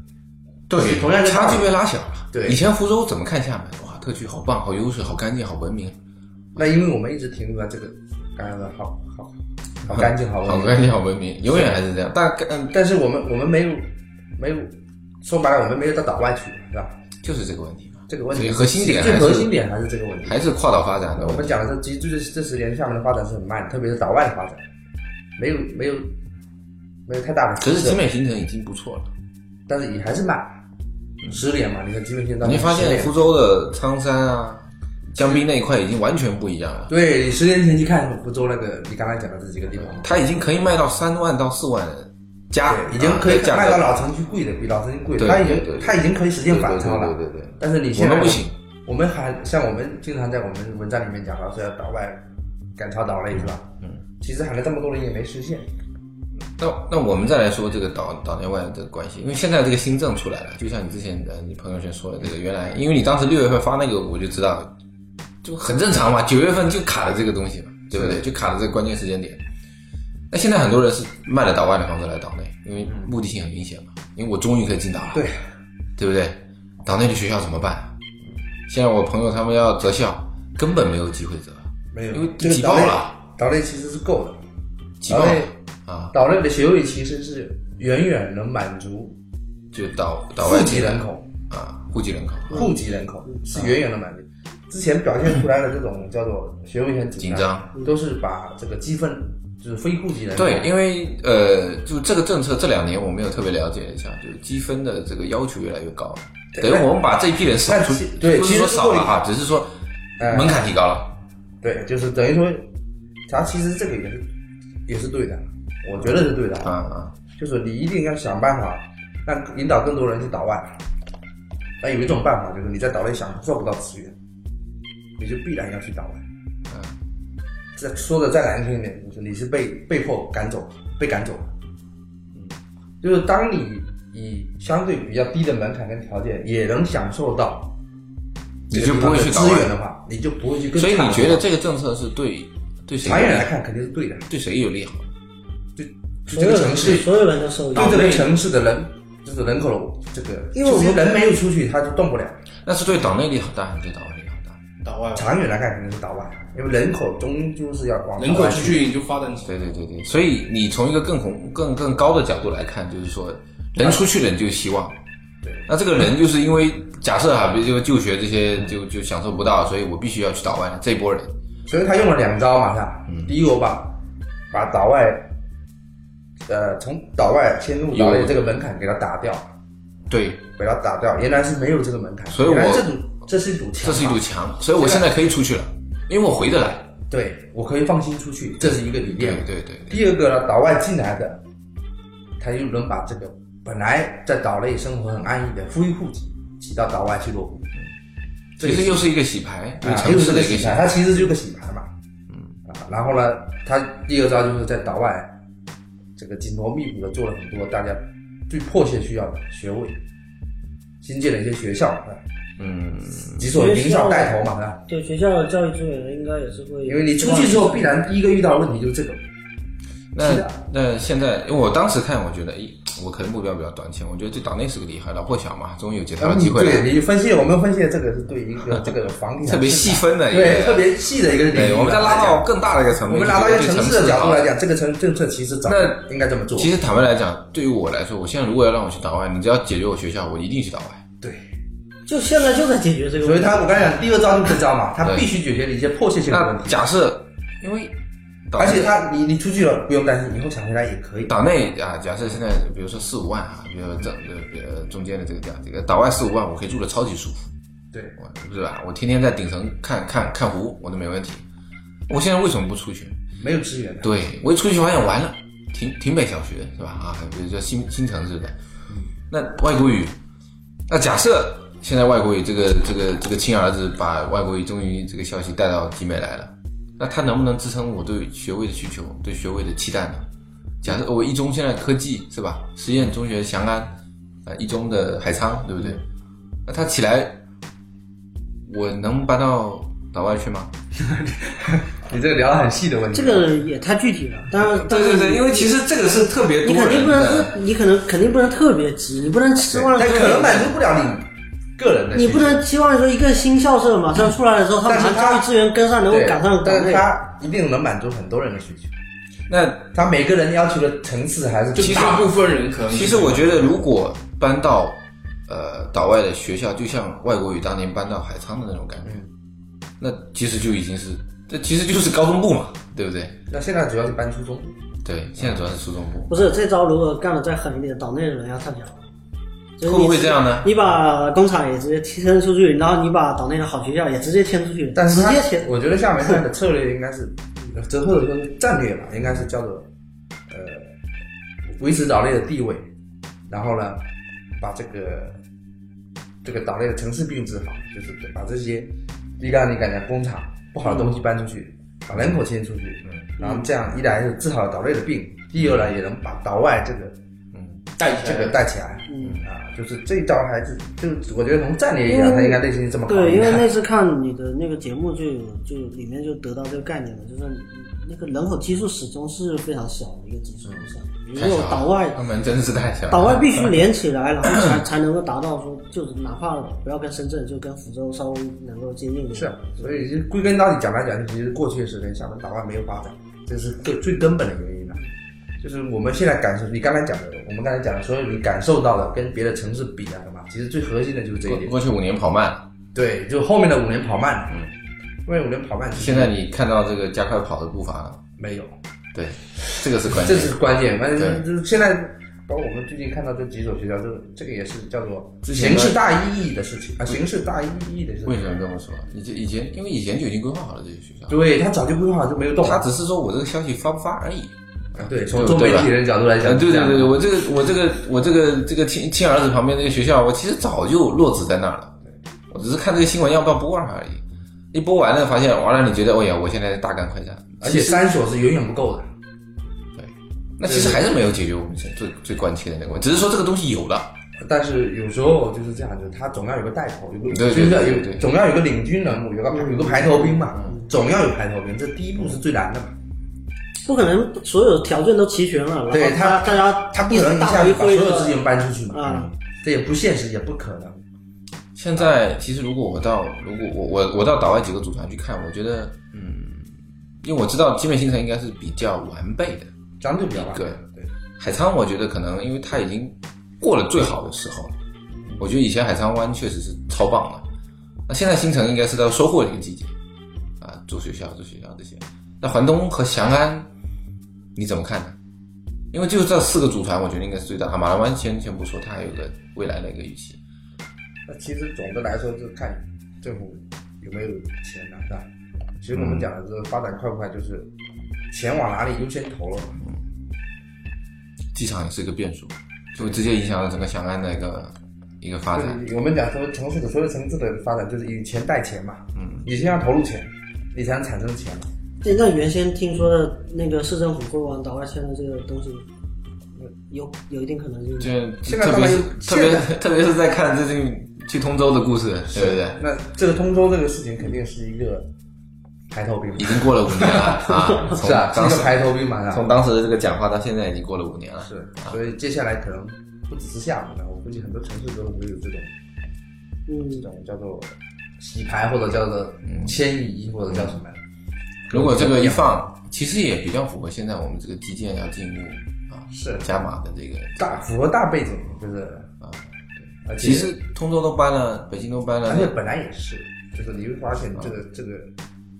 [SPEAKER 4] 对，
[SPEAKER 3] 同样一个
[SPEAKER 4] 差
[SPEAKER 3] 道理
[SPEAKER 4] 距被拉小了。
[SPEAKER 3] 对
[SPEAKER 4] 以前福州怎么看厦门？哇，特区好棒，好优秀，好干净，好文明，
[SPEAKER 3] 那因为我们一直停留在这个刚才的好好好干净好文
[SPEAKER 4] 好
[SPEAKER 3] 明，
[SPEAKER 4] 干净，好文明，永远还是这样。但嗯，
[SPEAKER 3] 但是我们我们没有没有说白了，我们没有到岛外去，是吧？
[SPEAKER 4] 就是这个问题嘛，
[SPEAKER 3] 这个问题
[SPEAKER 4] 所以核心点
[SPEAKER 3] 最
[SPEAKER 4] 还是
[SPEAKER 3] 核心点还是这个问题。
[SPEAKER 4] 还是跨岛发展的
[SPEAKER 3] 我
[SPEAKER 4] 问
[SPEAKER 3] 们
[SPEAKER 4] 题。
[SPEAKER 3] 讲的是，其实就是这十年厦门的发展是很慢的，特别是岛外的发展，没有没有没有太大的
[SPEAKER 4] 可
[SPEAKER 3] 起
[SPEAKER 4] 是集
[SPEAKER 3] 色，
[SPEAKER 4] 美行程已经不错了。
[SPEAKER 3] 但是也还是慢，十年嘛，你看基本现在
[SPEAKER 4] 你发
[SPEAKER 3] 十
[SPEAKER 4] 现
[SPEAKER 3] 年
[SPEAKER 4] 福州的苍山啊、江滨那一块已经完全不一样了，
[SPEAKER 3] 对十年前去看福州那个，你刚才讲的这几个地方，
[SPEAKER 4] 它已经可以卖到三万到四万加，
[SPEAKER 3] 对已经可以
[SPEAKER 4] 价
[SPEAKER 3] 卖
[SPEAKER 4] 格
[SPEAKER 3] 到老城区贵的，比老城区贵的，
[SPEAKER 4] 对
[SPEAKER 3] 它已
[SPEAKER 4] 对
[SPEAKER 3] 经
[SPEAKER 4] 对
[SPEAKER 3] 它已经可以实现反超了。
[SPEAKER 4] 对对对对对
[SPEAKER 3] 但是你
[SPEAKER 4] 我
[SPEAKER 3] 现在
[SPEAKER 4] 们不行，
[SPEAKER 3] 我们还像我们经常在我们文章里面讲到说要岛外赶超岛内是吧？嗯，其实喊了这么多人也没实现。
[SPEAKER 4] 那那我们再来说这个岛岛内外的这个关系，因为现在这个新政出来了，就像你之前呃你朋友圈说的这个，原来因为你当时六月份发那个，我就知道，就很正常嘛，九月份就卡了这个东西嘛，对不对？就卡了这个关键时间点。那现在很多人是卖了岛外的房子来岛内，因为目的性很明显嘛，因为我终于可以进岛了，
[SPEAKER 3] 嗯对，
[SPEAKER 4] 对不对？岛内的学校怎么办？现在我朋友他们要择校，根本没有机会择，
[SPEAKER 3] 没有
[SPEAKER 4] 因为
[SPEAKER 3] 这个
[SPEAKER 4] 挤
[SPEAKER 3] 岛
[SPEAKER 4] 爆
[SPEAKER 3] 内
[SPEAKER 4] 了，
[SPEAKER 3] 岛内其实是够的。
[SPEAKER 4] 挤爆
[SPEAKER 3] 岛
[SPEAKER 4] 了
[SPEAKER 3] 内
[SPEAKER 4] 啊，
[SPEAKER 3] 岛内的学位其实是远远能满足
[SPEAKER 4] 就岛岛外
[SPEAKER 3] 户籍人口，
[SPEAKER 4] 啊，户籍人口
[SPEAKER 3] 户籍人口
[SPEAKER 4] 嗯
[SPEAKER 3] 是远远能满足。之前表现出来的这种叫做学位很
[SPEAKER 4] 紧张，
[SPEAKER 3] 都是把这个积分就是非户籍人口
[SPEAKER 4] 对，因为呃，就这个政策这两年我没有特别了解一下，就是积分的这个要求越来越高了，等于我们把这一批人扫
[SPEAKER 3] 但
[SPEAKER 4] 出
[SPEAKER 3] 其，对
[SPEAKER 4] 不
[SPEAKER 3] 其实
[SPEAKER 4] 是说
[SPEAKER 3] 是
[SPEAKER 4] 少
[SPEAKER 3] 会
[SPEAKER 4] 了哈，只是说
[SPEAKER 3] 呃
[SPEAKER 4] 门槛提高了。
[SPEAKER 3] 对，就是等于说，他其实这个也是也是对的，我觉得是对的
[SPEAKER 4] 啊。啊，
[SPEAKER 3] 就是你一定要想办法让引导更多人去岛外。那有一种办法就是你在岛内享受不到资源，你就必然要去岛外。
[SPEAKER 4] 嗯，
[SPEAKER 3] 这说的再难听一点，就是你是被被迫赶走，被赶走。嗯，就是当你以相对比较低的门槛跟条件也能享受到
[SPEAKER 4] 你就不会去
[SPEAKER 3] 这个地方
[SPEAKER 4] 岛
[SPEAKER 3] 的资源的
[SPEAKER 4] 外
[SPEAKER 3] 话，你就不会去跟
[SPEAKER 4] 所以
[SPEAKER 3] 差
[SPEAKER 4] 你
[SPEAKER 3] 的
[SPEAKER 4] 觉
[SPEAKER 3] 地
[SPEAKER 4] 得
[SPEAKER 3] 方
[SPEAKER 4] 这个政策是对对谁
[SPEAKER 3] 长
[SPEAKER 4] 有
[SPEAKER 3] 远
[SPEAKER 4] 利
[SPEAKER 3] 来看肯定是对的，
[SPEAKER 4] 对谁有利好？
[SPEAKER 3] 就
[SPEAKER 2] 所
[SPEAKER 3] 这
[SPEAKER 2] 有
[SPEAKER 3] 个
[SPEAKER 2] 人
[SPEAKER 3] 城市
[SPEAKER 2] 所有人都受益。
[SPEAKER 3] 对这个城市的人，就是人口这个，
[SPEAKER 2] 因为我们
[SPEAKER 3] 就是人没有出去，他就动不了。
[SPEAKER 4] 那是对岛内利好大还是对岛外利好大？
[SPEAKER 3] 啊
[SPEAKER 5] 岛外
[SPEAKER 3] 长远来看，肯定是岛外，因为人口终究是要往
[SPEAKER 5] 人
[SPEAKER 3] 岛
[SPEAKER 5] 口
[SPEAKER 3] 外
[SPEAKER 5] 出
[SPEAKER 3] 去。
[SPEAKER 5] 去你就发展起来。
[SPEAKER 4] 对对对对，所以你从一个更宏、更更高的角度来看，就是说，人出去了你就有希望。
[SPEAKER 3] 对
[SPEAKER 4] 那这个人就是因为假设哈，比如就就学这些就就享受不到，所以我必须要去岛外。这波人，
[SPEAKER 3] 所以他用了两招嘛，是吧？
[SPEAKER 4] 嗯
[SPEAKER 3] 第一个我把把岛外，呃，从岛外迁入岛内
[SPEAKER 4] 有
[SPEAKER 3] 这个门槛给它打掉，
[SPEAKER 4] 对，
[SPEAKER 3] 把它打掉。原来是没有这个门槛，
[SPEAKER 4] 所以我
[SPEAKER 3] 原来这堵这是一堵墙，
[SPEAKER 4] 这是一堵
[SPEAKER 3] 啊
[SPEAKER 4] 墙，所以我现在可以出去了，因为我回得来。
[SPEAKER 3] 对我可以放心出去，这是一个理
[SPEAKER 4] 对
[SPEAKER 3] 念。
[SPEAKER 4] 对对对，
[SPEAKER 3] 第二个呢，岛外进来的，他又能把这个本来在岛内生活很安逸的富裕户籍挤到岛外去落户，这
[SPEAKER 4] 其实又是一个洗牌，对
[SPEAKER 3] 啊
[SPEAKER 4] 嗯城
[SPEAKER 3] 是
[SPEAKER 4] 市的
[SPEAKER 3] 个
[SPEAKER 4] 一个
[SPEAKER 3] 洗
[SPEAKER 4] 洗
[SPEAKER 3] 牌，
[SPEAKER 4] 牌。
[SPEAKER 3] 它其实就是个洗牌嘛。嗯啊，然后呢，他第二招就是在岛外这个紧锣密鼓的做了很多大家最迫切需要的学位，新建了一些学校，啊
[SPEAKER 4] 嗯，
[SPEAKER 3] 几所名校带头嘛，是吧？
[SPEAKER 2] 对学校的教育资源应该也是会，
[SPEAKER 3] 因为你出去之后，必然第一个遇到的问题就是这
[SPEAKER 4] 嗯
[SPEAKER 3] 个。
[SPEAKER 4] 那
[SPEAKER 3] 是的
[SPEAKER 4] 那现在，因为我当时看，我觉得，诶，我可能目标比较短浅，我觉得这岛内是个厉害，老破小嘛，终于有解套的机会
[SPEAKER 3] 嗯对
[SPEAKER 4] 了，
[SPEAKER 3] 啊你分析，我们分析的这个是对一 个这个房地产
[SPEAKER 4] 特别细分的一个。
[SPEAKER 3] 对特别细的一个领域
[SPEAKER 4] 对，我们再拉到更大的一个层
[SPEAKER 3] 我
[SPEAKER 4] 面，
[SPEAKER 3] 们拉到一个
[SPEAKER 4] 对
[SPEAKER 3] 城
[SPEAKER 4] 城
[SPEAKER 3] 市的角度来
[SPEAKER 4] 好
[SPEAKER 3] 讲，这个城政策其实早
[SPEAKER 4] 那
[SPEAKER 3] 应该这么做。
[SPEAKER 4] 其实坦白来讲，对于我来说，我现在如果要让我去岛外，你只要解决我学校，我一定去岛外。
[SPEAKER 3] 对，
[SPEAKER 2] 就现在就在解决这个
[SPEAKER 3] 所
[SPEAKER 2] 问
[SPEAKER 3] 以
[SPEAKER 2] 题。
[SPEAKER 3] 他我刚才讲第二招就是这招嘛，他
[SPEAKER 4] 对
[SPEAKER 3] 必须解决你一些迫切性的
[SPEAKER 4] 那
[SPEAKER 3] 问题，
[SPEAKER 4] 假设，因为岛内
[SPEAKER 3] 而且他你你出去了不用担心，以后想回来也可以。
[SPEAKER 4] 岛内啊，假设现在比如说四五万啊，比如说这呃中间的这个价，这个岛外四五万，我可以住的超级舒服，
[SPEAKER 3] 对，
[SPEAKER 4] 我是吧？我天天在顶层看看看湖，我都没问题。我现在为什么不出去？
[SPEAKER 3] 没有资源的，
[SPEAKER 4] 对我一出去发现完了，亭亭北小学是吧？啊，比如说新新城市的，那外国语，那假设现在外国语这个这个这个亲儿子把外国语终于这个消息带到集美来了，那他能不能支撑我对学位的需求，对学位的期待呢？假设我一中现在科技是吧？实验中学翔安，啊，一中的海沧对不对？那他起来，我能搬到岛外去吗？
[SPEAKER 3] 你这个聊得很细的问
[SPEAKER 2] 这个也太具体了，当然，
[SPEAKER 4] 对对对，因为其实这个是特别
[SPEAKER 2] 你
[SPEAKER 4] 多
[SPEAKER 2] 肯定
[SPEAKER 4] 人
[SPEAKER 2] 不
[SPEAKER 4] 的。
[SPEAKER 2] 能特，你可能肯定不能特别急，你不能期望
[SPEAKER 3] 但
[SPEAKER 2] 说哎
[SPEAKER 3] 可能满足不了你个人的需
[SPEAKER 2] 你
[SPEAKER 3] 求，
[SPEAKER 2] 不能期望说一个新校舍马上出来的时候，他马
[SPEAKER 3] 但是
[SPEAKER 2] 上
[SPEAKER 3] 他
[SPEAKER 2] 教育资源跟上，能够
[SPEAKER 3] 对
[SPEAKER 2] 赶上
[SPEAKER 3] 但
[SPEAKER 2] 岗
[SPEAKER 3] 是
[SPEAKER 2] 位。
[SPEAKER 3] 他一定能满足很多人的需求。
[SPEAKER 4] 那
[SPEAKER 3] 他每个人要求的层次还是
[SPEAKER 5] 就
[SPEAKER 3] 其实
[SPEAKER 5] 大部分人可能
[SPEAKER 4] 其实我觉得，如果搬到呃岛外的学校，就像外国语当年搬到海沧的那种感觉，
[SPEAKER 2] 嗯
[SPEAKER 4] 那其实就已经是，这其实就是高中部嘛，对不对？
[SPEAKER 3] 那现在主要是搬初中，
[SPEAKER 4] 对，现在主要是初中部，
[SPEAKER 2] 不是这招，如果干的再狠一点，岛内的人要跳脚了。就是你
[SPEAKER 4] 会不会这样呢
[SPEAKER 2] 你把工厂也直接提升出去，然后你把岛内的好学校也直接迁出去，
[SPEAKER 3] 但是
[SPEAKER 2] 直
[SPEAKER 3] 他
[SPEAKER 2] 接迁。
[SPEAKER 3] 我觉得厦门现在的策略应该是， 这或者说是战略吧，应该是叫做呃维持岛内的地位，然后呢，把这个这个岛内的城市病治好，就是把这些，你刚才你感觉工厂不好的东西搬出去，把人口迁出去，
[SPEAKER 2] 嗯
[SPEAKER 3] 然后这样一来是治好岛内的病，第二呢也能把岛外这个
[SPEAKER 5] 带起
[SPEAKER 3] 这
[SPEAKER 5] 来
[SPEAKER 3] 个带起来。
[SPEAKER 2] 嗯
[SPEAKER 3] 啊，就是这一招还是，就是我觉得从战略上，他应该内心是这么考虑的。
[SPEAKER 2] 对，因为那次看你的那个节目就有，就里面就得到这个概念了，就是那个人口基数始终是非常小的一个基数上，
[SPEAKER 4] 太
[SPEAKER 2] 只
[SPEAKER 4] 小
[SPEAKER 2] 有
[SPEAKER 4] 了
[SPEAKER 2] 岛外
[SPEAKER 4] 他们真是太小了，
[SPEAKER 2] 岛外必须连起来，然后才才能够达到说，就是哪怕不要跟深圳，就跟福州稍微能够接近一点。
[SPEAKER 3] 是啊，所以就归根到底讲来讲去，其实过去的十年，厦门岛外没有发展，这是最最根本的原因了。啊就是我们现在感受，你刚才讲的，我们刚才讲的所有你感受到的，跟别的城市比啊干嘛，其实最核心的就是这一
[SPEAKER 4] 过
[SPEAKER 2] 嗯
[SPEAKER 3] 点。
[SPEAKER 4] 过去五年跑慢了，
[SPEAKER 3] 对，就后面的五年跑慢，嗯，后面五年跑慢，
[SPEAKER 4] 现在你看到这个加快跑的步伐，
[SPEAKER 3] 没有，
[SPEAKER 4] 对，这个是关
[SPEAKER 3] 这
[SPEAKER 4] 键。
[SPEAKER 3] 是关键。反
[SPEAKER 4] 对
[SPEAKER 3] 正就是现在，包括我们最近看到这几所学校，这个这个也是叫做
[SPEAKER 4] 之前呢
[SPEAKER 3] 形式大意义的事情啊，形式大意义的事
[SPEAKER 4] 为
[SPEAKER 3] 情。
[SPEAKER 4] 什么这么说？以前以前因为以前就已经规划好了这些学校，
[SPEAKER 3] 对他早就规划好就没有动
[SPEAKER 4] 他只是说我这个消息发不发而已。
[SPEAKER 3] 啊对，啊从做媒体人的角度来
[SPEAKER 4] 呃，
[SPEAKER 3] 讲，
[SPEAKER 4] 对
[SPEAKER 3] 是这
[SPEAKER 4] 对
[SPEAKER 3] 样
[SPEAKER 4] 对，对我这个我这个我这个这个亲亲儿子旁边这个学校，我其实早就落子在那儿了，我只是看这个新闻要不要播上而已。一播完了，发现完了，你觉得，哎呀，我现在大干快战，
[SPEAKER 3] 而且三所是远远不够的。
[SPEAKER 4] 那其实还是没有解决我们最最关切的那个问题，只是说这个东西有了，
[SPEAKER 3] 但是有时候就是这样，就是他总要有个带头，有个
[SPEAKER 4] 对
[SPEAKER 3] 就是
[SPEAKER 4] 对对
[SPEAKER 3] 有
[SPEAKER 4] 对嗯
[SPEAKER 3] 总要有个领军人物，有个有个排头兵嘛，总要有排头兵，这第一步是最难的嘛。
[SPEAKER 2] 不可能所有条件都齐全了，
[SPEAKER 3] 对
[SPEAKER 2] 然后大
[SPEAKER 3] 他
[SPEAKER 2] 大家
[SPEAKER 3] 他不
[SPEAKER 2] 一
[SPEAKER 3] 可能
[SPEAKER 2] 直
[SPEAKER 3] 一
[SPEAKER 2] 大
[SPEAKER 3] 下
[SPEAKER 2] 刀一
[SPEAKER 3] 子把所
[SPEAKER 2] 挥
[SPEAKER 3] 有资源搬出去嘛，
[SPEAKER 4] 嗯
[SPEAKER 2] 啊，
[SPEAKER 3] 这也不现实，也不可能。
[SPEAKER 4] 现在其实如果我到如果我我我到岛外几个组团去看，我觉得嗯，因为我知道集美新城应该是比较完备的，
[SPEAKER 3] 相对比较麻烦
[SPEAKER 4] 对
[SPEAKER 3] 对，
[SPEAKER 4] 海沧我觉得可能因为它已经过了最好的时候了，我觉得以前海沧湾确实是超棒的，那现在新城应该是到收获的一个季节啊，做学校做学校这些，那环东和翔安你怎么看呢？因为就这四个组团，我觉得应该是最大。马拉湾先先不说，它还有个未来的一个预期。
[SPEAKER 3] 那其实总的来说，就是看政府有没有钱拿到。其实我
[SPEAKER 4] 嗯
[SPEAKER 3] 们讲的是发展快不快，就是钱往哪里优先投了。
[SPEAKER 4] 机场也是一个变数，就直接影响了整个翔安的一个一个发展。
[SPEAKER 3] 就是我们讲说城市的所有城市的发展，就是以钱带钱嘛，嗯，你先要投入钱，你才能产生钱嘛。
[SPEAKER 2] 对，哎那原先听说的那个市政府过往岛外签的这个东西，有有一定可能就是
[SPEAKER 4] 这
[SPEAKER 3] 现在
[SPEAKER 4] 特
[SPEAKER 3] 当
[SPEAKER 4] 别
[SPEAKER 3] 然
[SPEAKER 4] 是
[SPEAKER 3] 有
[SPEAKER 4] 特别
[SPEAKER 3] 现在
[SPEAKER 4] 特别是在看最近去通州的故事，对不对？
[SPEAKER 3] 那这个通州这个事情肯定是一个排头兵，
[SPEAKER 4] 已经过了五年了啊，从
[SPEAKER 3] 是啊，是
[SPEAKER 4] 当
[SPEAKER 3] 一
[SPEAKER 4] 时
[SPEAKER 3] 个排头兵嘛，
[SPEAKER 4] 从啊
[SPEAKER 3] 是吧
[SPEAKER 4] 当时的这个讲话到现在已经过了五年了。
[SPEAKER 3] 是，所以接下来可能不只是厦门了，我估计很多城市都会有这种这
[SPEAKER 2] 嗯，
[SPEAKER 3] 种叫做洗牌或者叫做
[SPEAKER 4] 嗯
[SPEAKER 3] 迁移或者叫什么呀。
[SPEAKER 4] 如果这个一放，其实也比较符合现在我们这个基建要进入啊
[SPEAKER 3] 是
[SPEAKER 4] 加码的这个。
[SPEAKER 3] 大符合大背景，就是啊，对而且
[SPEAKER 4] 其实通州都搬了，北京都搬了
[SPEAKER 3] 而且，本来也是，就是你会发现这个这个，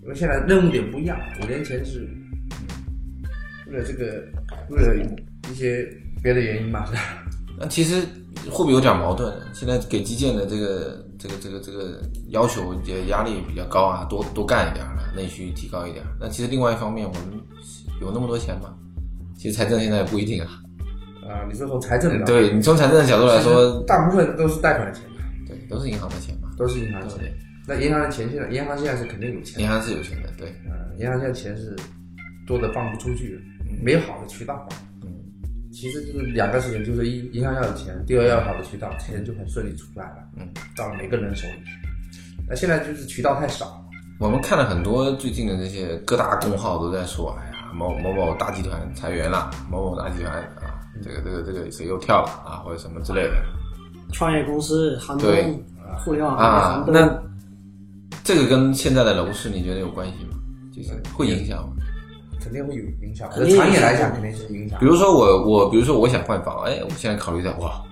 [SPEAKER 3] 因为现在任务点不一样，五年前是为了这个为了一些别的原因嘛， 是吧？
[SPEAKER 4] 那其实会不会有点矛盾呢？现在给基建的这个这个这个这个要求也压力比较高啊，多多干一点儿啊，内需提高一点儿。那其实另外一方面，我们有那么多钱吗？其实财政现在也不一定啊。
[SPEAKER 3] 啊，你是从财政的角度
[SPEAKER 4] 对你从财政的角度来说，
[SPEAKER 3] 大部分都是贷款的钱，
[SPEAKER 4] 对，都是银行的钱嘛。
[SPEAKER 3] 都是银行的钱
[SPEAKER 4] 对。，
[SPEAKER 3] 那银行的钱现在，银行现在是肯定有钱的，
[SPEAKER 4] 银行是有钱的，对。
[SPEAKER 3] 嗯，银行现在钱是多的放不出去，没有好的渠道。其实就是两个事情，就是一银行要有钱，第二要有好的渠道，钱就很顺利出来了，
[SPEAKER 4] 嗯，
[SPEAKER 3] 到了每个人手里去。那现在就是渠道太少，
[SPEAKER 4] 我们看了很多最近的这些各大公号都在说，哎呀，某某某大集团裁员了，某某大集团啊，这个这个这个谁又跳了啊，或者什么之类的。
[SPEAKER 2] 创业公司寒冬
[SPEAKER 4] 对，
[SPEAKER 2] 互联网寒，
[SPEAKER 4] 啊
[SPEAKER 2] 冬，
[SPEAKER 4] 那这个跟现在的楼市你觉得有关系吗？就是会影响吗？
[SPEAKER 3] 肯定会有影响。
[SPEAKER 2] 肯定有
[SPEAKER 3] 长远来
[SPEAKER 2] 影响
[SPEAKER 3] 讲，肯定是影响
[SPEAKER 4] 比。如说我我比如说我想换房，哎，我现在考虑到哇，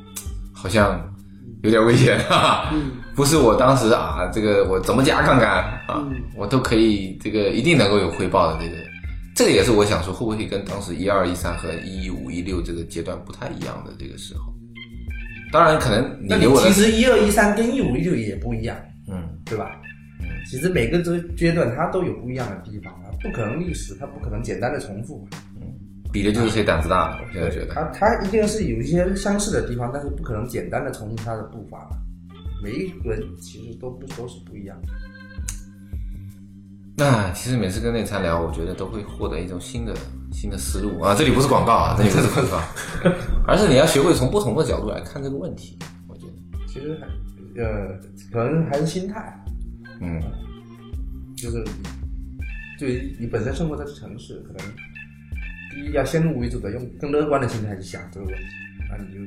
[SPEAKER 4] 好像有点危险哈、哈，
[SPEAKER 3] 嗯
[SPEAKER 4] 不是我当时啊，这个我怎么加杠杆啊，
[SPEAKER 3] 嗯
[SPEAKER 4] 我都可以这个一定能够有回报的这个。这个也是我想说，会不会跟当时一二一三和一五一六这个阶段不太一样的这个时候？当然，可能你
[SPEAKER 3] 那
[SPEAKER 4] 给
[SPEAKER 3] 你
[SPEAKER 4] 我的
[SPEAKER 3] 其实一二一三跟一五一六也不一样，
[SPEAKER 4] 嗯，
[SPEAKER 3] 对吧？其实每个阶阶段它都有不一样的地方，它不可能历史，它不可能简单的重复。
[SPEAKER 4] 比的就是谁胆子大。我现在觉得，
[SPEAKER 3] 它它一定是有一些相似的地方，但是不可能简单的重复它的步伐。每一个人其实都不都是不一样的。
[SPEAKER 4] 那哎其实每次跟内参聊，我觉得都会获得一种新的新的思路啊。这里不是广告 啊，这里不是广告，而是你要学会从不同的角度来看这个问题。我觉得，
[SPEAKER 3] 其实还呃，可能还是心态，
[SPEAKER 4] 嗯，
[SPEAKER 3] 就是对于你本身生活在这城市，可能第一要先入为主的用更乐观的心态去想这个问题，那你就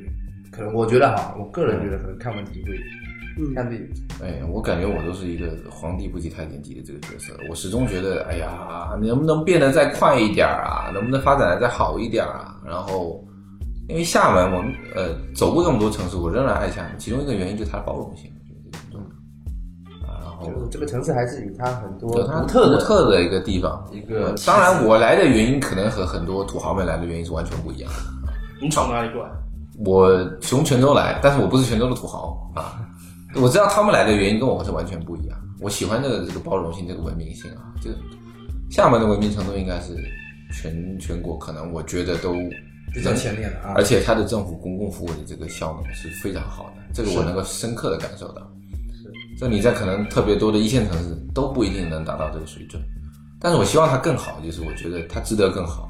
[SPEAKER 3] 可能我觉得哈，我个人觉得可能看问题会看自己
[SPEAKER 4] 哎，我感觉我都是一个皇帝不急太监急的这个角色。我始终觉得，哎呀，能不能变得再快一点儿啊？能不能发展的再好一点儿啊？然后，因为厦门，我们呃走过这么多城市，我仍然爱厦门。其中一个原因就是它的包容性，我觉得这个很重要啊。然后
[SPEAKER 3] 就是这个城市还是有它很多
[SPEAKER 4] 有它
[SPEAKER 3] 独特
[SPEAKER 4] 独
[SPEAKER 3] 的。
[SPEAKER 4] 特的一个地方，
[SPEAKER 3] 一个
[SPEAKER 4] 呃当然，我来的原因可能和很多土豪们来的原因是完全不一样的。
[SPEAKER 5] 你闯哪里过来？
[SPEAKER 4] 我从泉州来，但是我不是泉州的土豪啊。我知道他们来的原因跟我是完全不一样。我喜欢这个这个包容性，这个文明性啊，这个厦门的文明程度应该是全全国可能我觉得都
[SPEAKER 3] 比较前面的啊
[SPEAKER 4] 而，且它的政府公共服务的这个效能是非常好的，这个我能够深刻的感受到。这你在可能特别多的一线城市都不一定能达到这个水准，但是我希望它更好，就是我觉得它值得更好。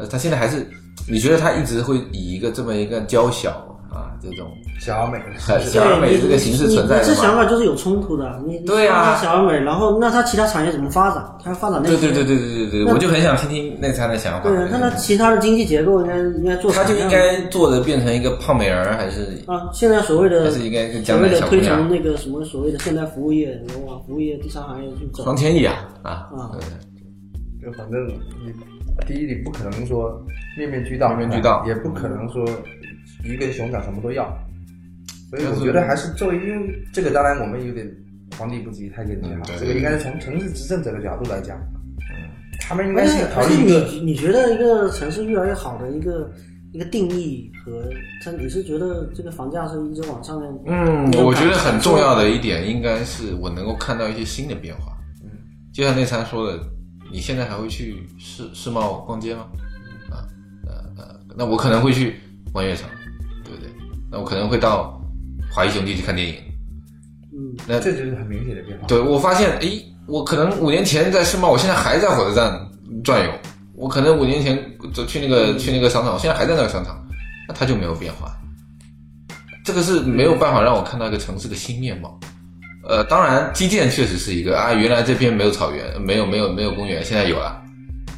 [SPEAKER 4] 呃，它现在还是，你觉得它一直会以一个这么一个娇小啊这种
[SPEAKER 3] 小而美，
[SPEAKER 4] 很
[SPEAKER 2] 对
[SPEAKER 4] 小而美
[SPEAKER 2] 你
[SPEAKER 4] 这个形式
[SPEAKER 2] 你
[SPEAKER 4] 存在
[SPEAKER 2] 你这
[SPEAKER 4] 的
[SPEAKER 2] 想
[SPEAKER 4] 嘛？
[SPEAKER 2] 法就是有冲突的，你
[SPEAKER 4] 对啊
[SPEAKER 2] 呀，小而美，然后那它其他产业怎么发展？它要发展那
[SPEAKER 4] 对
[SPEAKER 2] 些
[SPEAKER 4] 对对对对对对，
[SPEAKER 2] 那
[SPEAKER 4] 我就很想听听内参的想法。嗯
[SPEAKER 2] 对，那它其他的经济结构应该应该做什么
[SPEAKER 4] 他就
[SPEAKER 2] 样的，
[SPEAKER 4] 应该做的变成一个胖美人儿，还是
[SPEAKER 2] 啊，现在所谓
[SPEAKER 4] 还
[SPEAKER 2] 的
[SPEAKER 4] 是应该是
[SPEAKER 2] 所
[SPEAKER 4] 江
[SPEAKER 2] 谓
[SPEAKER 4] 南
[SPEAKER 2] 的
[SPEAKER 4] 小姑
[SPEAKER 2] 推崇
[SPEAKER 4] 娘
[SPEAKER 2] 那个什么所谓的现代服务业，然后往服务业第三行业去走，
[SPEAKER 4] 双天意啊啊
[SPEAKER 2] 啊！
[SPEAKER 4] 对
[SPEAKER 3] 就反正你第一，你不可能说面面俱到，哎
[SPEAKER 4] 面面俱到
[SPEAKER 3] 也不可能说一根熊掌什么都要。所以我觉得还是作为，因为这个当然我们有点皇帝不急太监急哈
[SPEAKER 4] 嗯，对嗯
[SPEAKER 3] 这个应该是从城市执政者的角度来讲，他们应
[SPEAKER 2] 而
[SPEAKER 3] 该
[SPEAKER 2] 且
[SPEAKER 3] 是考
[SPEAKER 2] 而且
[SPEAKER 3] 虑一个
[SPEAKER 2] 你你觉得一个城市越来越好的一个一个定义和它，你是觉得这个房价是一直往上面，
[SPEAKER 4] 嗯，我觉得很重要的一点应该是我能够看到一些新的变化。嗯，就像那餐说的，你现在还会去世世贸逛街吗？啊，呃呃，那我可能会去玩乐场，对不对？那我可能会到华谊兄弟去看电影。
[SPEAKER 2] 嗯，
[SPEAKER 4] 那
[SPEAKER 3] 这就是很明显的变化。
[SPEAKER 4] 对我发现，诶，我可能五年前在世贸，我现在还在火车站转悠。我可能五年前走去那个去那个商场，我现在还在那个商场，那它就没有变化。这个是没有办法让我看到一个城市的新面貌。呃，当然，基建确实是一个啊，原来这边没有草原，没有没有没有公园，现在有了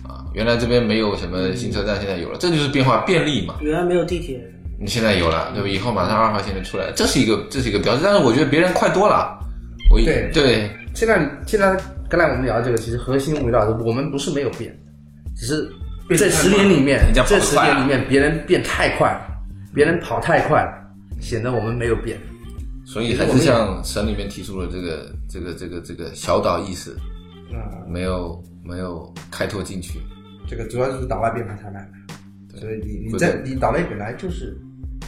[SPEAKER 4] 啊。原来这边没有什么新车站，现在有了，这就是变化便利嘛。
[SPEAKER 2] 原来没有地铁，
[SPEAKER 4] 你现在有了，对吧？以后马上二号线就出来了，这是一个这是一个标志。但是我觉得别人快多了，我一
[SPEAKER 1] 对
[SPEAKER 4] 对
[SPEAKER 1] 现在现在刚才我们聊这个，其实核心围绕着我们不是没有变，只是这十年里面
[SPEAKER 4] 人家，跑得
[SPEAKER 1] 这十
[SPEAKER 4] 快
[SPEAKER 1] 年
[SPEAKER 4] 啊
[SPEAKER 1] 里面别人变太快了，别人跑太快了，显得我们没有变。
[SPEAKER 4] 所以还是像神里面提出了这个这个这个这个小岛意识，
[SPEAKER 3] 啊，
[SPEAKER 4] 没有没有开拓进去，
[SPEAKER 3] 这个主要就是岛外变化太慢了，所以你你在
[SPEAKER 4] 对
[SPEAKER 3] 你岛内本来就是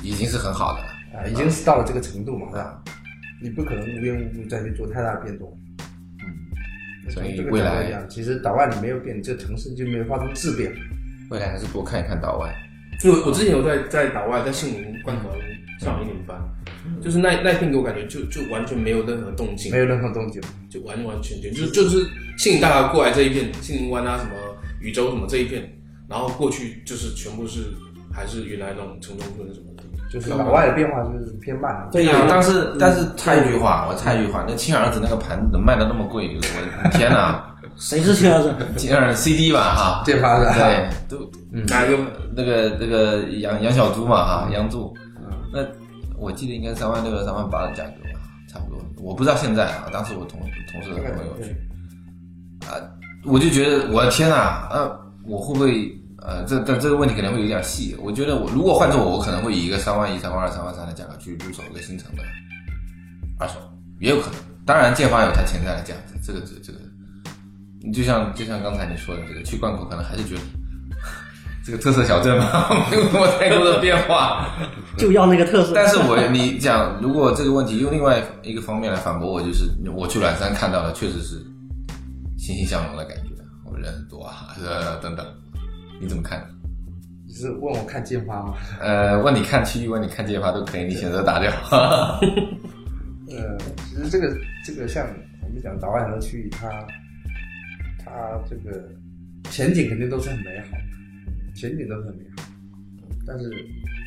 [SPEAKER 4] 已经是很好的了。
[SPEAKER 3] 啊，已经是到了这个程度嘛，啊，你不可能无缘无故再去做太大的变动。
[SPEAKER 4] 嗯所
[SPEAKER 3] 从
[SPEAKER 4] 以
[SPEAKER 3] 这个
[SPEAKER 4] 未
[SPEAKER 3] 角度来
[SPEAKER 4] 来
[SPEAKER 3] 讲，其实岛外你没有变，这个城市就没有发生质变。
[SPEAKER 4] 未来还是多看一看岛外。
[SPEAKER 5] 因为我之前有在在岛外，在杏林罐头上一年班，
[SPEAKER 4] 嗯
[SPEAKER 5] 就是那那片给我感觉就就完全没有任何动静
[SPEAKER 3] 没，有任何动静。
[SPEAKER 5] 就完完全全就是就是杏林大桥过来这一片，杏林湾啊什么禹州什么这一片，然后过去就是全部是还是原来那种城中村什么的，
[SPEAKER 3] 就是岛外的变化就是偏慢，
[SPEAKER 4] 对啊嗯呀、但是但是插一句话，我插一句话，那亲儿子那个盘子能卖的那么贵，我的天哪！
[SPEAKER 2] 谁是车子？
[SPEAKER 4] 亲儿子 CD 吧哈，
[SPEAKER 3] 这发的
[SPEAKER 4] 对，都
[SPEAKER 5] 哪一个
[SPEAKER 4] 那个那个杨杨小猪嘛哈，杨柱，那我记得应该三万六到三万八的价格吧，差不多。我不知道现在啊，当时我同同事的朋友去，啊，我就觉得我的天呐，啊，我会不会呃，这但这个问题可能会有点细。我觉得我如果换做我，我可能会以一个三万一、三万二、三万三的价格去入手一个新城的二手，也有可能。当然，建发有它潜在的价值，这个这这个，你就像就像刚才你说的，这个去贯口可能还是觉得。 这个特色小镇嘛， 没有什么太多的变化。
[SPEAKER 2] 就要那个 特色。
[SPEAKER 4] 但是我你讲，如果这个问题用另外一个方面来反驳我，就是我去软山看到的确实是欣欣向荣的感觉，我人很多啊，呃等等，你怎么看？
[SPEAKER 3] 你是问我看建发吗？
[SPEAKER 4] 呃，问你看区域，问你看街法都可以，你选择打 掉。
[SPEAKER 3] 呃，其实这个这个像我们讲岛外很多区域，它它这个前景肯定都是很美好的，前景都是很美好的，但是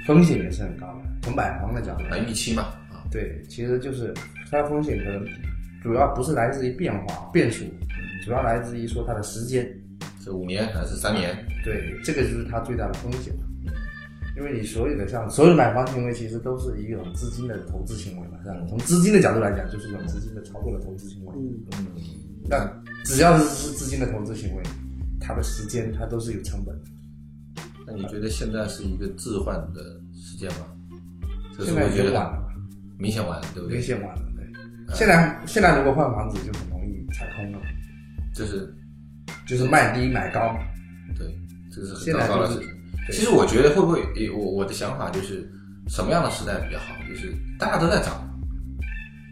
[SPEAKER 3] 风险也是很高的。从买房的角度来
[SPEAKER 4] 买
[SPEAKER 3] 讲，
[SPEAKER 4] 预期嘛，啊，
[SPEAKER 3] 对，其实就是它的风险可能主要不是来自于变化变数，主要来自于说它的时间。
[SPEAKER 4] 是五年还是三年？
[SPEAKER 3] 对，这个就是它最大的风险，因为你所有的像所有的买房行为，其实都是一种资金的投资行为嘛，是吧？从资金的角度来讲，就是一种资金的操作的投资行为。
[SPEAKER 2] 嗯，
[SPEAKER 3] 那只要是是资金的投资行为，它的时间它都是有成本的。
[SPEAKER 4] 那你觉得现在是一个置换的时间吗？这是
[SPEAKER 3] 现在
[SPEAKER 4] 我
[SPEAKER 3] 已
[SPEAKER 4] 觉
[SPEAKER 3] 经晚
[SPEAKER 4] 得
[SPEAKER 3] 了，
[SPEAKER 4] 明显晚了，对不
[SPEAKER 3] 明
[SPEAKER 4] 对？
[SPEAKER 3] 显晚了。对，现在现在如果换房子就很容易踩空了，
[SPEAKER 4] 就是
[SPEAKER 3] 就是卖低买高嘛。
[SPEAKER 4] 对，这是很
[SPEAKER 3] 现在
[SPEAKER 4] 糟糕的
[SPEAKER 3] 就
[SPEAKER 4] 事
[SPEAKER 3] 是
[SPEAKER 4] 情。
[SPEAKER 3] 对
[SPEAKER 4] 其实我觉得会不会，诶我我的想法就是什么样的时代比较好？就是大家都在涨，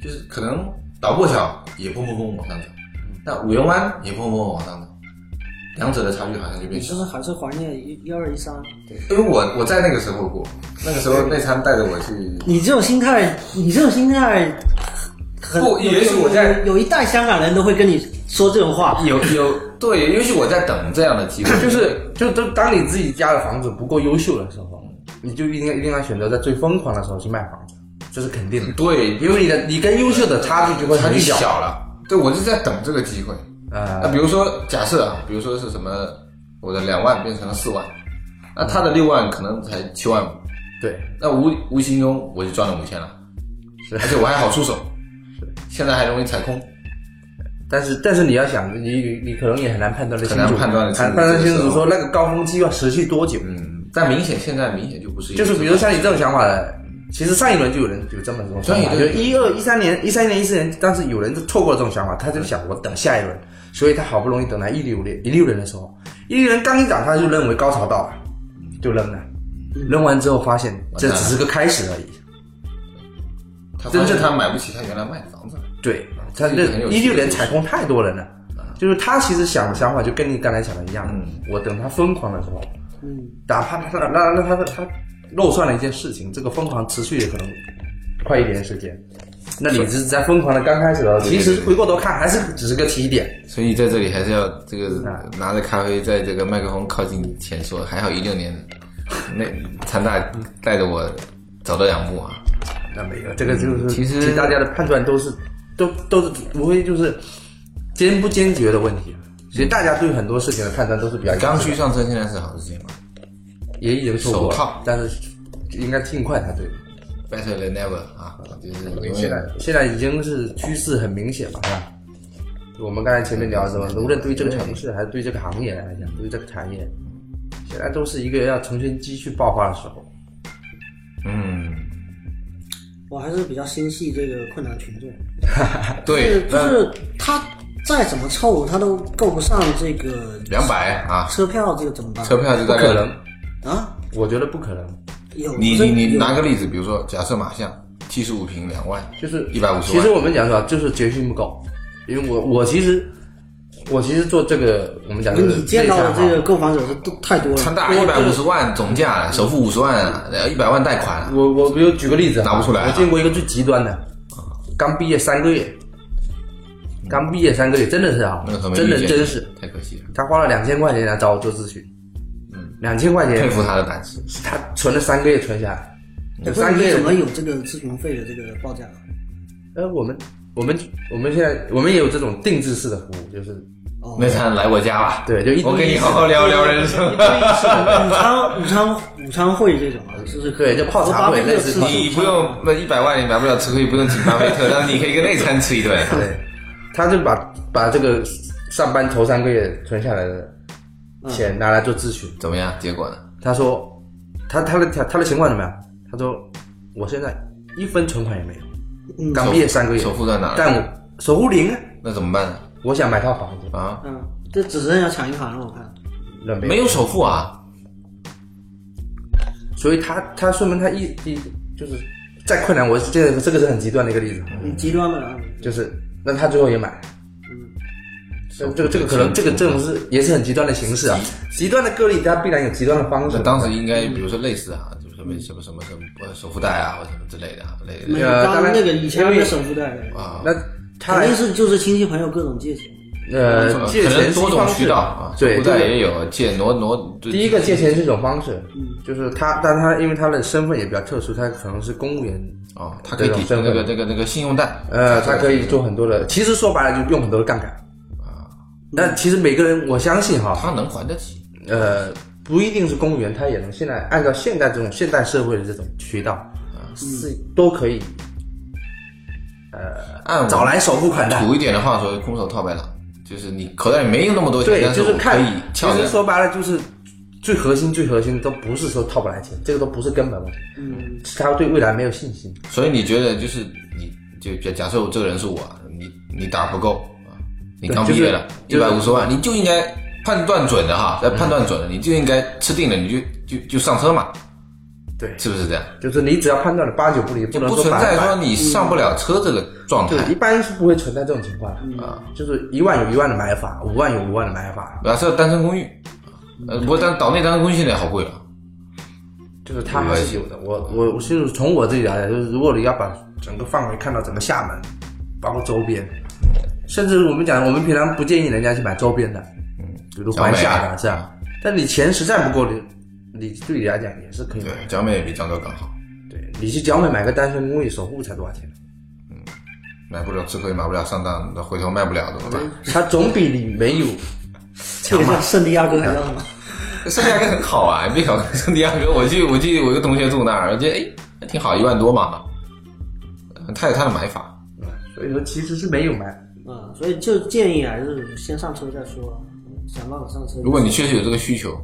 [SPEAKER 4] 就是可能导过桥也砰砰砰往上涨，但五缘湾也砰砰砰往上涨，两者的差距好像就
[SPEAKER 2] 你
[SPEAKER 4] 变小
[SPEAKER 2] 就
[SPEAKER 4] 了
[SPEAKER 2] 是。还是怀念一一二一三。
[SPEAKER 4] 因为我我在那个时候过，那个时候内参带着我去
[SPEAKER 2] 你这种心态，你这种心态，很
[SPEAKER 4] 不也许我在
[SPEAKER 2] 有有一代香港人都会跟你说这种话。
[SPEAKER 4] 有有对，也许我在等这样的机会，
[SPEAKER 1] 就是就就当你自己家的房子不够优秀的时候，你就一定一定要选择在最疯狂的时候去卖房子，这是肯定的，
[SPEAKER 4] 对，
[SPEAKER 1] 因为你的你跟优秀的差距就会
[SPEAKER 4] 差距
[SPEAKER 1] 很小
[SPEAKER 4] 小了。对，我就在等这个机会。
[SPEAKER 1] 啊、
[SPEAKER 4] 那比如说，假设啊，比如说是什么，我的两万变成了四万，那他的六万可能才七万五，
[SPEAKER 1] 对，
[SPEAKER 4] 那无无形中我就赚了五千了，
[SPEAKER 1] 是
[SPEAKER 4] 而且我还好出手，现在还容易踩空，
[SPEAKER 1] 但是但是你要想，你你你可能也很难判断得清楚，
[SPEAKER 4] 很难判断得清楚
[SPEAKER 1] 判断清
[SPEAKER 4] 这
[SPEAKER 1] 楚
[SPEAKER 4] 个时候
[SPEAKER 1] 说那个高峰期要持续多久。
[SPEAKER 4] 嗯，但明显现在明显就不是一个
[SPEAKER 1] 就是比如像你这种想法的，其实上一轮就有人有这么一种想法，
[SPEAKER 4] 对
[SPEAKER 1] 就
[SPEAKER 4] 对
[SPEAKER 1] 一二一三年、一三年、一四年，当时有人就错过了这种想法，他就想我等下一轮，所以他好不容易等来一六年一六年的时候，一六年刚一涨，他就认为高潮到了，就扔了。
[SPEAKER 3] 扔完之后发现这
[SPEAKER 4] 完蛋了
[SPEAKER 3] 只是个开始而已。
[SPEAKER 4] 他
[SPEAKER 3] 真
[SPEAKER 4] 真
[SPEAKER 3] 正
[SPEAKER 4] 正他买不起他原来卖的房子了，
[SPEAKER 3] 对，他
[SPEAKER 4] 这
[SPEAKER 3] 那
[SPEAKER 4] 个很有
[SPEAKER 3] 一
[SPEAKER 4] 趣
[SPEAKER 3] 六
[SPEAKER 4] 的
[SPEAKER 3] 年
[SPEAKER 4] 故事啊
[SPEAKER 3] 采购太多了呢，就是他其实想想法就跟你刚才想的一样，
[SPEAKER 4] 嗯
[SPEAKER 3] 我等他疯狂的时候，
[SPEAKER 2] 嗯，
[SPEAKER 3] 哪怕他那那他他他漏算了一件事情，这个疯狂持续也可能快一点时间。那你只是在疯狂的刚开始的时候，
[SPEAKER 4] 对
[SPEAKER 3] 其
[SPEAKER 4] 对
[SPEAKER 3] 实
[SPEAKER 4] 对
[SPEAKER 3] 回过头看还是只是个起点。
[SPEAKER 4] 所以在这里还是要这个
[SPEAKER 3] 啊
[SPEAKER 4] 拿着咖啡在这个麦克风靠近前说，还好一六年那谭大带着我走了两步啊，
[SPEAKER 3] 那没有，这个就是、
[SPEAKER 4] 嗯其实
[SPEAKER 3] 大家的判断都是都都是无非就是坚不坚决的问题。啊其实大家对很多事情的判断都是比较一致的
[SPEAKER 4] 刚需上车现在是好事情嘛
[SPEAKER 3] 也已经错过
[SPEAKER 4] 手
[SPEAKER 3] 了
[SPEAKER 4] 铐，
[SPEAKER 3] 但是应该尽快才对。
[SPEAKER 4] ，better than never 啊，就是永
[SPEAKER 3] 现
[SPEAKER 4] 远
[SPEAKER 3] 在现在已经是趋势很明显了啊。我们刚才前面聊的时候，无论对这个城市还是对这个行业来讲，对这个产业，现在都是一个要重新积蓄爆发的时候。
[SPEAKER 4] 嗯，
[SPEAKER 2] 我还是比较心系这个困难群众，
[SPEAKER 4] 对，嗯
[SPEAKER 2] 就是就是他再怎么凑，他都够不上这个
[SPEAKER 4] 两百啊，
[SPEAKER 2] 车票，这个怎么办？
[SPEAKER 4] 车票就
[SPEAKER 3] 不
[SPEAKER 4] 大概
[SPEAKER 3] 可能，
[SPEAKER 2] 啊，
[SPEAKER 3] 我觉得不可能。
[SPEAKER 2] 有
[SPEAKER 4] 你
[SPEAKER 2] 这
[SPEAKER 4] 你你
[SPEAKER 2] 有
[SPEAKER 4] 拿个例子，比如说假设马相七十五平两万，
[SPEAKER 3] 就是
[SPEAKER 4] 150万
[SPEAKER 3] 其实我们讲说，就是决心不够，因为我我其实我其实做这个，我们讲
[SPEAKER 2] 你见到的这个，购房者是都太多
[SPEAKER 4] 川
[SPEAKER 2] 了，
[SPEAKER 4] 大一百五十万总价，首付五十万，然后一百万贷款，
[SPEAKER 3] 啊我我比如举个例子啊，
[SPEAKER 4] 拿不出来啊
[SPEAKER 3] 我见过一个最极端的，刚毕业三个月，刚毕业三个月，真的是啊
[SPEAKER 4] 那个很，没
[SPEAKER 3] 真
[SPEAKER 4] 意
[SPEAKER 3] 的
[SPEAKER 4] 见，
[SPEAKER 3] 真是，
[SPEAKER 4] 太可惜了，
[SPEAKER 3] 他花了两千块钱来找我做咨询，两千块
[SPEAKER 4] 嗯佩
[SPEAKER 3] 钱，
[SPEAKER 4] 服他的胆识。
[SPEAKER 3] 他存了三个月存下来，
[SPEAKER 2] 哎不
[SPEAKER 3] 有
[SPEAKER 2] 是
[SPEAKER 3] 三个
[SPEAKER 2] 你
[SPEAKER 3] 月
[SPEAKER 2] 怎么有这个咨询费的这个报价啊？
[SPEAKER 3] 呃，我们我们我们现在我们也有这种定制式的服务，就是
[SPEAKER 2] 哦，
[SPEAKER 4] 那咱来我家吧，
[SPEAKER 3] 对就一
[SPEAKER 4] 我跟你好好聊聊人生。
[SPEAKER 2] 午餐午餐午餐会这种啊，就是
[SPEAKER 3] 对就泡茶会类似泡茶
[SPEAKER 4] 你不用那一百万，你买不了吃亏，不用请巴菲特，但是你可以跟内参吃一顿。
[SPEAKER 3] 对，他就把把这个上班头三个月存下来的
[SPEAKER 4] 嗯
[SPEAKER 3] 钱拿来做咨询。
[SPEAKER 4] 怎么样？结果呢？
[SPEAKER 3] 他说，他他的他他的情况怎么样？他说，我现在一分存款也没有，
[SPEAKER 2] 嗯
[SPEAKER 3] 刚毕业三个月，
[SPEAKER 4] 首付在哪儿
[SPEAKER 3] 但我首付零啊，
[SPEAKER 4] 那怎么办呢？
[SPEAKER 3] 我想买套房子，
[SPEAKER 4] 啊，
[SPEAKER 2] 嗯，这只剩下抢银行了，我看。
[SPEAKER 3] 那没有，
[SPEAKER 4] 没有首付啊？
[SPEAKER 3] 所以他他说明他一一就是再困难，我这个这个是很极端的一个例子，
[SPEAKER 2] 很极端的啊，
[SPEAKER 3] 就是那他最后也买了。
[SPEAKER 4] 嗯
[SPEAKER 3] 这这个这个可能这个这种是也是很极端的形式啊，极端的个例它必然有极端的方式啊
[SPEAKER 4] 那。当时应该，比如说类似啊，就是什么什么什么什么呃首付贷啊，或者什么之类的啊，类
[SPEAKER 2] 没
[SPEAKER 4] 类
[SPEAKER 2] 有
[SPEAKER 3] 呃
[SPEAKER 2] 当
[SPEAKER 3] 当然
[SPEAKER 2] 那个以前
[SPEAKER 3] 因为
[SPEAKER 2] 没有首付贷的，
[SPEAKER 4] 啊，
[SPEAKER 3] 那他
[SPEAKER 2] 肯
[SPEAKER 3] 来
[SPEAKER 2] 定是就是亲戚朋友各种借钱。
[SPEAKER 3] 呃借
[SPEAKER 4] 可
[SPEAKER 3] 钱
[SPEAKER 4] 能
[SPEAKER 3] 是一
[SPEAKER 4] 多种
[SPEAKER 3] 方式
[SPEAKER 4] 渠道啊，
[SPEAKER 3] 对
[SPEAKER 4] 首付贷
[SPEAKER 3] 这个
[SPEAKER 4] 也有嗯借挪挪。
[SPEAKER 3] 第一个借钱是一种方式，就是他，但他因为他的身份也比较特殊，他可能是公务员，
[SPEAKER 4] 哦，他可以抵
[SPEAKER 3] 这种身
[SPEAKER 4] 那
[SPEAKER 3] 份
[SPEAKER 4] 个那个那个信用贷，
[SPEAKER 3] 呃，他可以做很多的，其实说白了就用很多的杠杆但其实每个人，我相信哈，
[SPEAKER 4] 啊他能还得起。
[SPEAKER 3] 呃，不一定是公务员，他也能现在按照现代这种现代社会的这种渠道，啊是都可以
[SPEAKER 4] 按我
[SPEAKER 3] 找来首付款的。
[SPEAKER 4] 土一点的话说，空手套白狼，就是你口袋里没有那么多钱，
[SPEAKER 3] 对，
[SPEAKER 4] 但
[SPEAKER 3] 就是是
[SPEAKER 4] 我
[SPEAKER 3] 看
[SPEAKER 4] 可以，
[SPEAKER 3] 其
[SPEAKER 4] 撬
[SPEAKER 3] 实
[SPEAKER 4] 着。
[SPEAKER 3] 说白了就是最核心、最核心的都不是说套不来钱，这个都不是根本问题，嗯，是他对未来没有信心。
[SPEAKER 4] 所以你觉得就是你就假假设我这个人是我，你你打不够啊，你刚
[SPEAKER 3] 对
[SPEAKER 4] 毕
[SPEAKER 3] 就是
[SPEAKER 4] 业了，一
[SPEAKER 3] 就是
[SPEAKER 4] 百五十万，你就应该判断准的哈，在判断准了，你就应该吃定了，你就就就上车嘛，
[SPEAKER 3] 对，
[SPEAKER 4] 是不是这样？
[SPEAKER 3] 就是你只要判断了八九不离，不
[SPEAKER 4] 就
[SPEAKER 3] 能
[SPEAKER 4] 不
[SPEAKER 3] 说
[SPEAKER 4] 存
[SPEAKER 3] 百分
[SPEAKER 4] 在
[SPEAKER 3] 之百
[SPEAKER 4] 说你上不了车这个状态
[SPEAKER 3] 对，一。般是不会存在这种情况
[SPEAKER 4] 嗯
[SPEAKER 3] 的啊，就是一万有一万的买法，五万有五万的买法，
[SPEAKER 4] 假设单身公寓，呃，不过但岛内单身公寓现在好贵了，
[SPEAKER 3] 就是它还是有的。我我我就是从我自己来讲，就是如果你要把整个范围看到整个厦门，包括周边，甚至我们讲，我们平常不建议人家去买周边的，嗯，比如环
[SPEAKER 4] 小
[SPEAKER 3] 厦
[SPEAKER 4] 美
[SPEAKER 3] 的这样，但你钱实在不够，你你对你来讲也是可以
[SPEAKER 4] 对
[SPEAKER 3] 买，的。
[SPEAKER 4] 江妹比江州更好，
[SPEAKER 3] 对，你去江美买个单身公寓，首付才多少钱？
[SPEAKER 4] 买不了吃亏，买不了上当，那回头卖不了怎么办？
[SPEAKER 3] 它总比你没有
[SPEAKER 2] 这个叫圣地亚哥还叫什么？
[SPEAKER 4] 圣地亚哥很好啊， 没搞圣地亚哥。我去，我去，我一个同学住那儿，我觉得哎，还挺好，一万多嘛。他有他的买法，
[SPEAKER 3] 所以说其实是没有买。
[SPEAKER 2] 嗯，所以就建议还是先上车再说，想办法上车。
[SPEAKER 4] 如果你确实有这个需求，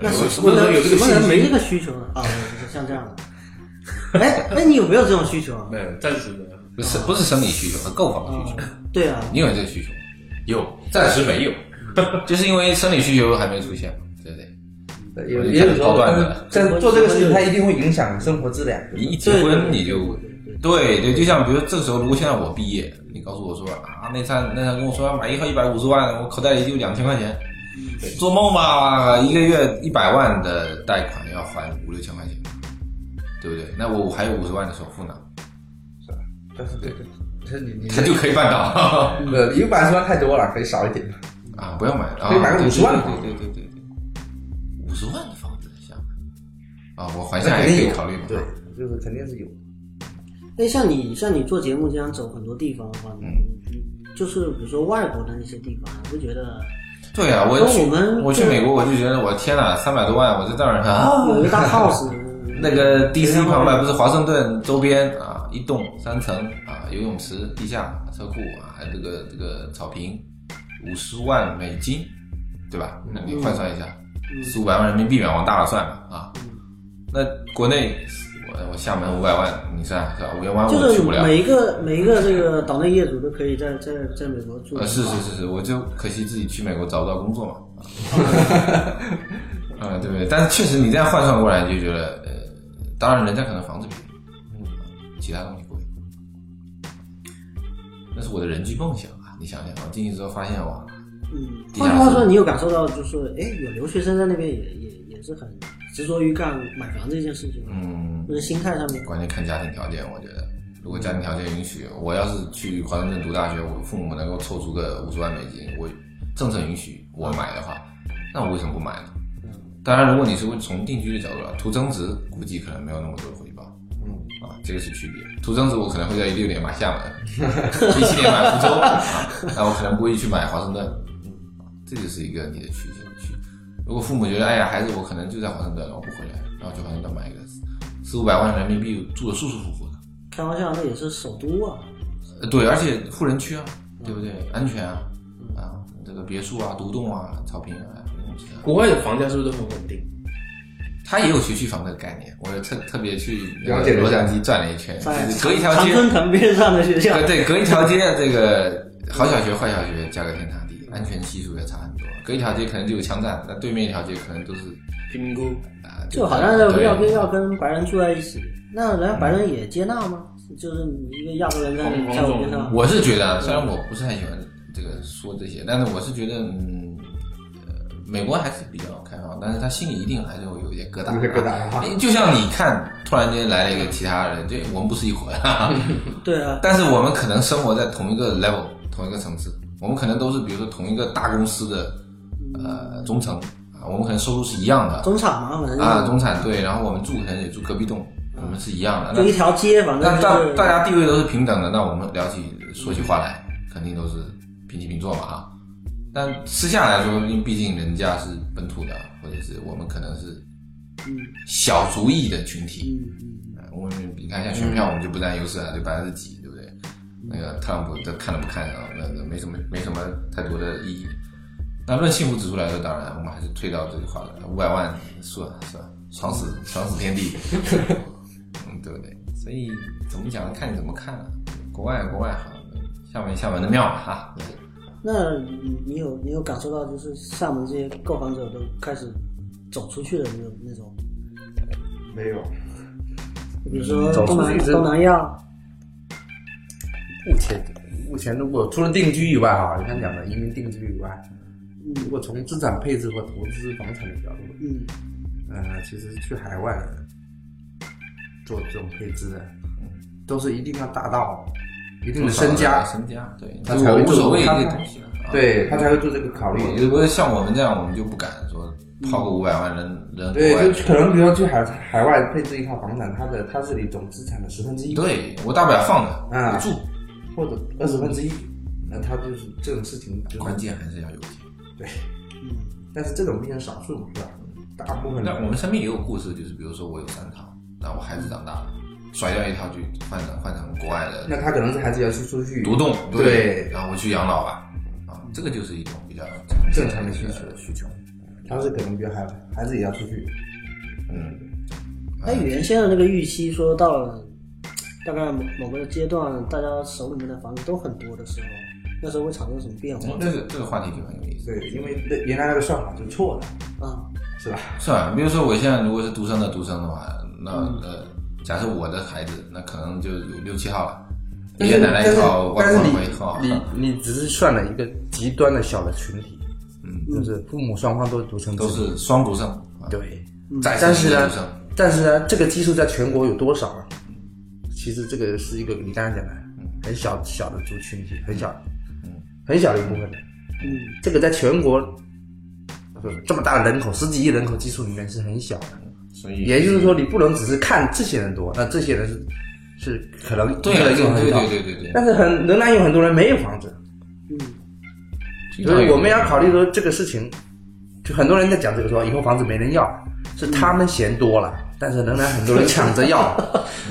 [SPEAKER 2] 那什
[SPEAKER 5] 什
[SPEAKER 2] 什
[SPEAKER 5] 么
[SPEAKER 2] 么
[SPEAKER 5] 人
[SPEAKER 2] 人
[SPEAKER 5] 有这个
[SPEAKER 2] 什么人
[SPEAKER 5] 信心
[SPEAKER 2] 没这个需求呢？啊，就是像这样的。哎，那你有没有这种需求啊？
[SPEAKER 5] 没有，暂时没有，
[SPEAKER 4] 不是不是生理需求，而购房需
[SPEAKER 2] 啊
[SPEAKER 4] 求。，
[SPEAKER 2] 对啊，
[SPEAKER 4] 你有这个需求吗，
[SPEAKER 5] 有暂时没有。
[SPEAKER 4] 就是因为生理需求还没出现嘛，对不对？
[SPEAKER 3] 对也也有时候，但是但是做这个事情，它一定会影响生活质量。
[SPEAKER 4] 你一结婚你就对对，就像比如这时候，如果现在我毕业，你告诉我说啊，那餐那餐跟我说要买一盒一百五十万，我口袋里就两千块钱，
[SPEAKER 3] 嗯
[SPEAKER 4] 做梦吧！一个月一百万的贷款要还五六千块钱，对不对？那我还有五十万的首付呢，
[SPEAKER 3] 但是对对，这你你
[SPEAKER 4] 他就可以办到
[SPEAKER 3] 呃，一百十万太多了，可以少一点。
[SPEAKER 4] 啊！不要买啊，
[SPEAKER 3] 可以买个
[SPEAKER 4] 对
[SPEAKER 3] 50万的
[SPEAKER 4] 对
[SPEAKER 3] 房
[SPEAKER 4] 对对对对，五十万的房子想啊，我还
[SPEAKER 3] 那
[SPEAKER 4] 下来
[SPEAKER 3] 肯
[SPEAKER 4] 可
[SPEAKER 3] 定
[SPEAKER 4] 以
[SPEAKER 3] 有
[SPEAKER 4] 考虑嘛？
[SPEAKER 3] 对，就是肯定是有。
[SPEAKER 2] 哎，像你像你做节目这样走很多地方的话，你你就是比如说外国的那些地方，你会觉得
[SPEAKER 4] 对啊，我
[SPEAKER 2] 跟
[SPEAKER 4] 去
[SPEAKER 2] 我们
[SPEAKER 4] 我去
[SPEAKER 2] 这
[SPEAKER 4] 美国，我就觉得我天哪，三百多万，我在那儿啊，
[SPEAKER 2] 有一个大 house，嗯
[SPEAKER 4] 那个 DC 旁边不是华盛顿周边啊，一栋三层啊，游泳池、地下车库啊，还有这个这个草坪，五十万美金，对吧？那你换算一下，
[SPEAKER 2] 嗯
[SPEAKER 4] 四五百万人民币嘛，往大了算了啊。那国内我我厦门五百万，你算是吧？五千万
[SPEAKER 2] 就
[SPEAKER 4] 我去
[SPEAKER 2] 是
[SPEAKER 4] 不了。
[SPEAKER 2] 每一个每一个这个岛内业主都可以在在在美国住。
[SPEAKER 4] 呃，是是是是，我就可惜自己去美国找不到工作嘛。啊、对不对？但是确实你这样换算过来，你就觉得，呃，当然人家可能房子便宜，嗯其他东西贵。那是我的人均梦想啊！你想想，我进去之后发现哇，
[SPEAKER 2] 嗯，
[SPEAKER 4] 地下
[SPEAKER 2] 换句话
[SPEAKER 4] 室
[SPEAKER 2] 说，你有感受到就是，哎，有留学生在那边也也也是很执着于干买房这件事情吗，
[SPEAKER 4] 嗯
[SPEAKER 2] 就，是心态上面。
[SPEAKER 4] 关键看家庭条件，我觉得，如果家庭条件允许，我要是去华盛顿读大学，我父母能够凑足个五十万美金，我政策允许我买的话，那我为什么不买呢？当然，如果你是从定居的角度来，图增值估计可能没有那么多的回报。
[SPEAKER 3] 嗯，
[SPEAKER 4] 啊，这个是区别。图增值我可能会在一六年买厦门，一七年买福州，啊，那我可能不会去买华盛顿。这就是一个你的区间区。如果父母觉得，哎呀，孩子，我可能就在华盛顿，我不回来，然后去华盛顿买一个四五百万人民币住的舒舒服服的，
[SPEAKER 2] 开玩笑，那也是首都啊。
[SPEAKER 4] 呃对，而且富人区啊，对不对？安全啊，啊，这个别墅啊、独栋啊、草坪啊、游泳池啊，
[SPEAKER 5] 国外的房价是不是都很稳定？
[SPEAKER 4] 它也有学区房这个概念。我特特别去
[SPEAKER 3] 了解了一下
[SPEAKER 4] 洛杉矶转了一圈，
[SPEAKER 2] 在
[SPEAKER 4] 隔一条
[SPEAKER 2] 哎长
[SPEAKER 4] 街，
[SPEAKER 2] 春藤边上的学校
[SPEAKER 4] 对，对，隔 一条街，这个好小学坏小学，价格天差地，安全系数也差很多。隔一条街可能就有枪战，那对面一条街可能都是
[SPEAKER 5] 贫民窟
[SPEAKER 4] 啊，呃
[SPEAKER 2] 就好像要
[SPEAKER 4] 对
[SPEAKER 2] 要跟要跟白人住在一起，那人家白人也接纳吗？就是你一个亚洲人在
[SPEAKER 5] 黄黄
[SPEAKER 2] 在我
[SPEAKER 5] 种
[SPEAKER 2] 边上，
[SPEAKER 4] 我是觉得啊，虽然我不是很喜欢这个说这些，但是我是觉得，嗯，呃，美国还是比较开放，但是他心里一定还是会有一些疙瘩。
[SPEAKER 3] 有些疙瘩啊
[SPEAKER 4] 哎就像你看，突然间来了一个其他人，这我们不是一伙的，哈 哈
[SPEAKER 2] 对啊，
[SPEAKER 4] 但是我们可能生活在同一个 level、同一个层次，我们可能都是比如说同一个大公司的呃中层啊，我们可能收入是一样的
[SPEAKER 2] 中产嘛，反正
[SPEAKER 4] 啊，中产对，然后我们住可能也住隔壁栋，我们是一样的。
[SPEAKER 2] 就
[SPEAKER 4] 那
[SPEAKER 2] 一条街，反正
[SPEAKER 4] 那
[SPEAKER 2] 就
[SPEAKER 4] 大
[SPEAKER 2] 是
[SPEAKER 4] 大家地位都是平等的，那我们聊起说起话来，肯定都是平起平坐嘛啊。但私下来说，因为毕竟人家是本土的，或者是我们可能是
[SPEAKER 2] 嗯
[SPEAKER 4] 小族裔的群体，呃我们你看像选票，我们就不占优势了，就百分之几，对不对？那个特朗普这看都不看啊，那个没什么没什么太多的意义。那论幸福指数来说，当然我们还是退到这句话了，五百万算算爽死爽死天地， 嗯，对不对？所以怎么讲，看你怎么看了、国外有国外好，厦门厦门的庙啊嘛哈，
[SPEAKER 2] 那你你有你有感受到就是厦门这些购房者都开始走出去的那种那种，
[SPEAKER 3] 没有，
[SPEAKER 2] 比如说
[SPEAKER 1] 走出
[SPEAKER 2] 东
[SPEAKER 1] 去
[SPEAKER 2] 南
[SPEAKER 1] 是
[SPEAKER 2] 东南亚，
[SPEAKER 1] 目前目前如果除了定居以外啊，你看讲的移民定居以外，如果从资产配置和投资房产的角度，
[SPEAKER 2] 嗯，
[SPEAKER 1] 呃，其实去海外做这种配置的，都是一定要达到一定的身家，
[SPEAKER 4] 身家，对，
[SPEAKER 1] 他
[SPEAKER 4] 就
[SPEAKER 1] 才
[SPEAKER 4] 我
[SPEAKER 1] 会
[SPEAKER 4] 无
[SPEAKER 1] 做
[SPEAKER 4] 所谓
[SPEAKER 1] 他
[SPEAKER 4] 这东西了，啊
[SPEAKER 3] 对他才会做这个考虑。
[SPEAKER 4] 如果像我们这样，我们就不敢说抛个五百万人人国
[SPEAKER 3] 对，
[SPEAKER 4] 外
[SPEAKER 3] 就。可能比如说去海海外配置一套房产，它的它是你总资产的十分之一，
[SPEAKER 4] 对我大不了放着，
[SPEAKER 3] 嗯
[SPEAKER 4] 我住，
[SPEAKER 3] 或者二十分之一，那它就是这种事情就是
[SPEAKER 4] 关键还是要有钱。
[SPEAKER 3] 对，但是这种毕竟少数嘛，是吧？大部分
[SPEAKER 4] 那我
[SPEAKER 3] 人
[SPEAKER 4] 们身边也有故事，就是比如说我有三套，那我孩子长大了，甩掉一套去换成换成国外的
[SPEAKER 3] 那他可能是还是要去出去
[SPEAKER 4] 独栋，不
[SPEAKER 3] 对
[SPEAKER 4] 然后我去养老吧，啊，这个就是一种比较常见
[SPEAKER 3] 正常的需求
[SPEAKER 4] 需求。
[SPEAKER 3] 他是可能比较孩孩子也要出去，
[SPEAKER 4] 嗯，
[SPEAKER 2] 那原哎先的那个预期说到了大概某某个阶段，大家手里面的房子都很多的时候，那时候会产生什么变化
[SPEAKER 4] 这个这个话题就很有意思。
[SPEAKER 3] 对，因为那原来那个算法就错了，
[SPEAKER 2] 啊？
[SPEAKER 7] 是吧？
[SPEAKER 4] 是啊，比如说我现在如果是独生的独生的话，那
[SPEAKER 3] 嗯
[SPEAKER 4] 呃，假设我的孩子，那可能就有六七号了，爷爷奶奶一号，外
[SPEAKER 3] 但
[SPEAKER 4] 公
[SPEAKER 3] 是
[SPEAKER 4] 外
[SPEAKER 3] 你
[SPEAKER 4] 婆一啊号，
[SPEAKER 3] 你你只是算了一个极端的小的群体，嗯，就是父母双方都是独生子
[SPEAKER 4] 都
[SPEAKER 3] 女，
[SPEAKER 4] 是双独生，啊
[SPEAKER 3] 对。
[SPEAKER 4] 再
[SPEAKER 3] 但
[SPEAKER 4] 生
[SPEAKER 3] 是
[SPEAKER 4] 一个
[SPEAKER 3] 呢
[SPEAKER 4] 独生，
[SPEAKER 3] 但是呢，这个基数在全国有多少啊？其实这个是一个你刚才讲的
[SPEAKER 4] 嗯
[SPEAKER 3] 很小小的族群体，很小，很小的一部分人。
[SPEAKER 2] 嗯，
[SPEAKER 3] 这个在全国呃这么大的人口，十几亿人口基数里面是很小的。
[SPEAKER 4] 所以
[SPEAKER 3] 也就是说，你不能只是看这些人多，那这些人是是可能
[SPEAKER 4] 对
[SPEAKER 3] 一个
[SPEAKER 4] 啊
[SPEAKER 3] 人
[SPEAKER 4] 对
[SPEAKER 3] 有很
[SPEAKER 4] 对
[SPEAKER 3] 少，
[SPEAKER 4] 对对对对，
[SPEAKER 3] 但是很仍然有很多人没有房子，所以我们要考虑说这个事情，就很多人在讲这个说以后房子没人要，是他们嫌多了，但是仍然很多人抢着 要，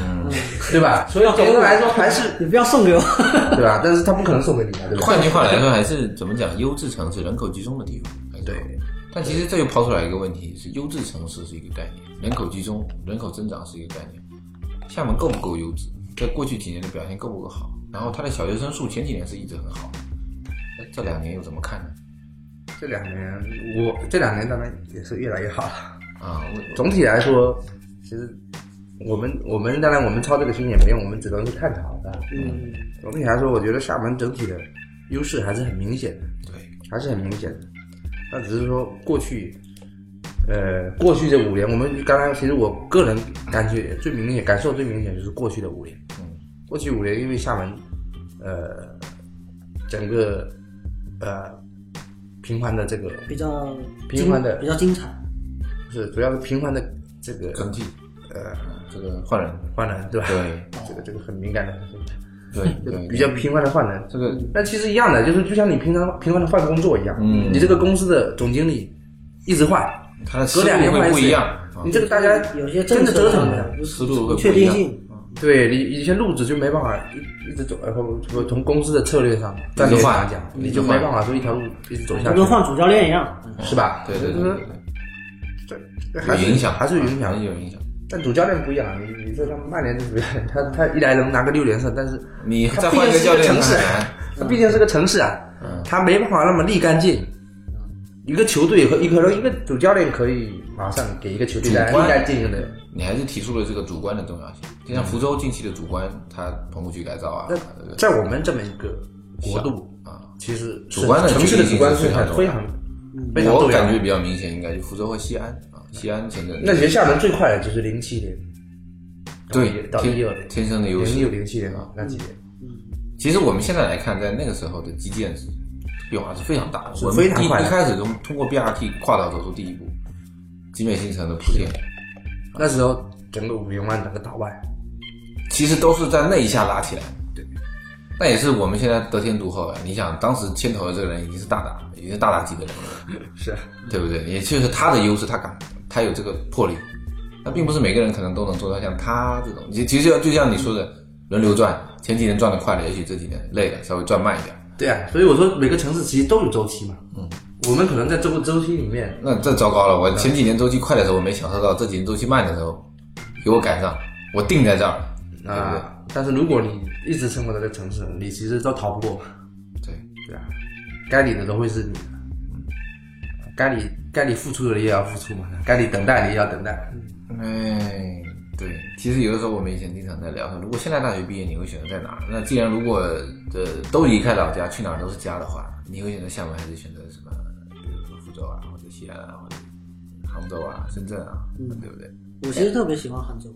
[SPEAKER 3] 嗯对
[SPEAKER 4] 嗯
[SPEAKER 3] 吧？所以总的来说还是
[SPEAKER 2] 你不要送给我。
[SPEAKER 3] 对吧？但是他不可能送给你的，对吧？
[SPEAKER 4] 换句话来说，还是怎么讲？优质城市人口集中的地方。还是
[SPEAKER 3] 对
[SPEAKER 4] 好但其实这又抛出来一个问题：是优质城市是一个概念，人口集中、人口增长是一个概念。厦门够不够优质？在过去几年的表现够不够好？然后它的小学生数前几年是一直很好，那这两年又怎么看呢？
[SPEAKER 3] 这两年我这两年当然也是越来越好了。
[SPEAKER 4] 啊，我
[SPEAKER 3] 总体来说，其实我们我们当然我们操这个心也没用，我们只能是探讨的。
[SPEAKER 2] 嗯，
[SPEAKER 3] 总体来说，我觉得厦门整体的优势还是很明显的，
[SPEAKER 4] 对
[SPEAKER 3] 还是很明显的。那只是说过去，呃，过去这五年，我们刚才其实我个人感觉最明显、感受最明显就是过去的五年。
[SPEAKER 4] 嗯，
[SPEAKER 3] 过去五年因为厦门，呃，整个呃频繁的这个
[SPEAKER 2] 比较
[SPEAKER 3] 平凡的
[SPEAKER 2] 比较精彩。
[SPEAKER 3] 不是主要是频繁的这个
[SPEAKER 4] 更替
[SPEAKER 3] 呃
[SPEAKER 4] 这个换人，
[SPEAKER 3] 换人，对吧？
[SPEAKER 4] 对
[SPEAKER 3] 这个这个很敏感的事情，
[SPEAKER 4] 哦对
[SPEAKER 3] 这个
[SPEAKER 4] 对，
[SPEAKER 3] 比较频繁的换人。
[SPEAKER 4] 这个
[SPEAKER 3] 但其实一样的，就是就像你平常频繁的换工作一样，
[SPEAKER 4] 嗯
[SPEAKER 3] 你这个公司的总经理一直换，
[SPEAKER 4] 它的思
[SPEAKER 3] 隔
[SPEAKER 4] 路
[SPEAKER 3] 两年换
[SPEAKER 4] 会
[SPEAKER 3] 一
[SPEAKER 4] 不
[SPEAKER 3] 次
[SPEAKER 4] 一样，啊
[SPEAKER 3] 你这个大家
[SPEAKER 2] 有些政
[SPEAKER 3] 真的
[SPEAKER 2] 策
[SPEAKER 3] 折腾的。
[SPEAKER 2] 不
[SPEAKER 4] 思路会
[SPEAKER 2] 不
[SPEAKER 4] 不
[SPEAKER 2] 确
[SPEAKER 4] 一
[SPEAKER 2] 定
[SPEAKER 4] 样
[SPEAKER 2] 性，
[SPEAKER 3] 对你以前入职就没办法一一直走，然后从公司的策略上战略上来讲，
[SPEAKER 4] 一直换
[SPEAKER 3] 你就没办法说一条路一直走下
[SPEAKER 2] 就
[SPEAKER 3] 去
[SPEAKER 2] 跟，换主教练一样。嗯
[SPEAKER 3] 是吧？
[SPEAKER 4] 对对对对对，
[SPEAKER 3] 这还是
[SPEAKER 4] 有影响，哎
[SPEAKER 3] 还是有影
[SPEAKER 4] 还
[SPEAKER 3] 响
[SPEAKER 4] 是。有影响。
[SPEAKER 3] 但主教练不一样，你你说他曼联的主教练， 他他一来能拿个六连胜，但是
[SPEAKER 4] 你
[SPEAKER 3] 他
[SPEAKER 4] 再
[SPEAKER 3] 毕
[SPEAKER 4] 换
[SPEAKER 3] 竟
[SPEAKER 4] 一
[SPEAKER 3] 是
[SPEAKER 4] 个教
[SPEAKER 3] 个
[SPEAKER 4] 练
[SPEAKER 3] 城市
[SPEAKER 4] 很
[SPEAKER 3] 啊
[SPEAKER 4] 难。，
[SPEAKER 3] 他毕竟是个城市啊，
[SPEAKER 4] 嗯
[SPEAKER 3] 他没办法那么立竿见影。一个球队和一个人，一个主教练可以马上给一个球队带来
[SPEAKER 4] 主观
[SPEAKER 3] 立竿见影的，
[SPEAKER 4] 你还是提出了这个主观的重要性，就像福州近期的主观，它棚户区改造啊，
[SPEAKER 3] 嗯那
[SPEAKER 4] 对不对
[SPEAKER 3] 在我们这么一个国度，
[SPEAKER 4] 啊，
[SPEAKER 3] 其实
[SPEAKER 4] 主
[SPEAKER 3] 是
[SPEAKER 4] 观的
[SPEAKER 3] 城市的
[SPEAKER 4] 决
[SPEAKER 3] 主
[SPEAKER 4] 定
[SPEAKER 3] 观
[SPEAKER 4] 性
[SPEAKER 3] 是
[SPEAKER 4] 是
[SPEAKER 3] 很
[SPEAKER 4] 非
[SPEAKER 3] 非
[SPEAKER 4] 常
[SPEAKER 3] 常非常
[SPEAKER 4] 我
[SPEAKER 3] 重要
[SPEAKER 4] 感觉
[SPEAKER 3] 的。
[SPEAKER 4] 比较明显，应该就福州和西安啊，西安前阵
[SPEAKER 3] 那其实厦门最快的就是零七年，
[SPEAKER 4] 对
[SPEAKER 3] 到一二
[SPEAKER 4] 天
[SPEAKER 3] 年，
[SPEAKER 4] 天生的嗯优
[SPEAKER 3] 零
[SPEAKER 4] 势
[SPEAKER 3] 六。零七年啊那几年
[SPEAKER 4] 其实我们现在来看，在那个时候的基建是变化是非常大的，
[SPEAKER 3] 是
[SPEAKER 4] 我们
[SPEAKER 3] 非常
[SPEAKER 4] 第一
[SPEAKER 3] 快的
[SPEAKER 4] 一开始就通过 BRT 跨岛走出第一步，集美新城的铺垫，
[SPEAKER 3] 那时候整个五零湾整个岛外，
[SPEAKER 4] 其实都是在那一下拉起来。对，那也是我们现在得天独厚了。你想，当时牵头的这个人已经是大大，已经是大大级的人了。
[SPEAKER 3] 是
[SPEAKER 4] 对不对？也就是他的优势，他敢，他有这个魄力。那并不是每个人可能都能做到像他这种。其其实就像你说的，轮流转，前几年赚的快了，也许这几年累了，稍微赚慢一点。
[SPEAKER 3] 对啊，所以我说每个城市其实都有周期嘛。嗯，我们可能在这个周期里面，
[SPEAKER 4] 那这糟糕了！我前几年周期快的时候我没享受到，这几年周期慢的时候给我赶上，我定在这儿了，对不对？
[SPEAKER 3] 啊，但是如果你一直生活在这个城市，你其实都逃不过，
[SPEAKER 4] 对，
[SPEAKER 3] 对啊，该你的都会是你的，嗯该你该你付出的也要付出嘛，该你等待的也要等待，
[SPEAKER 4] 哎，对，其实有的时候我们以前经常在聊说，如果现在大学毕业，你会选择在哪儿？那既然如果呃都离开老家，去哪儿都是家的话，你会选择厦门还是选择什么？比如说福州啊，或者西安啊，或者杭州啊、深圳啊，对不对？
[SPEAKER 2] 我其实特别喜欢杭州，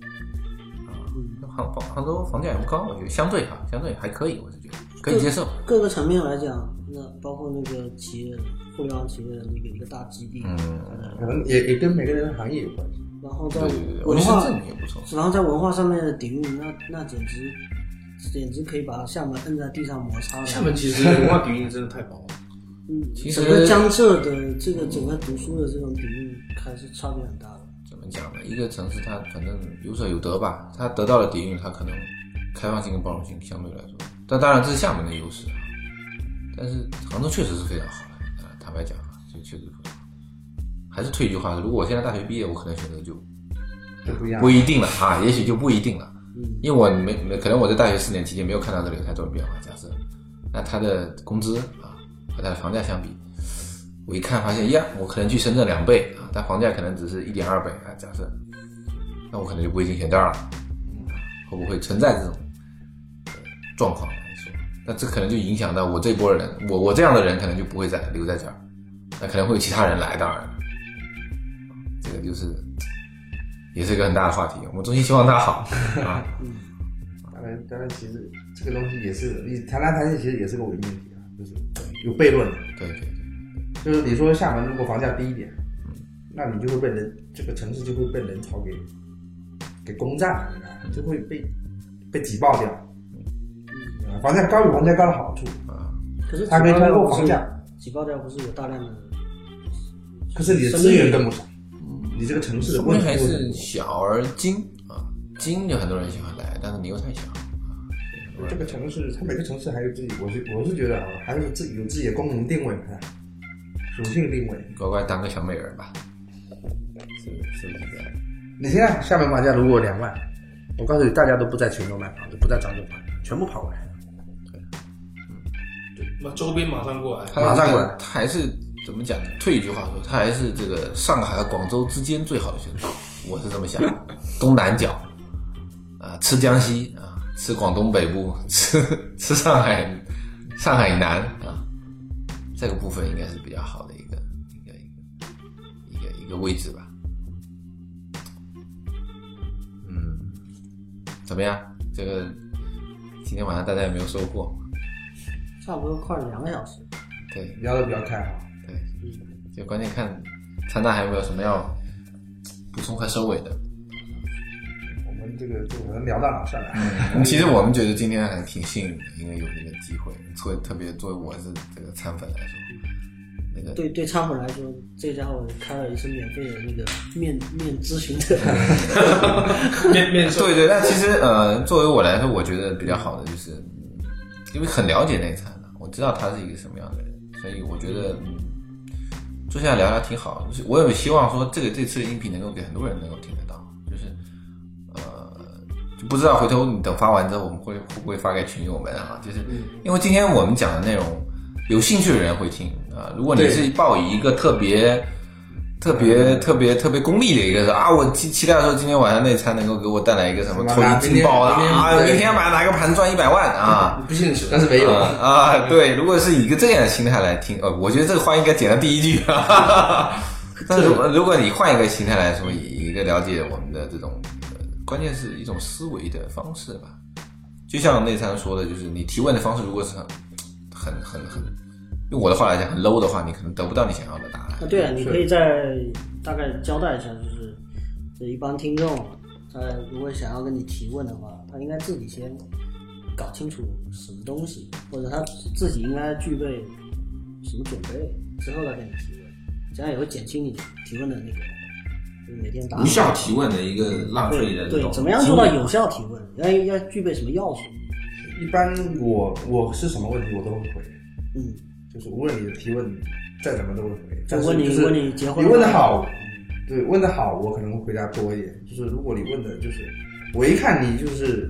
[SPEAKER 4] 那杭杭杭州房价也不高，我觉得相对啊，相对还可以，我是觉得可以接受。
[SPEAKER 2] 各个层面来讲，那包括那个企业、互联网企业的那个一个大基地，
[SPEAKER 4] 嗯，
[SPEAKER 7] 可能也也跟每个人的行业有关系。
[SPEAKER 2] 然后在
[SPEAKER 4] 对对对，我
[SPEAKER 2] 文
[SPEAKER 4] 觉得
[SPEAKER 2] 化
[SPEAKER 4] 深，圳也不错。
[SPEAKER 2] 然后在文化上面的底蕴，那那简直简直可以把厦门摁在地上摩擦了。
[SPEAKER 5] 厦门其实文化底蕴真的太薄了，
[SPEAKER 2] 嗯，
[SPEAKER 4] 其
[SPEAKER 2] 整
[SPEAKER 4] 实
[SPEAKER 2] 个江浙的这个整个读书的这种底蕴还是差别很大的。
[SPEAKER 4] 怎么讲呢？一个城市它反正有舍有得吧，它得到了底蕴，它可能开放性跟包容性相对来说，但当然这是厦门的优势啊。但是杭州确实是非常好的，啊，坦白讲啊，就确实不错。还是退一句话，如果我现在大学毕业，我可能选择就
[SPEAKER 7] 就不一样嗯
[SPEAKER 4] 不一定了啊，也许就不一定了，因为我没没可能我在大学四年期间没有看到这里呃有太多的变化。假设，那他的工资啊和他的房价相比，我一看发现，呀，我可能去深圳两倍啊，但房价可能只是一点二倍啊，假设，那我可能就不会进选这儿了，会不会存在这种呃状况来说？那这可能就影响到我这波人，我我这样的人可能就不会再留在这儿，那可能会有其他人来，当然，这个就是也是一个很大的话题。我们衷心希望大家 好啊，
[SPEAKER 3] 当然，当然，其实这个东西也是你谈来谈去，其实也是个伪命题啊，就是有悖论的。
[SPEAKER 4] 对对对，
[SPEAKER 3] 就是你说厦门如果房价低一点，那你就会被人这个城市就会被人潮给给攻占了，你知道吗就会被被挤爆掉。啊房价高有房价高的好处，
[SPEAKER 2] 可是
[SPEAKER 3] 它可以通过房价，
[SPEAKER 2] 挤爆掉不是有大量的，
[SPEAKER 3] 可是你的资源跟不上，你这个城市的
[SPEAKER 4] 说
[SPEAKER 3] 问
[SPEAKER 4] 明
[SPEAKER 3] 题
[SPEAKER 4] 还
[SPEAKER 3] 就是
[SPEAKER 4] 小而精啊，精有很多人喜欢来，但是你又太小。
[SPEAKER 3] 这个城市，它每个城市还有自己，我是我是觉得啊，还是自己有自己的功能定位，啊属性定位。
[SPEAKER 4] 乖乖当个小美人吧，是是不是这样？
[SPEAKER 1] 你现在厦门房价如果两万，我告诉你，大家都不在泉州买房子，不在漳州买，全部跑过来了。
[SPEAKER 5] 那周边马上过来，
[SPEAKER 4] 他
[SPEAKER 1] 马上过来
[SPEAKER 4] 他还是怎么讲？退一句话说，他还是这个上海和广州之间最好的选择，我是这么想的。东南角啊，吃江西啊，吃广东北部，吃吃上海上海南啊，这个部分应该是比较好的一个一个一个一个一个位置吧。嗯，怎么样？这个今天晚上大家有没有收获？
[SPEAKER 2] 差不多快两个小时。
[SPEAKER 4] 对，
[SPEAKER 3] 聊得比较开啊，
[SPEAKER 4] 对，嗯就关键看川大还有没有什么要补充和收尾的。
[SPEAKER 3] 我们这个就可能聊到哪算哪。
[SPEAKER 2] 嗯
[SPEAKER 4] 其实我们觉得今天还挺幸运的，因为有这个机会，作为特别作为我是这个参粉来说，那个
[SPEAKER 2] 对对，昌粉来说，这家伙开了一次免费的那个面面咨询的，
[SPEAKER 5] 面面授
[SPEAKER 4] 哎对对，但其实呃，作为我来说，我觉得比较好的就是，嗯因为很了解内参了，我知道他是一个什么样的人，所以我觉得嗯，坐下来聊聊挺好。就是我也希望说，这个这次音频能够给很多人能够听得到，就是呃，就不知道回头你等发完之后，我们会会不会发给群友们啊？就是
[SPEAKER 3] 嗯
[SPEAKER 4] 因为今天我们讲的内容，有兴趣的人会听啊、如果你是抱以一个特别。特别
[SPEAKER 3] 嗯
[SPEAKER 4] 特别特别功利的一个是啊，我期期待说今天晚上那餐能够给我带来一个什么
[SPEAKER 3] 什么
[SPEAKER 4] 投
[SPEAKER 3] 拿
[SPEAKER 4] 机劲爆的
[SPEAKER 3] 明天
[SPEAKER 4] 啊，
[SPEAKER 3] 明天
[SPEAKER 4] 明天买哪个盘赚一百万 啊？
[SPEAKER 5] 不现实，
[SPEAKER 3] 但是没有啊，
[SPEAKER 4] 啊，对，如果是以一个这样的心态来听，呃，我觉得这个话应该剪到第一 句。但是如呃果如果你换一个心态来说，以一个了解我们的这种，呃关键是一种思维的方式吧。就像内参说的，就是你提问的方式如果是很很很很，用我的话来讲很 low 的话，你可能得不到你想要的答案。
[SPEAKER 2] 啊，对了，你可以再大概交代一下，就是这一般听众，他如果想要跟你提问的话，他应该自己先搞清楚什么东西，或者他自己应该具备什么准备，之后再跟你提问，这样也会减轻你提问的那个就是每天答
[SPEAKER 4] 无
[SPEAKER 2] 案。
[SPEAKER 4] 效提问的一个浪费的
[SPEAKER 2] 对
[SPEAKER 4] 这种
[SPEAKER 2] 对，怎么样
[SPEAKER 4] 机
[SPEAKER 2] 做
[SPEAKER 4] 会
[SPEAKER 2] 到有效提问？要要具备什么要素？
[SPEAKER 3] 一般我我是什么问题我都会回，
[SPEAKER 2] 嗯，
[SPEAKER 3] 就是无论你的提问再怎么都会回。但是
[SPEAKER 2] 问你
[SPEAKER 3] 就是
[SPEAKER 2] 问你结婚
[SPEAKER 3] 你
[SPEAKER 2] 了
[SPEAKER 3] 问的
[SPEAKER 2] 吗
[SPEAKER 3] 好，对，问的好，我可能会回答多一点。就是如果你问的就是我一看你就是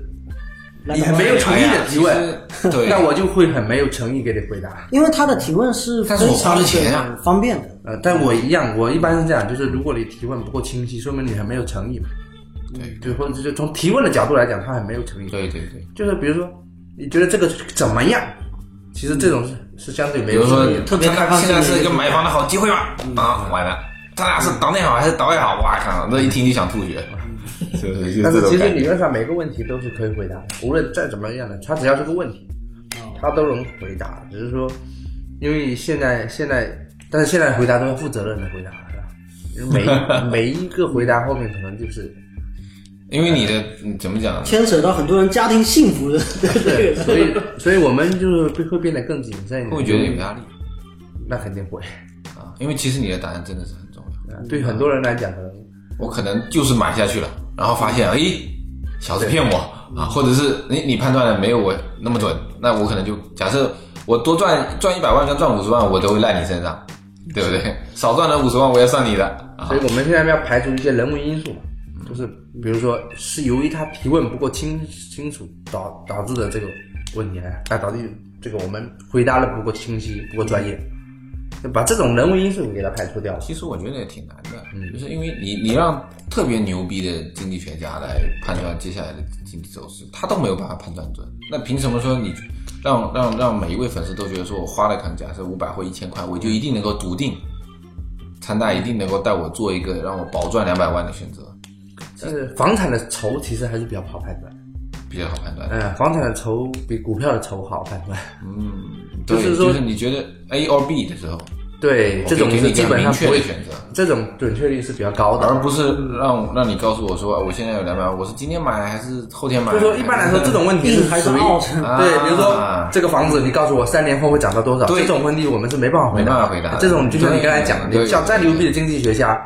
[SPEAKER 2] 来
[SPEAKER 1] 你
[SPEAKER 2] 咱
[SPEAKER 1] 很
[SPEAKER 2] 们
[SPEAKER 1] 没有诚意的提问，
[SPEAKER 4] 其实哎对
[SPEAKER 1] 那我就会很没有诚意给你回答。
[SPEAKER 2] 因为他的提问是非
[SPEAKER 4] 但是我花
[SPEAKER 2] 常
[SPEAKER 4] 了钱啊
[SPEAKER 2] 的方便的。
[SPEAKER 1] 呃，但我一样，我一般是这样，就是如果你提问不够清晰，说明你很没有诚意嘛。
[SPEAKER 4] 对
[SPEAKER 1] 对，或者就从提问的角度来讲，他很没有诚意。
[SPEAKER 4] 对对对，
[SPEAKER 1] 就是比如说，你觉得这个怎么样？其实这种是是相对没
[SPEAKER 4] 比
[SPEAKER 1] 有
[SPEAKER 4] 如说
[SPEAKER 1] 诚意的。
[SPEAKER 2] 特别开放
[SPEAKER 4] 现
[SPEAKER 2] 性
[SPEAKER 4] 在
[SPEAKER 2] 的
[SPEAKER 4] 是一
[SPEAKER 2] 一
[SPEAKER 4] 个
[SPEAKER 2] 个
[SPEAKER 4] 买房的好机会嘛，啊，完了，咱俩是党内好还是岛内好？哇靠，这一听就想吐血，是不 是？就
[SPEAKER 1] 但
[SPEAKER 4] 这
[SPEAKER 1] 是其实
[SPEAKER 4] 种感
[SPEAKER 1] 理
[SPEAKER 4] 觉。
[SPEAKER 1] 论上每个问题都是可以回答的，无论再怎么样的，他只要是个问题，他都能回答。只是说，因为现在现在，但是现在回答都要负责任的回答，是吧？因为 每每一个回答后面可能就是
[SPEAKER 4] 因为你的嗯怎么讲？
[SPEAKER 2] 牵扯到很多人家庭幸福的 对，
[SPEAKER 1] 所以所以我们就是会会变得更谨慎一点。
[SPEAKER 4] 会觉得有压力
[SPEAKER 1] 那肯定会。
[SPEAKER 4] 啊，因为其实你的答案真的是很重要。
[SPEAKER 1] 对很多人来讲，可能
[SPEAKER 4] 我可能就是买下去了，然后发现，哎，小子骗我啊，或者是你你判断的没有我那么准，那我可能就假设我多赚赚一百万跟赚五十万，我都会赖你身上，对不对？少赚了五十万，我要算你的啊
[SPEAKER 1] 所以。我们现在要排除一些人为因素嘛，就是比如说是由于他提问不够清清楚导导致的这个问题来，啊，导致这个我们回答的不够清晰、不够专业，
[SPEAKER 3] 就把这种人为因素给它排除掉了。
[SPEAKER 4] 其实我觉得也挺难的，
[SPEAKER 3] 嗯
[SPEAKER 4] 就是因为你你让特别牛逼的经济学家来判断接下来的经济走势，他都没有办法判断准。那凭什么说你让让让每一位粉丝都觉得说我花了可能假设五百或一千块，我就一定能够笃定，参大一定能够带我做一个让我保赚两百万的选择，
[SPEAKER 3] 就是房产的筹其实还是比较好判断，
[SPEAKER 4] 比较好判断。
[SPEAKER 3] 嗯，房产的筹比股票的筹好判断。
[SPEAKER 4] 嗯对
[SPEAKER 3] 嗯就是说
[SPEAKER 4] 就是你觉得 A or B 的时候，
[SPEAKER 3] 对，
[SPEAKER 4] 我
[SPEAKER 3] 这种
[SPEAKER 4] 给你
[SPEAKER 3] 是
[SPEAKER 4] 一
[SPEAKER 3] 基
[SPEAKER 4] 个
[SPEAKER 3] 本
[SPEAKER 4] 明
[SPEAKER 3] 上
[SPEAKER 4] 确
[SPEAKER 3] 不
[SPEAKER 4] 的
[SPEAKER 3] 会，
[SPEAKER 4] 选择。
[SPEAKER 3] 这种准确率是比较高的。
[SPEAKER 4] 而不是让让你告诉我说，啊我现在有两百万，我是今天买还是后天买？
[SPEAKER 3] 就是说，一般来说，这种问题是
[SPEAKER 2] 还是
[SPEAKER 3] 属于
[SPEAKER 2] 澳洲
[SPEAKER 3] 对，比如说
[SPEAKER 4] 嗯啊
[SPEAKER 3] 这个房子，你告诉我三年后会涨到多少？
[SPEAKER 4] 对
[SPEAKER 3] 这种问题我们是没办法回答的，
[SPEAKER 4] 没办法回答的
[SPEAKER 3] 这种就像你刚才讲的，
[SPEAKER 4] 对
[SPEAKER 3] 你像再牛逼的经济学家，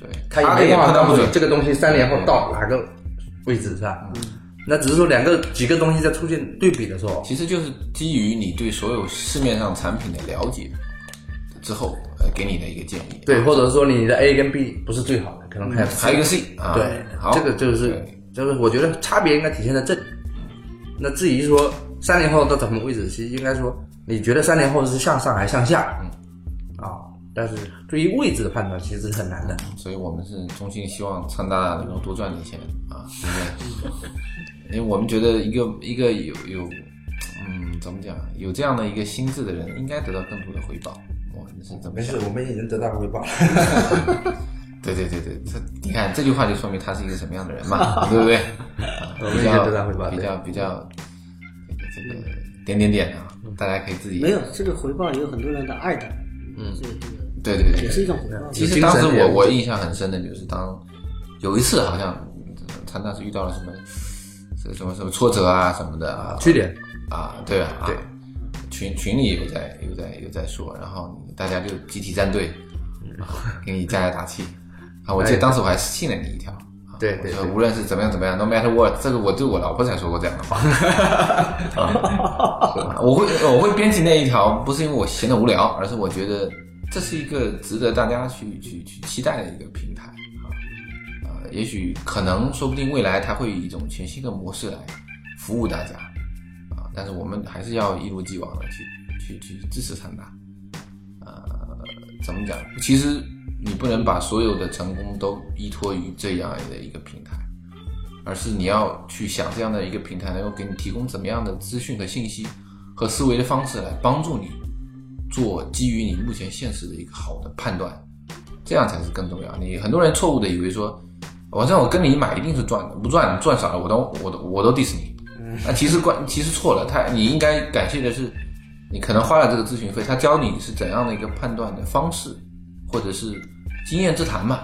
[SPEAKER 4] 对，
[SPEAKER 3] 他也
[SPEAKER 4] 也
[SPEAKER 3] 没办
[SPEAKER 4] 判
[SPEAKER 3] 法
[SPEAKER 4] 断
[SPEAKER 3] 告
[SPEAKER 4] 不
[SPEAKER 3] 诉你
[SPEAKER 4] 准。
[SPEAKER 3] 这个东西三年后到哪个位置，是吧？
[SPEAKER 4] 嗯
[SPEAKER 3] 那只是说两个几个东西在出现对比的时候，
[SPEAKER 4] 其实就是基于你对所有市面上产品的了解之后，呃，给你的一个建议。
[SPEAKER 3] 对，或者说你的 A 跟 B 不是最好的，可能还有
[SPEAKER 4] 还有一个 C 啊，
[SPEAKER 3] 对，
[SPEAKER 4] 好，
[SPEAKER 3] 这个就是
[SPEAKER 4] 对
[SPEAKER 3] 就是我觉得差别应该体现在这里。那至于说三年后到什么位置，其实应该说你觉得三年后是向上还是向下？嗯，啊，但是对于位置的判断其实是很难的。
[SPEAKER 4] 所以我们是衷心希望昌大能够多赚点钱啊，因为 因为我们觉得一个一个有有，嗯，怎么讲，有这样的一个心智的人，应该得到更多的回报。我们是这么
[SPEAKER 8] 没
[SPEAKER 4] 想
[SPEAKER 8] 事
[SPEAKER 4] 的。，
[SPEAKER 8] 我们已经得到回报了。
[SPEAKER 4] 对对对对，这你看这句话就说明他是一个什么样的人嘛，对不对？啊
[SPEAKER 3] 我们也
[SPEAKER 4] 比较
[SPEAKER 3] 得到回报
[SPEAKER 4] 比
[SPEAKER 3] 对
[SPEAKER 4] 较比较这个这个点点点啊，大家可以自己
[SPEAKER 2] 没有这个回报，也有很多人的爱的，嗯，这个这个
[SPEAKER 4] 对对对
[SPEAKER 2] 也是一种回报。
[SPEAKER 4] 其实当时我我印象很深的就是当有一次好像呃他当时遇到了什么什什么什么挫折啊什么的啊，
[SPEAKER 3] 缺点，
[SPEAKER 4] 啊，对啊，
[SPEAKER 3] 对
[SPEAKER 4] 啊，群群里有在有在有在说，然后大家就集体站队，啊，给你加油打气啊！我记得当时我还私信了你一条，啊
[SPEAKER 3] 对
[SPEAKER 4] 我
[SPEAKER 3] 对
[SPEAKER 4] 说
[SPEAKER 3] 对
[SPEAKER 4] 无论是怎么样怎么样，no matter what，这个我对我老婆才说过这 样的话，啊，我会我会编辑那一条，不是因为我闲得无聊，而是我觉得这是一个值得大家去去去期待的一个平台啊。呃，也许可能说不定未来它会以一种全新的模式来服务大家啊，但是我们还是要一如既往的去去去支持三大。呃，怎么讲？其实你不能把所有的成功都依托于这样的一个平台，而是你要去想这样的一个平台能够给你提供怎么样的资讯和信息和思维的方式来帮助你做基于你目前现实的一个好的判断，这样才是更重要。你很多人错误的以为说，晚上我跟你买一定是赚的，不赚赚少了我都我都我都 diss 你。那其实关其实错了，他你应该感谢的是，你可能花了这个咨询费，他教你是怎样的一个判断的方式，或者是经验之谈嘛。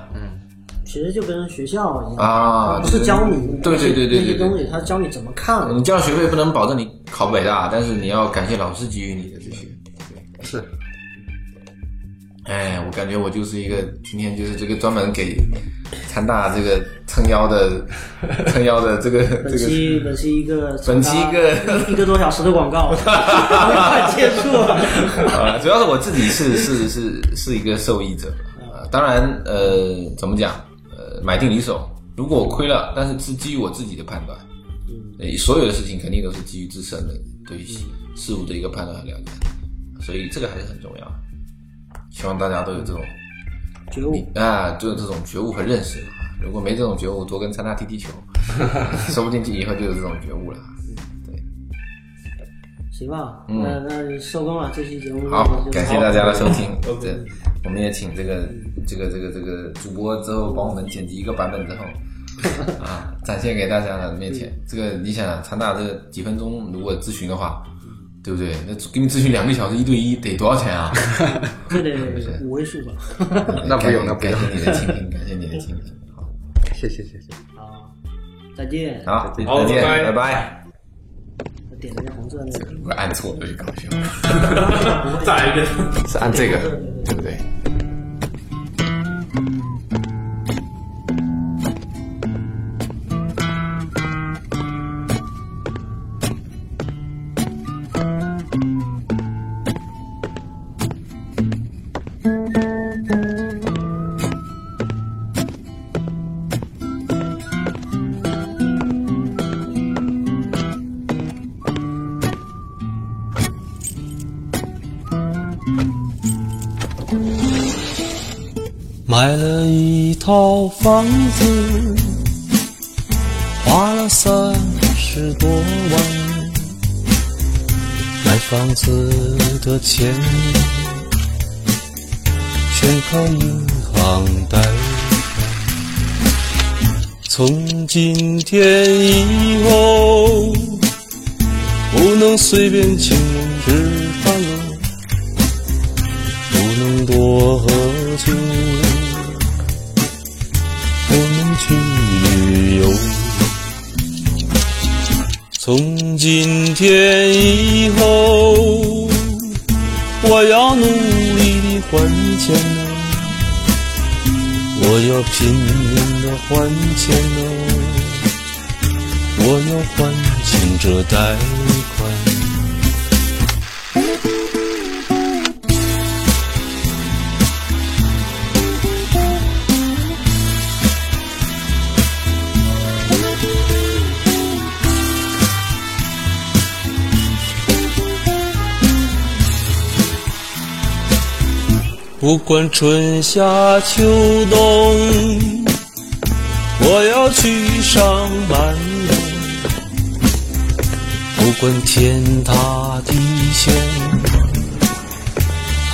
[SPEAKER 2] 其实就跟学校一样
[SPEAKER 4] 啊
[SPEAKER 2] 嗯它不是教你
[SPEAKER 4] 对对对
[SPEAKER 2] 那
[SPEAKER 4] 对对对嗯
[SPEAKER 2] 些东西，他教你怎么看。
[SPEAKER 4] 你交了学费不能保证你考北大，但是你要感谢老师给予你的这些。
[SPEAKER 3] 是，
[SPEAKER 4] 哎，我感觉我就是一个今天就是这个专门给参大这个撑腰的撑腰的 这个
[SPEAKER 2] 本
[SPEAKER 4] 这个。
[SPEAKER 2] 期本期一个
[SPEAKER 4] 本期一个
[SPEAKER 2] 一个多小时的广 告，快结束了。
[SPEAKER 4] 啊，主要是我自己是 是是是一个受益者啊。当然，呃，怎么讲？呃，买定离手。如果我亏了，但是是基于我自己的判断。嗯，所有的事情肯定都是基于自身的对于事物的一个判断和了解，所以这个还是很重要。希望大家都有这种
[SPEAKER 2] 觉悟，
[SPEAKER 4] 啊，就是这种觉悟和认识啊。如果没这种觉悟，多跟参加踢踢球，说不定就以后就有这种觉悟了。
[SPEAKER 2] 行吧，那那收工了，这期节目
[SPEAKER 4] 嗯好，
[SPEAKER 2] 就
[SPEAKER 4] 感谢大家的收听。对，我们也请这个这个这个这个主播之后帮我们剪辑一个版本之后，啊，展现给大家的面前。这个你想想，长达这个几分钟，如果咨询的话，对不对？那给你咨询两个小时一对一得多少钱啊？
[SPEAKER 2] 这得 五位数吧。
[SPEAKER 3] 那不用，那不
[SPEAKER 4] 感
[SPEAKER 3] 用，
[SPEAKER 4] 谢你的倾听，感谢你的倾听。好
[SPEAKER 3] 谢谢谢谢。
[SPEAKER 2] 好，再见。，
[SPEAKER 4] 好，
[SPEAKER 5] 好
[SPEAKER 4] 再见，
[SPEAKER 5] 拜拜
[SPEAKER 4] 拜拜。
[SPEAKER 2] 我点了一下红色那个。
[SPEAKER 4] 如果按错了就搞笑，
[SPEAKER 5] 再来一遍。
[SPEAKER 4] 是按这个，对不对？
[SPEAKER 9] 买了一套房子，花了三十多万。买房子的钱全靠银行贷款。从今天以后，不能随便请人吃饭了。不能多喝酒，不能去旅游。从今天以后，我要努力的还钱哦，我要拼命的还钱哦，我要还清这贷款。不管春夏秋冬，我要去上班哟。不管天塌地陷，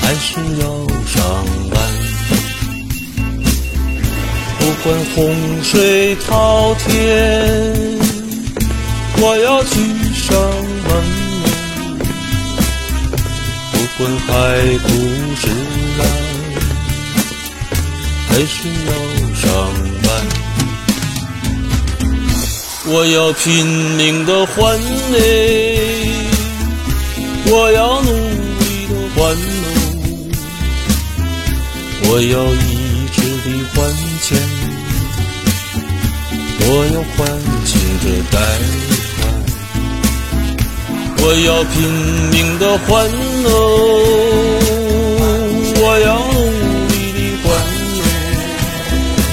[SPEAKER 9] 还是要上班。不管洪水滔天，我要去上班哟。不管海枯石烂，还是要上班。我要拼命的还嘞，我要努力的还喽，我要一直的还钱，我要还清这贷款。我要拼命的还哦，我要努力的还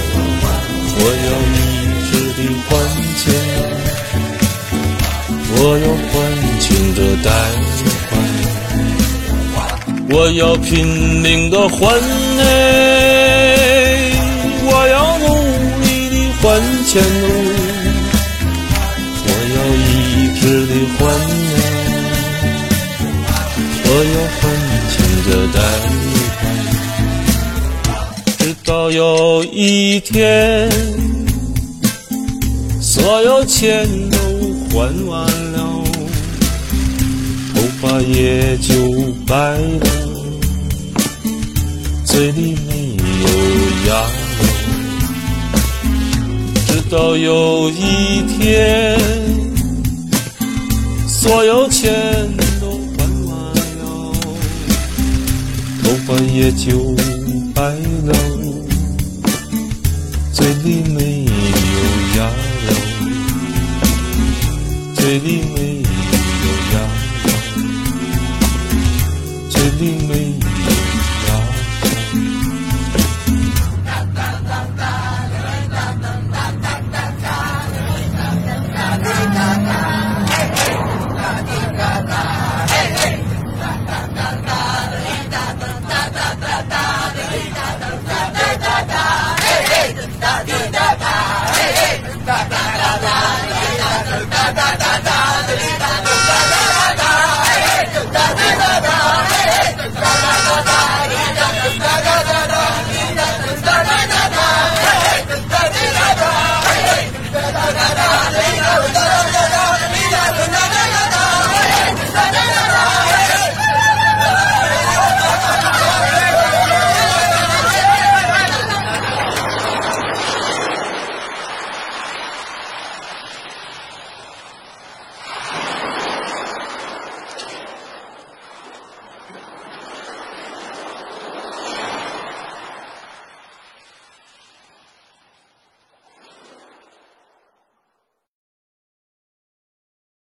[SPEAKER 9] 哦，我要一直的还钱，我要还清这贷款，我要拼命的还哎，我要努力的还钱哦。我要一直的还啊，我要还清这贷款，直到有一天，所有钱都还完了，头发也就白了，嘴里没有牙了。直到有一天，所有钱都还完了，头发也就白了，嘴里没